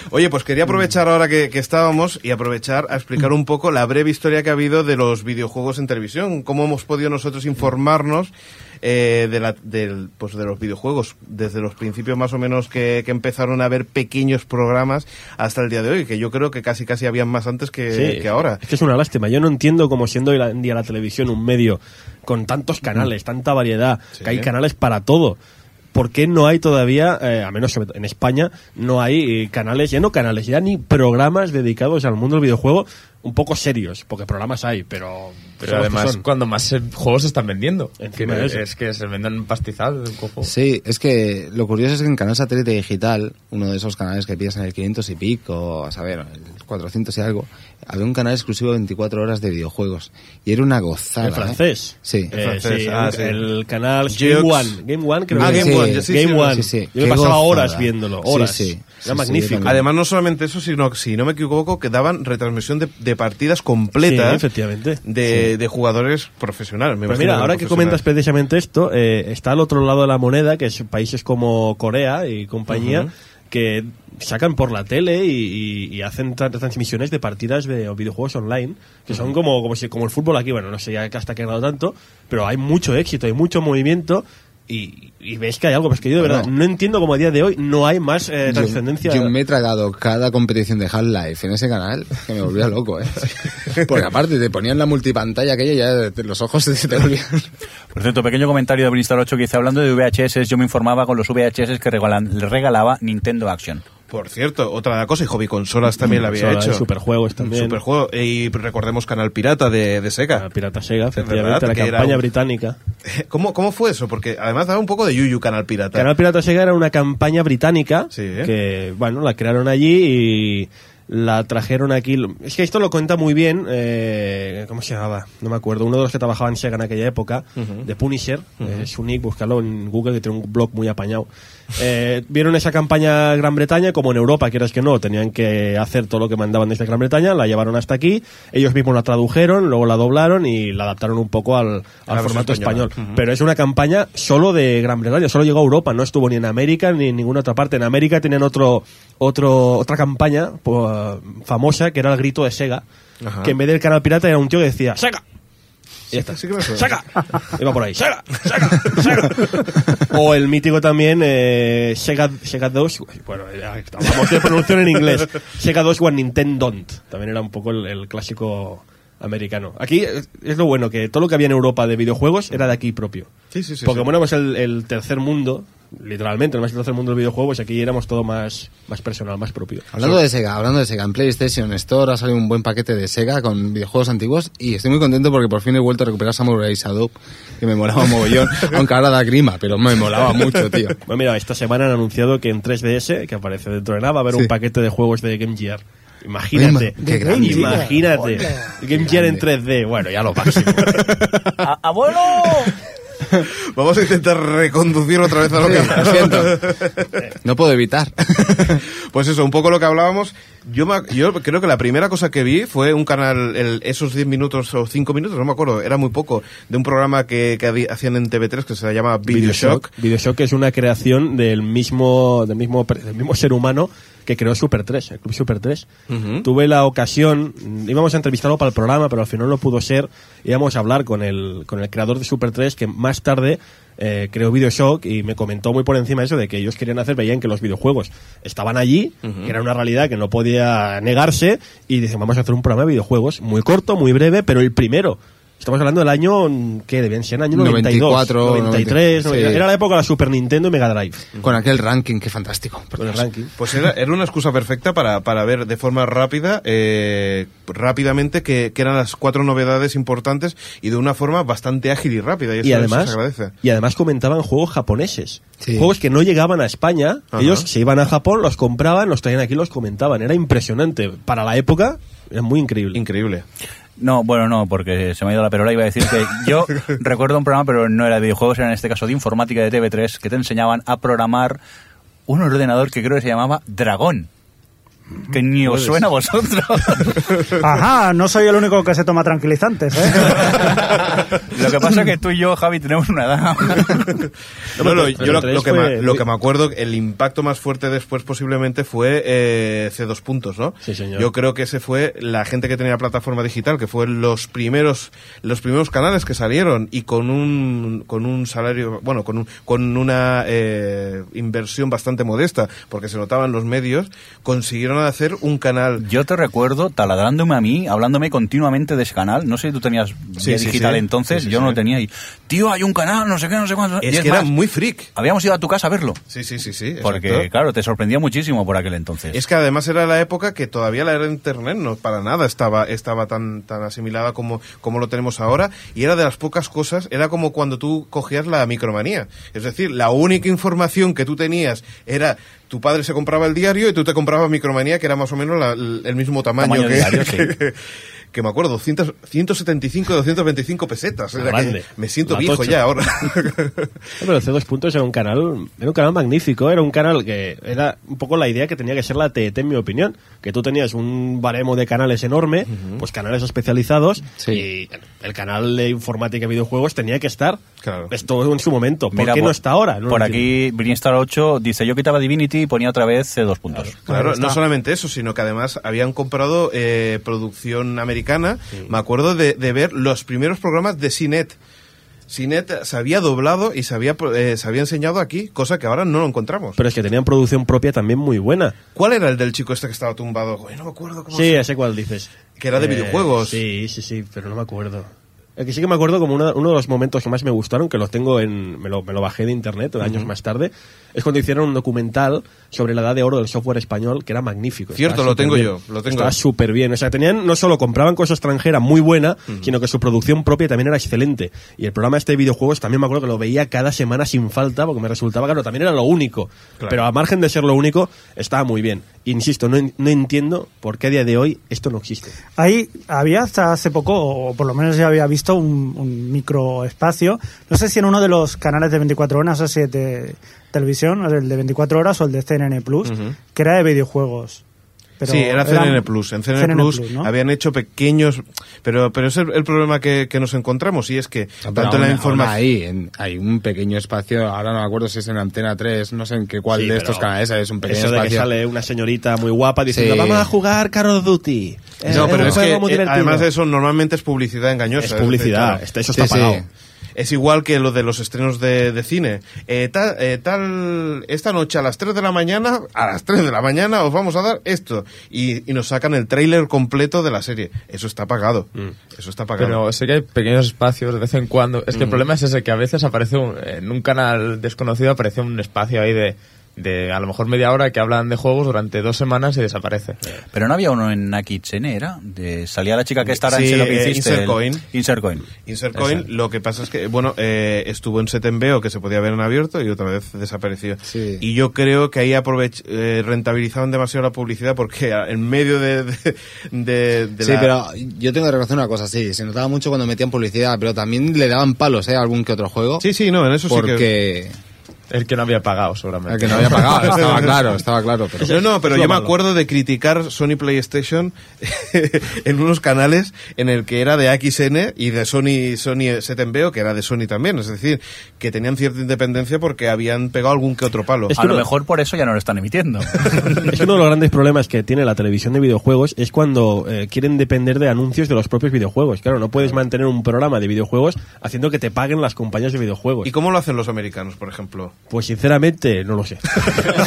Speaker 2: Oye, pues quería aprovechar ahora que, que estábamos y aprovechar a explicar un poco la breve historia que ha habido de los videojuegos en televisión, cómo hemos podido nosotros informarnos eh, de, la- del, pues de los videojuegos, desde los principios más o menos que, que empezaron a haber pequeños programas hasta el día de hoy, que yo creo que casi casi habían más antes que,
Speaker 7: Sí,
Speaker 2: Eh, que ahora.
Speaker 7: Es que es una lástima. Yo no entiendo cómo siendo hoy en día la televisión un medio con tantos canales, tanta variedad, que hay canales para todo. ¿Por qué no hay todavía, eh, a menos sobre todo en España, no hay eh, canales, ya no canales, ya ni programas dedicados al mundo del videojuego un poco serios? Porque programas hay, pero...
Speaker 13: Pero
Speaker 7: son los que
Speaker 13: además,
Speaker 7: son.
Speaker 13: cuando más eh, juegos se están vendiendo.
Speaker 7: Encima
Speaker 13: Que
Speaker 7: de
Speaker 13: es,
Speaker 7: eso.
Speaker 13: que se venden un pastizal. un cojo.
Speaker 4: Sí, es que lo curioso es que en Canal Satélite Digital, uno de esos canales que pides en el 500 y pico, a saber, el 400 y algo, había un canal exclusivo de 24 horas de videojuegos. Y era una gozada.
Speaker 7: En
Speaker 4: ¿eh?
Speaker 7: francés.
Speaker 4: Sí.
Speaker 7: En francés, el, el canal Game
Speaker 4: Jeux.
Speaker 7: One. Game One, creo
Speaker 4: Ah,
Speaker 7: que
Speaker 4: Game
Speaker 7: es.
Speaker 4: One, yo sí, sí,
Speaker 7: Game
Speaker 4: lo-
Speaker 7: One.
Speaker 4: sí, sí.
Speaker 7: Yo me
Speaker 4: Qué
Speaker 7: pasaba
Speaker 4: gozada.
Speaker 7: horas viéndolo,
Speaker 4: Sí,
Speaker 7: horas.
Speaker 4: sí. Sí,
Speaker 7: Era
Speaker 4: sí,
Speaker 7: magnífico.
Speaker 2: Además, no solamente eso, sino que, si no me equivoco, que daban retransmisión de, de partidas completas
Speaker 7: Sí, efectivamente.
Speaker 2: De, de jugadores profesionales. me
Speaker 7: Pues
Speaker 2: imagino
Speaker 7: mira, ahora que comentas
Speaker 2: profesionales.
Speaker 7: precisamente esto, eh, está al otro lado de la moneda, que es países como Corea y compañía,
Speaker 2: Ujú.
Speaker 7: que sacan por la tele y, y- y hacen tra- transmisiones de partidas de videojuegos online, que son como, como, si- como el fútbol aquí, bueno, no sé ya hasta qué grado tanto, pero hay mucho éxito, hay mucho movimiento. Y, y ves que hay algo, pues que yo de
Speaker 4: Bueno.
Speaker 7: verdad no entiendo cómo a día de hoy no hay más eh,
Speaker 4: Yo-
Speaker 7: trascendencia.
Speaker 4: Yo, me he tragado cada competición de Half-Life en ese canal que me volvía
Speaker 7: (laughs)
Speaker 4: loco, ¿eh? Porque aparte te ponían la multipantalla aquella y ya te- los ojos se te volvían.
Speaker 5: Por cierto, pequeño comentario de Brinstar 8 que dice, hablando de VHS, yo me informaba con los VHS que regalan- le regalaba Nintendo Action.
Speaker 2: Por cierto, otra cosa, y Hobby Consolas también la había
Speaker 7: Consola,
Speaker 2: hecho.
Speaker 7: y superjuegos también.
Speaker 2: Superjuego. Y recordemos Canal Pirata de, de Sega.
Speaker 7: Pirata Sega,
Speaker 2: efectivamente,
Speaker 7: la campaña británica.
Speaker 2: (laughs) ¿Cómo, ¿Cómo fue eso? Porque además daba un poco de yuyu Canal Pirata.
Speaker 7: Canal Pirata Sega era una campaña británica que, bueno, la crearon allí y la trajeron aquí. Es que esto lo cuenta muy bien, eh, ¿cómo se llamaba? No me acuerdo. Uno de los que trabajaba en Sega en aquella época,
Speaker 13: Ujú.
Speaker 7: de Punisher, Eh,
Speaker 13: Ujú.
Speaker 7: es un nick, buscarlo en Google, que tiene un blog muy apañado. Eh, vieron esa campaña Gran Bretaña, como en Europa, quieras que no, tenían que hacer todo lo que mandaban desde Gran Bretaña, la llevaron hasta aquí, ellos mismos la tradujeron, luego la doblaron y la adaptaron un poco al, al
Speaker 2: versión
Speaker 7: formato
Speaker 2: española.
Speaker 7: español.
Speaker 2: Ujú.
Speaker 7: Pero es una campaña solo de Gran Bretaña, solo llegó a Europa, no estuvo ni en América ni en ninguna otra parte. En América tenían otro, otro, otra campaña pues, famosa que era el grito de Sega,
Speaker 2: Ajá.
Speaker 7: que en vez del canal pirata era un tío que decía ¡Sega! Y ya está.
Speaker 2: (laughs) Sí que
Speaker 7: (laughs)
Speaker 2: me suena.
Speaker 7: ¡Sega! Iba por ahí. ¡Sega! ¡Sega! ¡Sega! O el mítico también eh, Sega, Sega 2. Bueno, ya estábamos de pronunciación en inglés. Sega 2 One Nintendo. También era un poco el, el clásico americano. Aquí es es lo bueno, que todo lo que había en Europa de videojuegos era de aquí propio.
Speaker 2: Sí, sí, sí.
Speaker 7: Porque
Speaker 2: sí.
Speaker 7: bueno, pues el, el tercer mundo, literalmente, el más tercer mundo del videojuego, pues aquí éramos todo más, más personal, más propio.
Speaker 4: Hablando de Sega, hablando de Sega, en PlayStation Store ha salido un buen paquete de Sega con videojuegos antiguos y estoy muy contento porque por fin he vuelto a recuperar Samurai Shadow, que me molaba
Speaker 7: (laughs)
Speaker 4: mogollón, aunque ahora da grima, pero me molaba mucho, tío.
Speaker 7: Bueno, mira, esta semana han anunciado que en 3DS, que aparece dentro de nada, va a haber
Speaker 4: Sí.
Speaker 7: un paquete de juegos de Game Gear. Imagínate,
Speaker 4: Qué grande.
Speaker 7: imagínate. Game Gear en 3D, bueno, ya lo máximo.
Speaker 5: ¡Abuelo!
Speaker 11: ¡Oh!
Speaker 2: Vamos a intentar reconducir otra vez a lo (laughs)
Speaker 4: Sí,
Speaker 2: que...
Speaker 4: lo
Speaker 7: (laughs)
Speaker 4: siento. No puedo evitar.
Speaker 2: Pues eso, un poco lo que hablábamos. Yo, me ac- yo creo que la primera cosa que vi fue un canal, el- esos 10 minutos o 5 minutos, no me acuerdo, era muy poco, de un programa que, que había- hacían en TV3 que se llama Video Shock.
Speaker 7: Videoshock es una creación del mismo, del mismo, per- del mismo ser humano que creó Super 3, el Club Super 3.
Speaker 2: Ujú.
Speaker 7: Tuve la ocasión, mm, íbamos a entrevistarlo para el programa, pero al final no pudo ser. Íbamos a hablar con el, con el creador de Super 3, que más tarde eh, creó Videoshock y me comentó muy por encima eso de que ellos querían hacer, veían que los videojuegos estaban allí, que era una realidad que no podía negarse, y dicen, vamos a hacer un programa de videojuegos muy corto, muy breve, pero el primero. Estamos hablando del año, mm, ¿qué? Debían ser año 92,
Speaker 8: 94,
Speaker 7: 93,
Speaker 8: 90,
Speaker 7: 90.
Speaker 8: sí.
Speaker 7: Era la época de la Super Nintendo y Mega Drive.
Speaker 8: Con aquel ranking, que fantástico. por Dios.
Speaker 2: Pues era, era una excusa perfecta para, para ver de forma rápida, eh, rápidamente, que, que eran las cuatro novedades importantes y de una forma bastante ágil y rápida. Y, eso-
Speaker 7: y
Speaker 2: eso
Speaker 7: además
Speaker 2: se agradece.
Speaker 7: y además comentaban juegos japoneses
Speaker 2: Sí.
Speaker 7: juegos que no llegaban a España
Speaker 2: Ajá.
Speaker 7: ellos se iban a Japón los compraban los traían aquí los comentaban era impresionante para la época era muy increíble
Speaker 2: increíble
Speaker 5: No, bueno, no, porque se me ha ido la perola. Iba a decir que yo recuerdo un programa, pero no era de videojuegos, era en este caso de informática de TV3, que te enseñaban a programar un ordenador que creo que se llamaba Dragón. Que ni os
Speaker 3: Joder.
Speaker 5: suena a vosotros. (laughs)
Speaker 3: Ajá, no soy el único que se toma tranquilizantes, ¿eh?
Speaker 2: (laughs)
Speaker 5: Lo que pasa es que tú y yo, Javi, tenemos una edad.
Speaker 2: No, no, yo lo,
Speaker 5: Pero
Speaker 2: lo que
Speaker 5: tres
Speaker 2: me,
Speaker 5: fue-
Speaker 2: lo que me acuerdo, el impacto más fuerte después posiblemente fue eh, C2 puntos, ¿no?
Speaker 7: señor.
Speaker 2: Yo creo que ese fue la gente que tenía plataforma digital, que fue los primeros, los primeros canales que salieron y con un, con un salario, bueno, con, un- con una eh, inversión bastante modesta, porque se notaban los medios, consiguieron hacer un canal.
Speaker 5: Yo te recuerdo taladrándome a mí, hablándome continuamente de ese canal. No sé si tú tenías
Speaker 2: Sí,
Speaker 5: ya
Speaker 2: sí,
Speaker 5: digital
Speaker 2: sí.
Speaker 5: entonces,
Speaker 2: Sí, sí,
Speaker 5: yo no
Speaker 2: sí.
Speaker 5: lo tenía. Y, tío, hay un canal, no sé qué, no sé cuánto.
Speaker 2: Es
Speaker 5: Y
Speaker 2: que era
Speaker 5: más,
Speaker 2: muy freak.
Speaker 5: Habíamos ido a tu casa a verlo.
Speaker 2: Sí, sí, sí, sí. exacto.
Speaker 5: Porque, claro, te sorprendía muchísimo por aquel entonces.
Speaker 2: Es que además era la época que todavía la era de internet no para nada estaba estaba tan tan asimilada como como lo tenemos ahora y era de las pocas cosas, era como cuando tú cogías la micromanía, es decir, la única información que tú tenías era tu padre se compraba el diario y tú te comprabas micromanía que era más o menos la- el mismo tamaño,
Speaker 5: Tamaño
Speaker 2: que,
Speaker 5: diario,
Speaker 2: (laughs)
Speaker 5: sí.
Speaker 2: que, que me acuerdo, 200 175 225 pesetas, era que
Speaker 7: Grande.
Speaker 2: me siento
Speaker 7: La
Speaker 2: viejo
Speaker 7: tocha.
Speaker 2: ya
Speaker 5: (laughs)
Speaker 2: ahora.
Speaker 7: No, pero C2 Puntos era un canal era un canal magnífico, era un canal que era un poco la idea que tenía que ser la TET en mi opinión, que tú tenías un baremo de canales enorme, pues canales especializados y el canal de informática y videojuegos tenía que estar esto en su momento, ¿por
Speaker 5: Mira,
Speaker 7: qué no está ahora? No lo
Speaker 5: por
Speaker 7: entiendo.
Speaker 5: aquí, Brinstar 8 dice: Yo quitaba Divinity y ponía otra vez C2 puntos.
Speaker 2: Claro, no solamente eso, sino que además habían comprado eh, producción americana. Me acuerdo de, de ver los primeros programas de Cinet. Cinet se había doblado y se había, eh, se había enseñado aquí, cosa que ahora no lo encontramos.
Speaker 7: Pero es que tenían producción propia también muy buena.
Speaker 2: ¿Cuál era el del chico este que estaba tumbado? Uy, no me acuerdo cómo
Speaker 7: Sí,
Speaker 2: se-
Speaker 7: ese cual dices. Eh,
Speaker 2: Que era de videojuegos.
Speaker 7: Sí, sí, sí, pero no me acuerdo. El que sí que me acuerdo como una- uno de los momentos que más me gustaron, que los tengo en... Me lo, me lo bajé de internet años
Speaker 2: Ujú.
Speaker 7: más tarde, es cuando hicieron un documental sobre la edad de oro del software español, que era magnífico.
Speaker 2: Cierto,
Speaker 7: Estaba
Speaker 2: lo tengo
Speaker 7: superbién.
Speaker 2: yo, lo tengo.
Speaker 7: Estaba súper bien. O sea, tenían, no solo compraban cosa extranjera muy buena, sino que su producción propia también era excelente. Y el programa este de videojuegos también me acuerdo que lo veía cada semana sin falta, porque me resultaba, claro, también era lo único.
Speaker 2: Claro.
Speaker 7: Pero a margen de ser lo único, estaba muy bien. Insisto, no, en- no entiendo por qué a día de hoy esto no existe.
Speaker 3: Ahí había hasta hace poco, o por lo menos ya había visto, un, un microespacio. No sé si en uno de los canales de 24 horas, no sé si es de televisión, el de 24 horas o el de CNN Plus,
Speaker 2: Ujú.
Speaker 3: que era de videojuegos. Pero
Speaker 2: sí, era CNN Plus. En CNN, Plus,
Speaker 3: ¿no?
Speaker 2: habían hecho pequeños. Pero, pero ese es el problema que, que nos encontramos, y es que
Speaker 7: Ah,
Speaker 8: Pero
Speaker 2: tanto en
Speaker 8: aún-
Speaker 2: la
Speaker 8: aún
Speaker 2: información.
Speaker 8: Ahí, en- hay un pequeño espacio, ahora no me acuerdo si es en Antena 3, no sé en qué cuál
Speaker 7: Sí,
Speaker 8: de
Speaker 7: pero
Speaker 8: estos canales es un pequeño
Speaker 7: Eso de
Speaker 8: espacio.
Speaker 7: que sale una señorita muy guapa diciendo,
Speaker 8: Sí.
Speaker 7: vamos a jugar Call of Duty. Eh,
Speaker 2: No, pero
Speaker 7: un
Speaker 2: es que
Speaker 7: juego muy
Speaker 2: eh,
Speaker 7: divertido".
Speaker 2: además de eso normalmente es publicidad engañosa.
Speaker 7: Es
Speaker 2: decir,
Speaker 7: publicidad,
Speaker 2: claro.
Speaker 7: este- eso está pagado.
Speaker 2: Es igual que lo de los estrenos de, de cine. Eh, ta- eh, tal, esta noche a las 3 de la mañana, a las 3 de la mañana os vamos a dar esto. Y, y nos sacan el tráiler completo de la serie. Eso está pagado.
Speaker 14: Mm.
Speaker 2: Eso está pagado.
Speaker 13: Pero sé que hay pequeños espacios de vez en cuando. Es que el
Speaker 2: Mm.
Speaker 13: problema es ese, que a veces aparece un- en un canal desconocido aparece un espacio ahí de, de a lo mejor media hora que hablan de juegos durante dos semanas y desaparece.
Speaker 5: Pero no había uno en Naki Chene, ¿era? De- salía la chica que estará
Speaker 2: Sí,
Speaker 5: en lo que
Speaker 2: eh,
Speaker 5: hiciste.
Speaker 2: Insert
Speaker 5: el-
Speaker 2: Coin.
Speaker 5: Insert Coin.
Speaker 2: Insert Coin,
Speaker 5: Exacto.
Speaker 2: lo que pasa es que, bueno, eh, estuvo en Setembeo, que se podía ver en abierto, y otra vez desapareció. Y yo creo que ahí aprovech eh, rentabilizaban demasiado la publicidad porque a- en medio de... de- de- de
Speaker 14: Sí,
Speaker 2: la-
Speaker 14: pero yo tengo que reconocer una cosa, sí, se notaba mucho cuando metían publicidad, pero también le daban palos ¿eh? a algún que otro juego.
Speaker 2: Sí, sí, no, en eso sí que-
Speaker 14: porque...
Speaker 13: El que no había pagado, seguramente.
Speaker 14: El que
Speaker 13: (laughs)
Speaker 14: no había pagado, estaba claro, estaba claro. Pero...
Speaker 2: No, no, pero yo me acuerdo de criticar Sony PlayStation (laughs) en unos canales en el que era de AXN y de Sony Sony Setembeo, que era de Sony también. Es decir, que tenían cierta independencia porque habían pegado algún que otro palo. Ah,
Speaker 5: a lo mejor por eso ya no lo están
Speaker 2: (laughs)
Speaker 5: emitiendo.
Speaker 7: (laughs) Es que uno de los grandes problemas que tiene la televisión de videojuegos es cuando eh, quieren depender de anuncios de los propios videojuegos. Claro, no puedes mantener un programa de videojuegos haciendo que te paguen las compañías de videojuegos.
Speaker 2: ¿Y cómo lo hacen los americanos, por ejemplo?
Speaker 7: Pues sinceramente, no lo sé.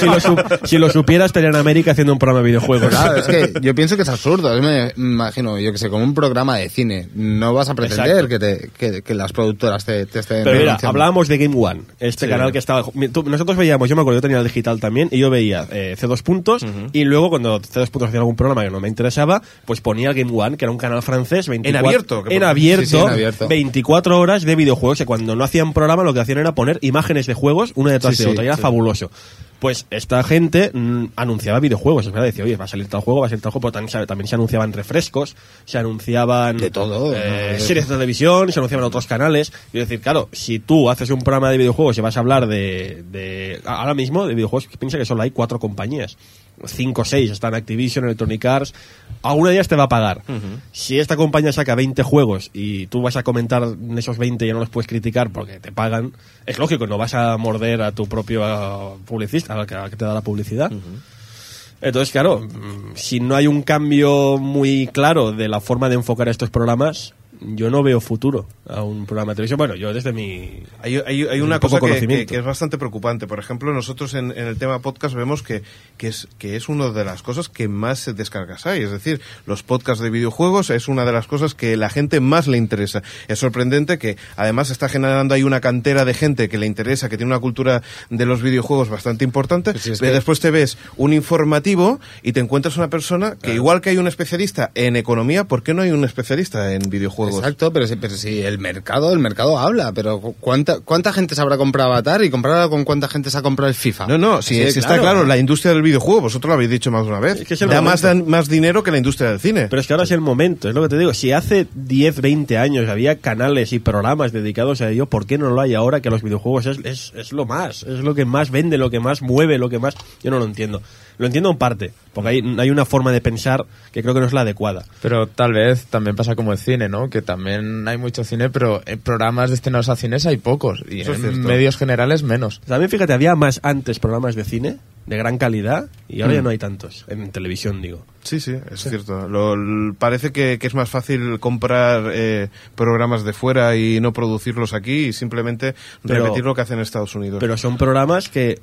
Speaker 7: si, lo sup- si lo supieras, estaría en América haciendo un programa de videojuegos.
Speaker 14: Claro, es que yo pienso que es absurdo. Yo me imagino, yo que sé, como un programa de cine. No vas a pretender
Speaker 7: Exacto.
Speaker 14: que, te- que- que las productoras te, te estén.
Speaker 7: Pero mira,
Speaker 14: denunciando.
Speaker 7: hablábamos de Game One, este
Speaker 14: Sí.
Speaker 7: canal que estaba. mi- tú- Nosotros veíamos, yo me acuerdo, yo tenía el digital también, y yo veía eh, C2 Puntos, y luego cuando C2 Puntos hacía algún programa que no me interesaba, pues ponía Game One, que era un canal francés, 24,
Speaker 2: En abierto, que
Speaker 7: en
Speaker 2: pon-
Speaker 7: abierto,
Speaker 2: sí, sí, en abierto.
Speaker 7: 24 horas de videojuegos, que cuando no hacían programa lo que hacían era poner imágenes de juegos una detrás
Speaker 14: Sí,
Speaker 7: de
Speaker 14: sí,
Speaker 7: otra, y era
Speaker 14: sí.
Speaker 7: fabuloso. Pues esta gente mm, anunciaba videojuegos, es verdad, decía, oye, va a salir tal juego, va a salir tal juego, pero también, se- también se anunciaban refrescos, se anunciaban... De todo. Eh, series de televisión, se anunciaban otros canales. Quiero decir, claro, si tú haces un programa de videojuegos y vas a hablar de... de- ahora mismo, de videojuegos, piensa que solo hay cuatro compañías. Cinco o seis, están Activision, Electronic Arts... Alguna de ellas te va a pagar. Si esta compañía saca 20 juegos y tú vas a comentar en esos 20 y ya no los puedes criticar porque te pagan, es lógico, no vas a morder a tu propio ah, publicista, al que, al que te da la publicidad. Entonces, claro, mm, si no hay un cambio muy claro de la forma de enfocar estos programas, yo no veo futuro a un programa de televisión. Bueno, yo desde mi...
Speaker 2: Hay, hay- hay
Speaker 7: desde
Speaker 2: una
Speaker 7: mi poco
Speaker 2: cosa que- que,
Speaker 7: conocimiento.
Speaker 2: que es bastante preocupante. Por ejemplo, nosotros en, en el tema podcast vemos que, que, es, que es una de las cosas que más descargas hay. Es decir, los podcasts de videojuegos es una de las cosas que la gente más le interesa. Es sorprendente que además está generando ahí una cantera de gente que le interesa, que tiene una cultura de los videojuegos bastante importante. Pero Después te ves un informativo y te encuentras una persona que igual que hay un especialista en economía, ¿por qué no hay un especialista en videojuegos?
Speaker 14: Exacto, pero si, pero si el mercado, el mercado habla, pero cu- ¿cuánta, cuánta gente se habrá comprado Avatar y comparado con cuánta gente se ha comprado el FIFA?
Speaker 2: No, no, si,
Speaker 14: Así de
Speaker 2: si está Ah, claro, la industria del videojuego, vosotros lo habéis dicho más de una vez,
Speaker 7: que es el
Speaker 2: da
Speaker 7: momento.
Speaker 2: más, dan- más dinero que la industria del cine.
Speaker 7: Pero es que ahora es el momento, es lo que te digo. Si hace 10, 20 años había canales y programas dedicados a ello, ¿por qué no lo hay ahora que los videojuegos es, es- es lo más? Es lo que más vende, lo que más mueve, lo que más... Yo no lo entiendo. Lo entiendo en parte, porque hay, hay una forma de pensar que creo que no es la adecuada.
Speaker 13: Pero tal vez también pasa como el cine, ¿no? Que también hay mucho cine, pero en programas destinados a cines hay pocos. Y
Speaker 7: Eso es
Speaker 13: en
Speaker 7: cierto.
Speaker 13: medios generales menos.
Speaker 7: También fíjate, había más antes programas de cine de gran calidad y ahora ya
Speaker 2: Mm.
Speaker 7: no hay tantos. En televisión, digo.
Speaker 2: Sí, sí, es cierto. Lo- l- parece que, que es más fácil comprar eh, programas de fuera y no producirlos aquí y simplemente
Speaker 7: Pero-
Speaker 2: repetir lo que hacen en Estados Unidos.
Speaker 7: Pero son programas que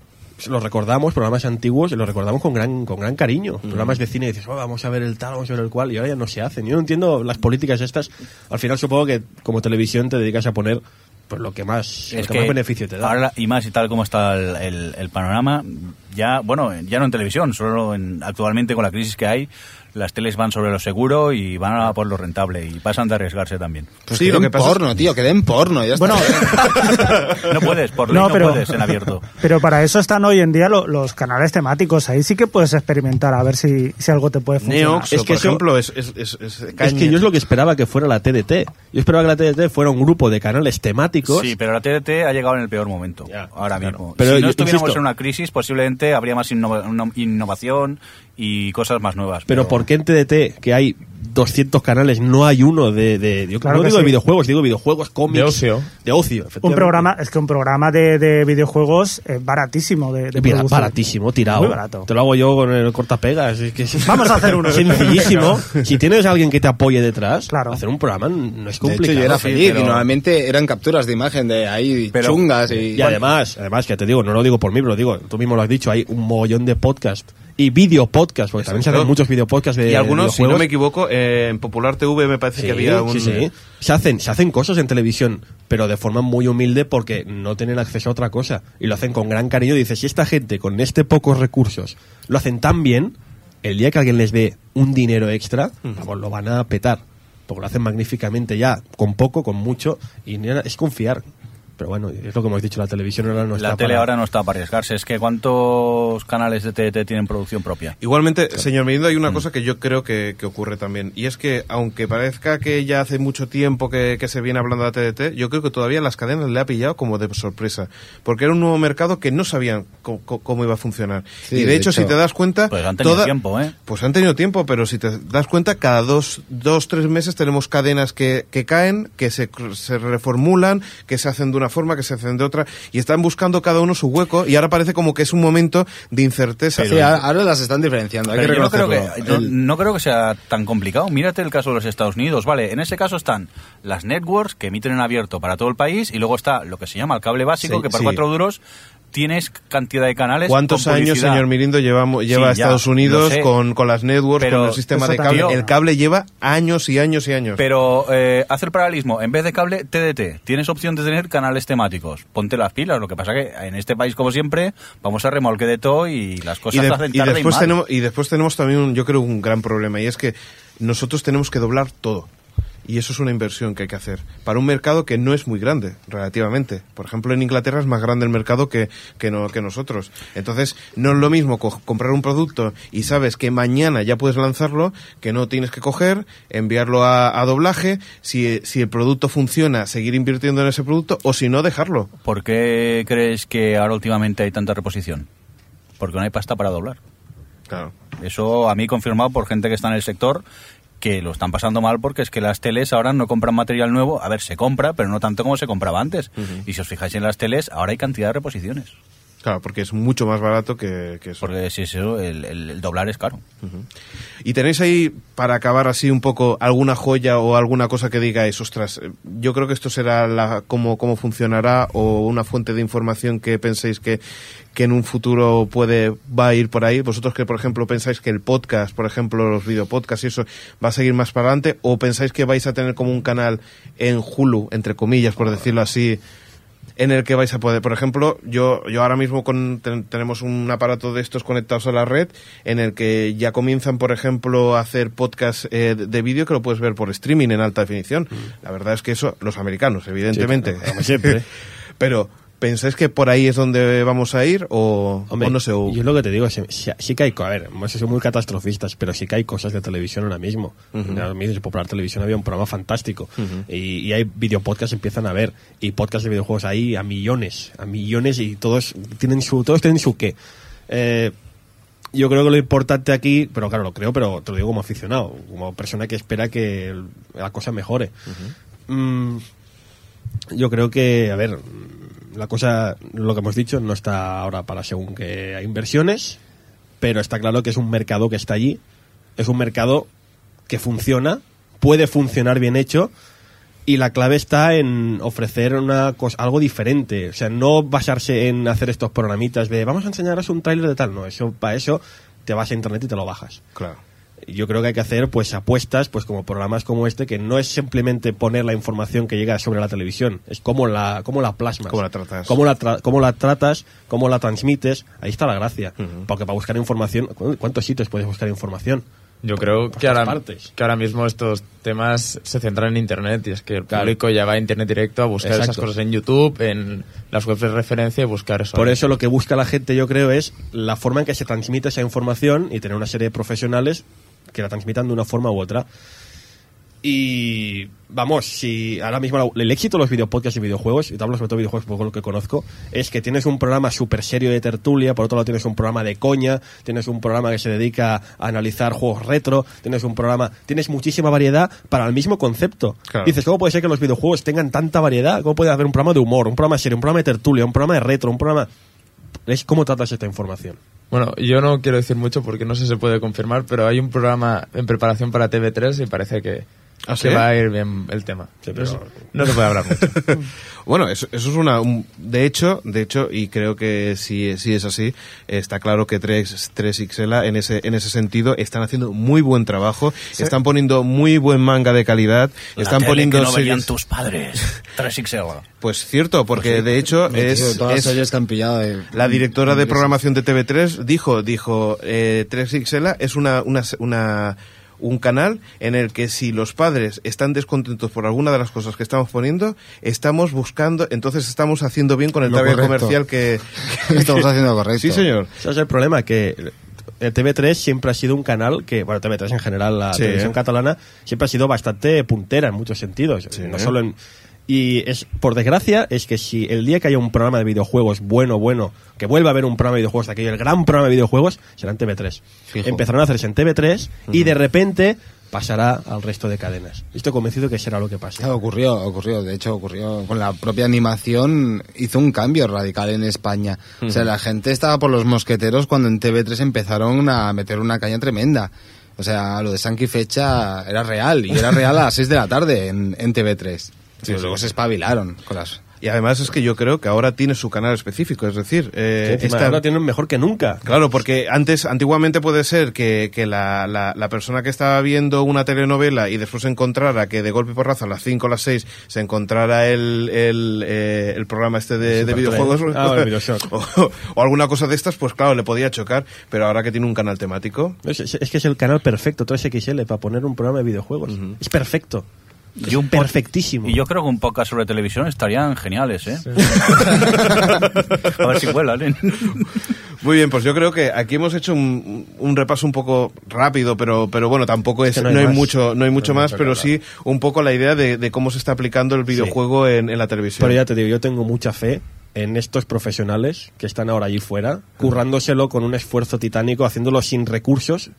Speaker 7: los recordamos, programas antiguos, y los recordamos con gran, con gran cariño. Programas de cine, dices, "Oh, vamos a ver el tal, vamos a ver el cual, y ahora ya no se hacen. Yo no entiendo las políticas estas. Al final supongo que como televisión te dedicas a poner pues lo que más, lo que más beneficio te da.
Speaker 5: Ahora, y más y tal como está el, el- el panorama, ya, bueno, ya no en televisión, solo en- actualmente con la crisis que hay, las teles van sobre lo seguro y van a por lo rentable y pasan de arriesgarse también.
Speaker 14: Pues que den porno, tío, que den porno. Ya
Speaker 2: (laughs)
Speaker 5: Bueno,
Speaker 13: (laughs)
Speaker 5: no puedes,
Speaker 7: (laughs)
Speaker 5: por ley
Speaker 3: No,
Speaker 5: no,
Speaker 3: pero-
Speaker 5: puedes en abierto.
Speaker 3: (laughs) Pero para eso están hoy en día lo- los canales temáticos. Ahí sí que puedes experimentar a ver si, si algo te puede funcionar.
Speaker 2: Neox,
Speaker 7: Es que
Speaker 2: por
Speaker 7: eso-
Speaker 2: ejemplo, es, es, es- es
Speaker 7: Es
Speaker 2: caña.
Speaker 7: que yo es lo que esperaba que fuera la TDT. Yo esperaba que la TDT fuera un grupo de canales temáticos.
Speaker 5: Sí, pero la TDT ha llegado en el peor momento, ahora mismo.
Speaker 7: Pero
Speaker 5: si no
Speaker 7: yo-
Speaker 5: estuviéramos
Speaker 7: insisto-
Speaker 5: en una crisis, posiblemente habría más innova- no- innovación y cosas más nuevas.
Speaker 7: Pero ¿por qué en TDT, que hay 200 canales, no hay uno de... de- yo
Speaker 3: Claro
Speaker 7: no
Speaker 3: que
Speaker 7: digo de
Speaker 3: sí.
Speaker 7: videojuegos, digo videojuegos, cómics...
Speaker 13: De ocio.
Speaker 7: De ocio,
Speaker 3: Un
Speaker 7: efectivamente.
Speaker 3: programa, es que un programa de, de videojuegos es baratísimo de, de
Speaker 7: Mira,
Speaker 3: producir.
Speaker 7: baratísimo, tirado.
Speaker 3: Muy barato.
Speaker 7: Te lo hago yo con el cortapegas. es que es-
Speaker 3: Vamos a hacer uno.
Speaker 7: Sencillísimo. (laughs) si tienes a alguien que te apoye detrás, hacer un programa no es
Speaker 14: De
Speaker 7: complicado. ¿eh?
Speaker 14: hecho, yo era
Speaker 7: Sí,
Speaker 14: feliz
Speaker 7: pero-
Speaker 14: y normalmente eran capturas de imagen de ahí chungas y...
Speaker 7: Y además, además, que te digo, no lo digo por mí, pero lo digo, tú mismo lo has dicho, hay un mogollón de podcast y video podcast, porque también se hacen
Speaker 2: Exacto.
Speaker 7: muchos video podcast de
Speaker 2: y algunos, si no
Speaker 7: videojuegos.
Speaker 2: me equivoco, eh, en Popular TV me parece que había un...
Speaker 7: sí, sí. Se hacen, se hacen cosas en televisión, pero de forma muy humilde porque no tienen acceso a otra cosa. Y lo hacen con gran cariño. Dices, si esta gente con este pocos recursos lo hacen tan bien, el día que alguien les dé un dinero extra, vamos, lo van a petar. Porque lo hacen magníficamente ya, con poco, con mucho, y ni nada, es confiar. Pero bueno, es lo que hemos dicho, la televisión ahora no está
Speaker 5: La tele
Speaker 7: para-
Speaker 5: ahora no está para arriesgarse. Es que ¿cuántos canales de TDT tienen producción propia?
Speaker 2: Igualmente, señor Mirindo, hay
Speaker 5: Mm.
Speaker 2: una cosa que yo creo que, que ocurre también. Y es que, aunque parezca que ya hace mucho tiempo que, que se viene hablando de la TDT, yo creo que todavía las cadenas le ha pillado como de sorpresa. Porque era un nuevo mercado que no sabían co- co- cómo iba a funcionar.
Speaker 5: Sí,
Speaker 2: y de,
Speaker 5: de
Speaker 2: hecho, si
Speaker 5: hecho.
Speaker 2: te das cuenta.
Speaker 5: Pues han tenido tiempo, ¿eh?
Speaker 2: Pues han tenido tiempo, pero si te das cuenta, cada dos, dos tres meses tenemos cadenas que, que caen, que se, cr- se reformulan, que se hacen de una forma, que se hacen de otra. Y están buscando cada uno su hueco. Y ahora parece como que es un momento de incerteza.
Speaker 14: Sí, ahora ahora las están diferenciando, hay que
Speaker 5: Pero yo no creo que,
Speaker 14: reconocerlo.
Speaker 5: no,
Speaker 14: El-
Speaker 5: no creo que sea tan complicado. Mírate el caso de los Estados Unidos. Vale, en ese caso están las networks que emiten en abierto para todo el país y luego está lo que se llama el cable básico
Speaker 7: Sí,
Speaker 5: que por
Speaker 7: sí.
Speaker 5: cuatro duros tienes cantidad de canales.
Speaker 2: ¿Cuántos
Speaker 5: con
Speaker 2: años,
Speaker 5: publicidad.
Speaker 2: señor Mirindo, llevamos, lleva
Speaker 5: Sí, ya,
Speaker 2: Estados
Speaker 5: lo
Speaker 2: Unidos
Speaker 5: sé.
Speaker 2: con, con las networks,
Speaker 5: Pero-
Speaker 2: con el sistema
Speaker 5: Eso
Speaker 2: de cable?
Speaker 5: también.
Speaker 2: El cable lleva años y años y años.
Speaker 5: Pero eh, haz el paralelismo. En vez de cable, TDT. Tienes opción de tener canales temáticos. Ponte las pilas. Lo que pasa que en este país, como siempre, vamos a remolque de todo y las
Speaker 2: y,
Speaker 5: cosas
Speaker 2: de-
Speaker 5: hacen
Speaker 2: y
Speaker 5: tarde
Speaker 2: después
Speaker 5: mal.
Speaker 2: tenemos y después tenemos también un- yo creo un gran problema y es que nosotros tenemos que doblar todo y eso es una inversión que hay que hacer para un mercado que no es muy grande relativamente por ejemplo en Inglaterra es más grande el mercado que que, no- que nosotros entonces no es lo mismo co- comprar un producto y sabes que mañana ya puedes lanzarlo que no tienes que coger enviarlo a, a doblaje si, si el producto funciona seguir invirtiendo en ese producto o si no dejarlo
Speaker 5: ¿Por qué crees que ahora últimamente hay tanta reposición? Porque no hay pasta para doblar.
Speaker 2: Claro.
Speaker 5: Eso a mí confirmado por gente que está en el sector que lo están pasando mal porque es que las teles ahora no compran material nuevo. A ver, se compra, pero no tanto como se compraba antes. Y si os fijáis en las teles, ahora hay cantidad de reposiciones.
Speaker 2: Claro, porque es mucho más barato que, que eso.
Speaker 5: Porque si es eso, el, el- el doblar es caro.
Speaker 2: ¿Y tenéis ahí, para acabar así un poco, alguna joya o alguna cosa que digáis, ostras, eh, yo creo que esto será la, cómo, cómo funcionará o una fuente de información que penséis que, que en un futuro puede, va a ir por ahí? ¿Vosotros que, por ejemplo, pensáis que el podcast, por ejemplo, los videopodcasts y eso, va a seguir más para adelante? ¿O pensáis que vais a tener como un canal en Hulu, entre comillas, por decirlo así, en el que vais a poder. Por ejemplo, yo, yo ahora mismo con- ten- tenemos un aparato de estos conectados a la red en el que ya comienzan, por ejemplo, a hacer podcast eh, de- de vídeo que lo puedes ver por streaming en alta definición.
Speaker 13: Mm.
Speaker 2: La verdad es que eso, los americanos, evidentemente.
Speaker 7: Sí, como
Speaker 13: ¿eh?
Speaker 7: siempre.
Speaker 2: (laughs) Pero, ¿pensáis que por ahí es donde vamos a ir o,
Speaker 7: Hombre,
Speaker 2: o no sé? o-
Speaker 7: Yo es lo que te digo, sí, sí- sí que hay, co- a ver, hemos sido muy catastrofistas, pero sí que hay cosas de televisión ahora mismo.
Speaker 2: Ujú.
Speaker 7: Ahora mismo en Popular Televisión había un programa fantástico
Speaker 2: Ujú.
Speaker 7: y, y hay videopodcasts empiezan a ver y podcasts de videojuegos ahí a millones, a millones y todos tienen su todos tienen su qué. Eh, yo creo que lo importante aquí, pero claro, lo creo, pero te lo digo como aficionado, como persona que espera que el- la cosa mejore. Mm, yo creo que, a ver, mm, la cosa, lo que hemos dicho, no está ahora para según que hay inversiones, pero está claro que es un mercado que está allí, es un mercado que funciona, puede funcionar bien hecho, y la clave está en ofrecer una cosa, algo diferente. O sea, no basarse en hacer estos programitas de vamos a enseñaros un tráiler de tal. No, eso para eso te vas a internet y te lo bajas.
Speaker 2: Claro.
Speaker 7: Yo creo que hay que hacer pues apuestas, pues como programas como este, que no es simplemente poner la información que llega sobre la televisión, es cómo la, cómo la plasmas.
Speaker 2: Cómo la tratas.
Speaker 7: Cómo la, tra- cómo la tratas, cómo la transmites. Ahí está la gracia. Porque para buscar información, ¿cu- ¿cuántos sitios puedes buscar información?
Speaker 13: Yo creo que
Speaker 7: todas
Speaker 13: ahora,
Speaker 7: partes.
Speaker 13: que ahora mismo estos temas se centran en Internet y es que el público ya va a Internet directo a buscar esas
Speaker 7: Exacto.
Speaker 13: cosas en YouTube, en las webs de referencia y buscar eso.
Speaker 7: Por eso lo que busca la gente, yo creo, es la forma en que se transmite esa información y tener una serie de profesionales que la transmitan de una forma u otra. Y vamos, si ahora mismo la- el éxito de los videopodcasts y videojuegos, y te hablo sobre todo de videojuegos por lo que conozco, es que tienes un programa súper serio de tertulia, por otro lado tienes un programa de coña, tienes un programa que se dedica a analizar juegos retro, tienes un programa, tienes muchísima variedad para el mismo concepto.
Speaker 2: Claro.
Speaker 7: Dices, ¿cómo puede ser que los videojuegos tengan tanta variedad? ¿Cómo puede haber un programa de humor, un programa serio, un programa de tertulia, un programa de retro, un programa... Es cómo tratas esta información.
Speaker 13: Bueno, yo no quiero decir mucho porque no sé si se puede confirmar, pero hay un programa en preparación para TV3 y parece que,
Speaker 2: ¿Ah,
Speaker 13: que
Speaker 2: sí?
Speaker 13: va a ir bien el tema.
Speaker 7: pero-
Speaker 13: no, se, no se puede
Speaker 2: (laughs)
Speaker 13: hablar mucho.
Speaker 2: Bueno, eso, eso es una. un- de hecho, de hecho, y creo que si, si es así, está claro que 3, 3XLA en ese, en ese sentido están haciendo muy buen trabajo, están poniendo muy buen manga de calidad,
Speaker 5: La
Speaker 2: están
Speaker 5: tele
Speaker 2: poniendo.
Speaker 5: que no veían
Speaker 2: series- (laughs)
Speaker 5: tus padres. 3XL.
Speaker 2: Pues cierto, porque de hecho es, es-
Speaker 14: que han pillado de-
Speaker 2: la
Speaker 4: Mm,
Speaker 2: directora de programación de TV3 dijo, dijo, eh, 3XLA es una, una, una- un canal en el que si los padres están descontentos por alguna de las cosas que estamos poniendo, estamos buscando, entonces estamos haciendo bien con el
Speaker 14: Lo
Speaker 2: target
Speaker 14: correcto.
Speaker 2: comercial que, que-
Speaker 14: (laughs) Estamos haciendo correcto.
Speaker 2: Sí, señor.
Speaker 7: Ese es el problema, que el TV3 siempre ha sido un canal que, bueno, TV3 en general, la
Speaker 2: Sí.
Speaker 7: televisión catalana, siempre ha sido bastante puntera en muchos sentidos. No solo en... Y es, por desgracia, es que si el día que haya un programa de videojuegos bueno, bueno, que vuelva a haber un programa de videojuegos, de aquello, el gran programa de videojuegos, será en TV3.
Speaker 14: Fijo.
Speaker 7: Empezarán a hacerse en TV3 y de repente pasará al resto de cadenas. Estoy convencido que será lo que pase.
Speaker 14: Ah, ocurrió, ocurrió, de hecho ocurrió. Con la propia animación hizo un cambio radical en España. O sea, la gente estaba por los mosqueteros cuando en TV3 empezaron a meter una caña tremenda. O sea, lo de Sanky Fecha era real, y era real a las 6 de la tarde en, en TV3. Pero luego se espabilaron con las...
Speaker 2: Y además es que yo creo que ahora tiene su canal específico, es decir, eh,
Speaker 7: Sí, encima ahora tienen mejor que nunca.
Speaker 2: Claro, porque antes, antiguamente puede ser que, que la, la- la persona que estaba viendo una telenovela y después se encontrara que de golpe y porrazo a las 5 o las 6 se encontrara el, el, eh, el programa este de, de
Speaker 7: Superplay.
Speaker 2: videojuegos
Speaker 7: Ah, el Bioshock.
Speaker 2: (laughs) o, o alguna cosa de estas, pues claro, le podía chocar, pero ahora que tiene un canal temático,
Speaker 7: Es, es- es que es el canal perfecto, 3XL, para poner un programa de videojuegos. Es perfecto. es perfectísimo.
Speaker 5: Y yo creo que un podcast sobre televisión estarían geniales, ¿eh? (laughs) A ver si
Speaker 2: (laughs)
Speaker 5: vuelan, ¿eh?
Speaker 2: Muy bien, pues yo creo que aquí hemos hecho un, un repaso un poco rápido, pero, pero bueno, tampoco es,
Speaker 7: que
Speaker 2: no
Speaker 7: no
Speaker 2: hay,
Speaker 7: hay más.
Speaker 2: mucho, no hay mucho
Speaker 7: No hay
Speaker 2: más,
Speaker 7: mucho
Speaker 2: pero
Speaker 7: que
Speaker 2: sí un poco la idea de, de cómo se está aplicando el videojuego en, en la televisión.
Speaker 7: Pero ya te digo, yo tengo mucha fe en estos profesionales que están ahora allí fuera, currándoselo con un esfuerzo titánico, haciéndolo sin recursos,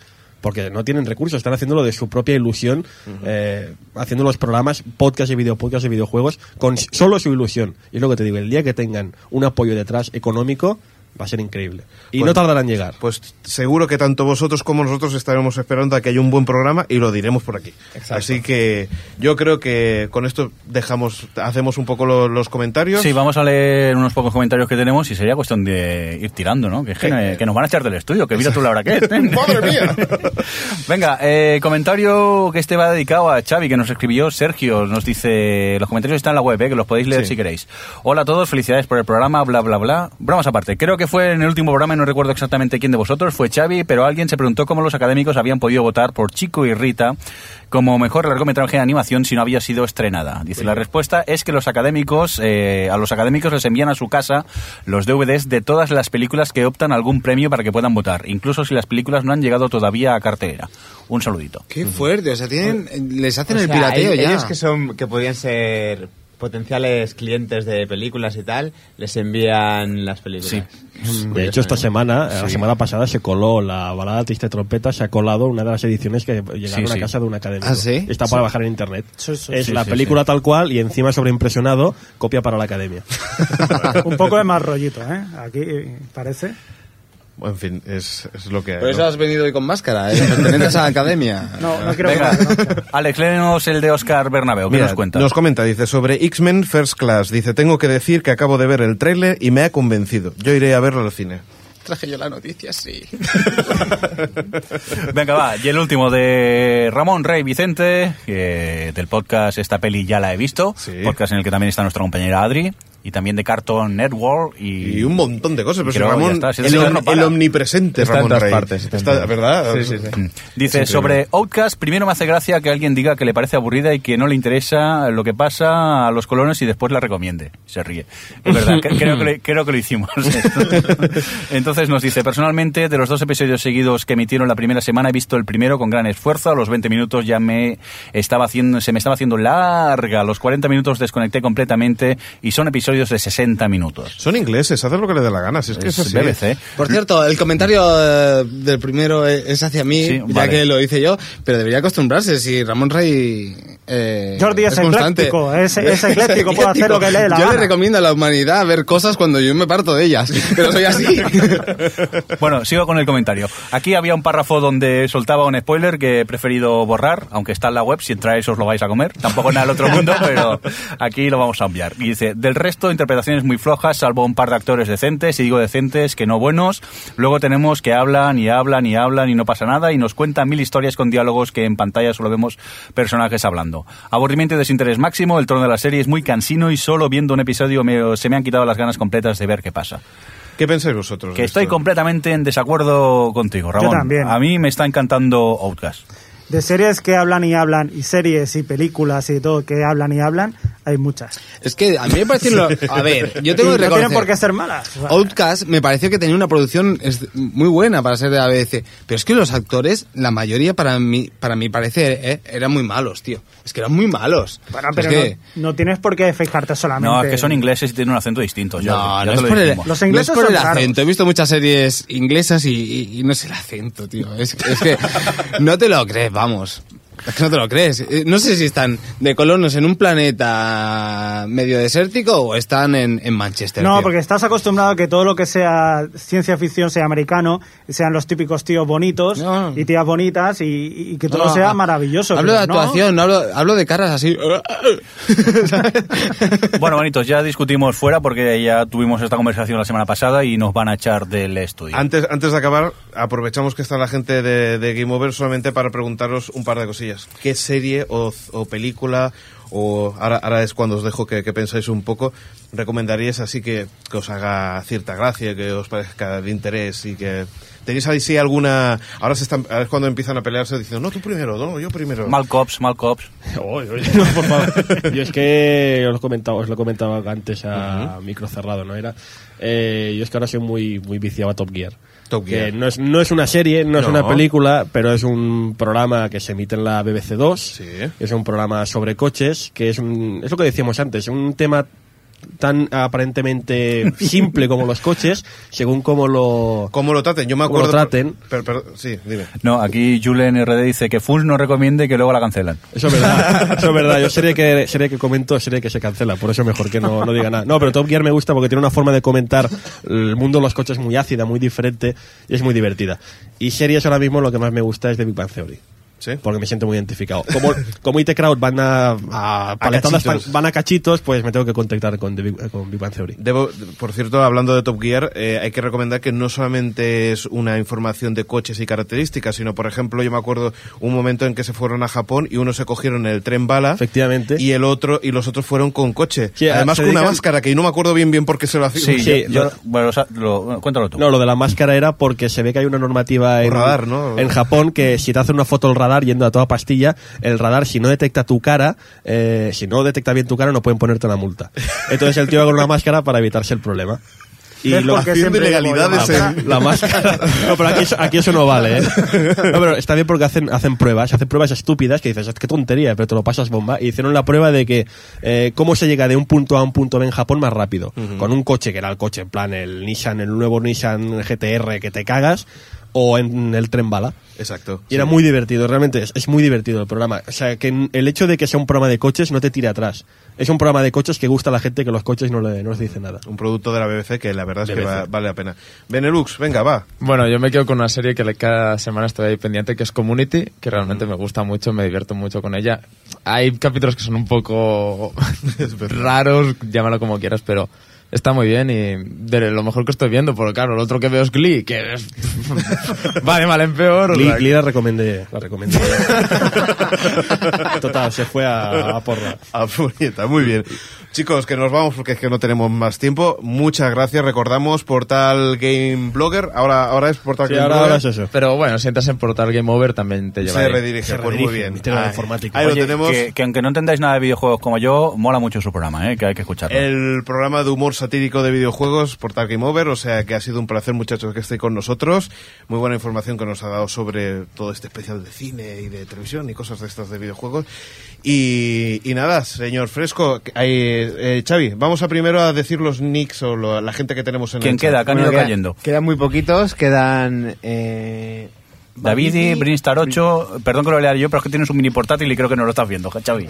Speaker 7: porque no tienen recursos, están haciéndolo de su propia ilusión, eh, haciendo los programas, podcast y videopodcast y videojuegos, con s- solo su ilusión. Y es lo que te digo, el día que tengan un apoyo detrás económico, va a ser increíble. Y
Speaker 2: Pues-
Speaker 7: no tardarán en llegar.
Speaker 2: Pues seguro que tanto vosotros como nosotros estaremos esperando a que haya un buen programa y lo diremos por aquí. Así que yo creo que con esto dejamos, hacemos un poco lo- los comentarios.
Speaker 5: Sí, vamos a leer unos pocos comentarios que tenemos y sería cuestión de ir tirando, ¿no? Que, es que- que nos van a echar del estudio, que mira tú la
Speaker 2: (laughs)
Speaker 5: hora que es. ¿eh?
Speaker 2: ¡Madre mía!
Speaker 5: (laughs) Venga, eh, comentario que este va dedicado a Xavi, que nos escribió Sergio. Nos dice, los comentarios están en la web, ¿eh? que los podéis leer
Speaker 2: Sí.
Speaker 5: si queréis. Hola a todos, felicidades por el programa, bla, bla, bla. Bromas aparte, creo que fue en el último programa, y no recuerdo exactamente quién de vosotros, fue Xavi, pero alguien se preguntó cómo los académicos habían podido votar por Chico y Rita como mejor largometraje de animación si no había sido estrenada. Dice, la respuesta es que los académicos, eh, a los académicos les envían a su casa los DVDs de todas las películas que optan a algún premio para que puedan votar, incluso si las películas no han llegado todavía a cartelera. Un saludito.
Speaker 14: Qué fuerte, o sea, tienen, les hacen
Speaker 6: O
Speaker 14: el
Speaker 6: sea,
Speaker 14: pirateo
Speaker 6: ellos-
Speaker 14: ya.
Speaker 6: Ellos que son que podían ser potenciales clientes de películas y tal, les envían las películas.
Speaker 14: Pues,
Speaker 7: Mm, De hecho, esta semana, eh, la
Speaker 6: Sí.
Speaker 7: semana pasada, se coló la balada Triste Trompeta, se ha colado una de las ediciones que llegaron
Speaker 14: Sí, sí.
Speaker 7: a casa de una academia.
Speaker 14: ¿Ah, sí?
Speaker 7: Está para
Speaker 14: Sí.
Speaker 7: bajar en internet.
Speaker 14: sí.
Speaker 7: es
Speaker 14: Sí,
Speaker 7: la
Speaker 14: sí,
Speaker 7: película
Speaker 14: sí.
Speaker 7: tal cual y encima sobreimpresionado, copia para la
Speaker 14: (laughs)
Speaker 7: academia.
Speaker 3: (laughs) Un poco de más rollito, ¿eh? Aquí eh, parece.
Speaker 2: En fin, es, es lo que hay.
Speaker 14: Por
Speaker 5: Pues
Speaker 2: ¿no?
Speaker 14: eso has venido hoy con
Speaker 6: (laughs)
Speaker 14: máscara, ¿eh? Perteneces a la academia.
Speaker 5: Venga, Alex, léenos el de Oscar Bernabeu, ¿qué
Speaker 2: Mira,
Speaker 5: nos cuenta?
Speaker 2: comenta, dice, sobre X-Men First Class. Dice, tengo que decir que acabo de ver el tráiler y me ha convencido. Yo iré a verlo al cine.
Speaker 14: Traje yo la noticia, sí.
Speaker 5: (laughs) Venga, va, y el último de Ramón Rey Vicente, que del podcast Esta Peli Ya La He Visto, podcast en el que también está nuestra compañera Adri, y también de Cartoon Network y...
Speaker 2: Y un montón de cosas, pero
Speaker 5: Creo,
Speaker 2: si Ramón,
Speaker 5: ya está, si
Speaker 2: el,
Speaker 5: este señor
Speaker 2: om-
Speaker 5: no para.
Speaker 2: el omnipresente
Speaker 5: Está en
Speaker 2: Ramón
Speaker 5: todas
Speaker 2: Rey.
Speaker 5: partes, está en
Speaker 2: Está-
Speaker 5: todas
Speaker 2: ¿Verdad?
Speaker 5: partes. Sí, sí, sí.
Speaker 2: Es
Speaker 5: Dice,
Speaker 2: Mm. increíble.
Speaker 5: sobre Outcast, primero me hace gracia que alguien diga que le parece aburrida y que no le interesa lo que pasa a los colonos y después la recomiende. Se ríe. Es verdad, cre- creo, que, le- creo que lo hicimos. (laughs) Entonces nos dice, personalmente, de los dos episodios seguidos que emitieron la primera semana, he visto el primero con gran esfuerzo. A los 20 minutos ya me estaba haciendo, se me estaba haciendo larga. A los 40 minutos desconecté completamente y son episodios de 60 minutos.
Speaker 2: Son ingleses, hacen lo que les dé la gana, si es que es así.
Speaker 5: BBC. ¿eh?
Speaker 14: Por cierto, el comentario eh, del primero e- es hacia mí,
Speaker 5: Sí,
Speaker 14: ya
Speaker 5: vale.
Speaker 14: que lo hice yo, pero debería acostumbrarse si Ramón Rey eh,
Speaker 3: Jordi es
Speaker 14: constante.
Speaker 3: ecléctico, es-
Speaker 14: (laughs)
Speaker 3: es ecléctico, puede hacer lo que le dé la
Speaker 14: Yo
Speaker 3: gana.
Speaker 14: le recomiendo a la humanidad ver cosas cuando yo me parto de ellas, pero soy
Speaker 3: (laughs)
Speaker 14: así.
Speaker 5: Bueno, sigo con el comentario. Aquí había un párrafo donde soltaba un spoiler que he preferido borrar, aunque está en la web, si entráis os lo vais a comer. Tampoco en el otro mundo, pero aquí lo vamos a enviar. Y dice, del resto, interpretaciones muy flojas, salvo un par de actores decentes, y digo decentes, que no buenos. Luego tenemos que hablan y hablan y hablan y no pasa nada, y nos cuentan mil historias con diálogos que en pantalla solo vemos personajes hablando. Aburrimiento y desinterés máximo, el tono de la serie es muy cansino y solo viendo un episodio me- se me han quitado las ganas completas de ver qué pasa.
Speaker 2: ¿Qué pensáis vosotros?
Speaker 5: Que
Speaker 2: de
Speaker 5: estoy
Speaker 2: Pues esto?
Speaker 5: completamente en desacuerdo contigo, Ramón.
Speaker 3: también.
Speaker 5: A mí me está encantando Outcast.
Speaker 3: De series que hablan y hablan, y series y películas y todo que hablan y hablan, hay muchas.
Speaker 14: Es que a mí me parece... lo- A ver, yo tengo que
Speaker 3: Y No tienen
Speaker 14: reconocer...
Speaker 3: por qué ser malas.
Speaker 14: Outcast me pareció que tenía una producción es- muy buena para ser de ABC, pero es que los actores, la mayoría para mí, para mi parecer, eh, eran muy malos, tío. Es que eran muy malos.
Speaker 3: Bueno,
Speaker 14: Es
Speaker 3: pero
Speaker 14: que-
Speaker 3: no, no tienes por qué fijarte solamente.
Speaker 5: No, es que son ingleses y tienen un acento distinto. yo-
Speaker 14: No,
Speaker 5: ya
Speaker 14: no
Speaker 5: te
Speaker 14: es
Speaker 5: lo
Speaker 14: por el,
Speaker 5: dijimos.
Speaker 14: no es por el
Speaker 3: son raros.
Speaker 14: acento. He visto muchas series inglesas y, y- y no es el acento, tío. Es, es que no te lo crees, vamos. Es que no te lo crees. Eh, No sé si están de colonos en un planeta medio desértico o están en, en Manchester.
Speaker 3: No,
Speaker 14: tío.
Speaker 3: porque estás acostumbrado a que todo lo que sea ciencia ficción sea americano, sean los típicos tíos bonitos y tías bonitas y, y que todo
Speaker 14: No,
Speaker 3: sea
Speaker 14: ah,
Speaker 3: maravilloso.
Speaker 14: Hablo de
Speaker 3: pero no.
Speaker 14: actuación, no hablo, hablo de caras
Speaker 3: (laughs)
Speaker 14: así. (laughs)
Speaker 5: Bueno, manitos, ya discutimos fuera porque ya tuvimos esta conversación la semana pasada y nos van a echar del estudio.
Speaker 2: Antes, antes de acabar, aprovechamos que está la gente de, de Game Over solamente para preguntaros un par de cosillas. ¿Qué serie o, o película, o ahora, ahora es cuando os dejo que, que pensáis un poco, recomendaríais así que, que os haga cierta gracia, que os parezca de interés y que... ¿Tenéis ahí sí alguna...? Ahora, se están, ahora es cuando empiezan a pelearse diciendo, no, tú primero, no, yo primero.
Speaker 5: Mal cops, mal cops.
Speaker 7: No, por favor. (laughs) Yo es que os, comentaba, os lo comentaba antes a micro cerrado, ¿no era? Eh, yo es que ahora soy muy, muy viciado a Top Gear.
Speaker 2: Top
Speaker 7: Que
Speaker 2: Gear.
Speaker 7: no, es, no es una serie, no, es
Speaker 2: No.
Speaker 7: una película, pero es un programa que se emite en la BBC 2. Es un programa sobre coches, que es, un, es lo que decíamos antes, un tema tan
Speaker 2: (laughs)
Speaker 7: aparentemente simple como los coches, según cómo lo...
Speaker 2: (laughs) ¿Cómo lo traten? Yo me acuerdo-
Speaker 7: lo traten.
Speaker 2: Pero, pero- sí, dime.
Speaker 5: No, aquí Julen RD dice que Full no recomiende que luego la cancelan.
Speaker 7: Eso es verdad, eso es verdad. Yo serie que, serie que comento, serie que se cancela, por eso mejor que no, no diga nada. No, pero Top Gear me gusta porque tiene una forma de comentar el mundo de los coches muy ácida, muy diferente y es muy divertida. Y series ahora mismo lo que más me gusta es The Big Bang Theory.
Speaker 2: ¿Eh?
Speaker 7: Porque me siento muy identificado. Como, como IT Crowd van a, a paletadas,
Speaker 2: cachitos.
Speaker 7: van a cachitos, pues me tengo que contactar con, The Big, con Big Bang Theory.
Speaker 2: Debo, por cierto, hablando de Top Gear, eh, hay que recomendar que no solamente es una información de coches y características, sino, por ejemplo, yo me acuerdo un momento en que se fueron a Japón y uno se cogieron el tren bala.
Speaker 7: Efectivamente.
Speaker 2: Y el otro, y los otros fueron con coche.
Speaker 7: Sí, ah,
Speaker 2: Además,
Speaker 7: se
Speaker 2: con una
Speaker 7: dedican-
Speaker 2: máscara, que no me acuerdo bien bien por qué se lo hacían.
Speaker 7: Sí, sí, yo-
Speaker 5: Bueno, o sea, lo- cuéntalo tú.
Speaker 7: No, lo de la máscara era porque se ve que hay una normativa en,
Speaker 2: radar, ¿no?
Speaker 7: en Japón que si te hace una foto el radar yendo a toda pastilla, el radar si no detecta tu cara, eh, si no detecta bien tu cara no pueden ponerte la multa. Entonces el tío va con una máscara para evitarse el problema.
Speaker 2: Es
Speaker 7: lo-
Speaker 2: porque Haciendo siempre ilegalidades llevo yo en-
Speaker 7: la máscara. No, pero aquí eso, aquí eso no vale, ¿eh? No, pero está bien porque hacen, hacen pruebas, hacen pruebas estúpidas que dices, qué tontería, pero te lo pasas bomba. Y hicieron la prueba de que eh, cómo se llega de un punto A a un punto B en Japón más rápido. Con un coche, que era el coche, en plan el Nissan, el nuevo Nissan GTR que te cagas, o en el tren bala.
Speaker 2: Exacto.
Speaker 7: Y era muy divertido, realmente es, es muy divertido el programa. O sea, que n- el hecho de que sea un programa de coches no te tira atrás. Es un programa de coches que gusta a la gente que los coches no, le, no les dice nada.
Speaker 2: Un producto de la BBC que la verdad es que
Speaker 7: BBC.
Speaker 2: va- vale la pena. Benelux, venga, va.
Speaker 13: Bueno, yo me quedo con una serie que le- cada semana estoy ahí pendiente, que es Community, que
Speaker 2: Mm.
Speaker 13: realmente me gusta mucho, me divierto mucho con ella. Hay capítulos que son un
Speaker 2: (laughs)
Speaker 13: poco raros, llámalo como quieras, pero está muy bien y de lo mejor que estoy viendo, porque claro, lo otro que veo es Glee, que
Speaker 2: (laughs)
Speaker 13: es... vale, mal en peor. o
Speaker 7: Glee,
Speaker 13: sea,
Speaker 7: Glee la recomendé, la recomendé. (laughs) Total, se fue a, a porra.
Speaker 2: A puñeta, muy bien. Chicos, que nos vamos porque es que no tenemos más tiempo. Muchas gracias. Recordamos Portal Game Blogger. Ahora, ahora es Portal Game Blogger.
Speaker 13: Pero bueno, si entras en Portal Game Over también te lleva
Speaker 2: Se
Speaker 13: ahí.
Speaker 2: redirige, Se pues muy redirige, bien. misterio de la Ahí. informática. Ahí lo
Speaker 5: Oye,
Speaker 2: tenemos.
Speaker 5: Que, que aunque no entendáis nada de videojuegos como yo, mola mucho su programa, ¿eh? que hay que escucharlo.
Speaker 2: El programa de humor satírico de videojuegos Portal Game Over, o sea que ha sido un placer muchachos que estéis con nosotros. Muy buena información que nos ha dado sobre todo este especial de cine y de televisión y cosas de estas de videojuegos. Y, y nada, señor Fresco, que- ahí, eh, Xavi, vamos a primero a decir los nicks o lo- la gente que tenemos en el chat.
Speaker 6: Bueno, queda- Quedan muy poquitos, quedan... eh,
Speaker 5: David y Brinstar 8, perdón que lo lea yo, pero es que tienes un mini portátil y creo que no lo estás viendo, Xavi.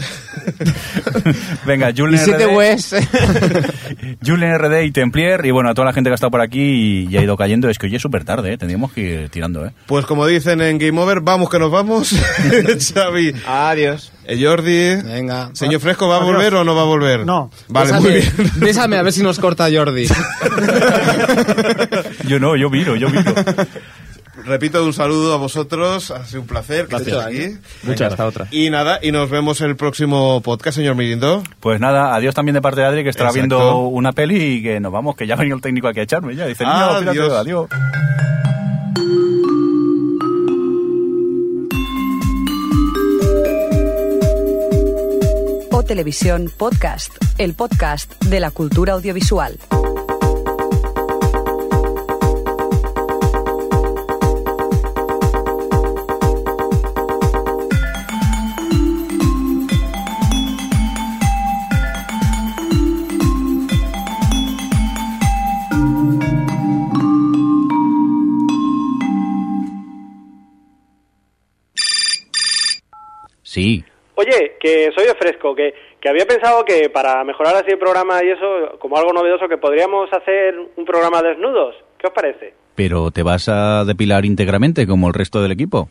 Speaker 5: Venga, Julen
Speaker 6: Y siete
Speaker 5: RD,
Speaker 6: Wes.
Speaker 5: (laughs)
Speaker 6: (laughs)
Speaker 5: Julen RD y Templier, y bueno, a toda la gente que ha estado por aquí y, y ha ido cayendo, es que hoy es súper tarde, ¿eh? tendríamos que ir tirando, ¿eh?
Speaker 2: Pues como dicen en Game Over, vamos que nos vamos. Xavi. eh,
Speaker 6: Adiós.
Speaker 2: Jordi.
Speaker 14: Venga.
Speaker 2: Señor Fresco, ¿va a volver o no va a volver? No. Vale, muy bien.
Speaker 14: Bésame a ver si nos corta Jordi.
Speaker 5: Yo no, yo miro, yo miro.
Speaker 2: Repito, un saludo a vosotros. Ha sido un placer que
Speaker 5: Gracias.
Speaker 2: estéis aquí.
Speaker 5: Venga, hasta otra.
Speaker 2: Y nada, y nos vemos en el próximo podcast, señor Mirindo.
Speaker 5: Pues nada, adiós también de parte de Adri, que estará
Speaker 2: Exacto.
Speaker 5: viendo una peli y que nos vamos, que ya ha venido el técnico aquí a echarme, ya dice, niño,
Speaker 2: Adiós.
Speaker 5: pírate, adiós.
Speaker 1: O Televisión Podcast, el podcast de la cultura audiovisual.
Speaker 5: Sí.
Speaker 3: Oye, que soy de fresco, que, que había pensado que para mejorar así el programa y eso, como algo novedoso, que podríamos hacer un programa desnudos. ¿Qué os parece?
Speaker 5: ¿Pero te vas a depilar íntegramente como el resto del equipo?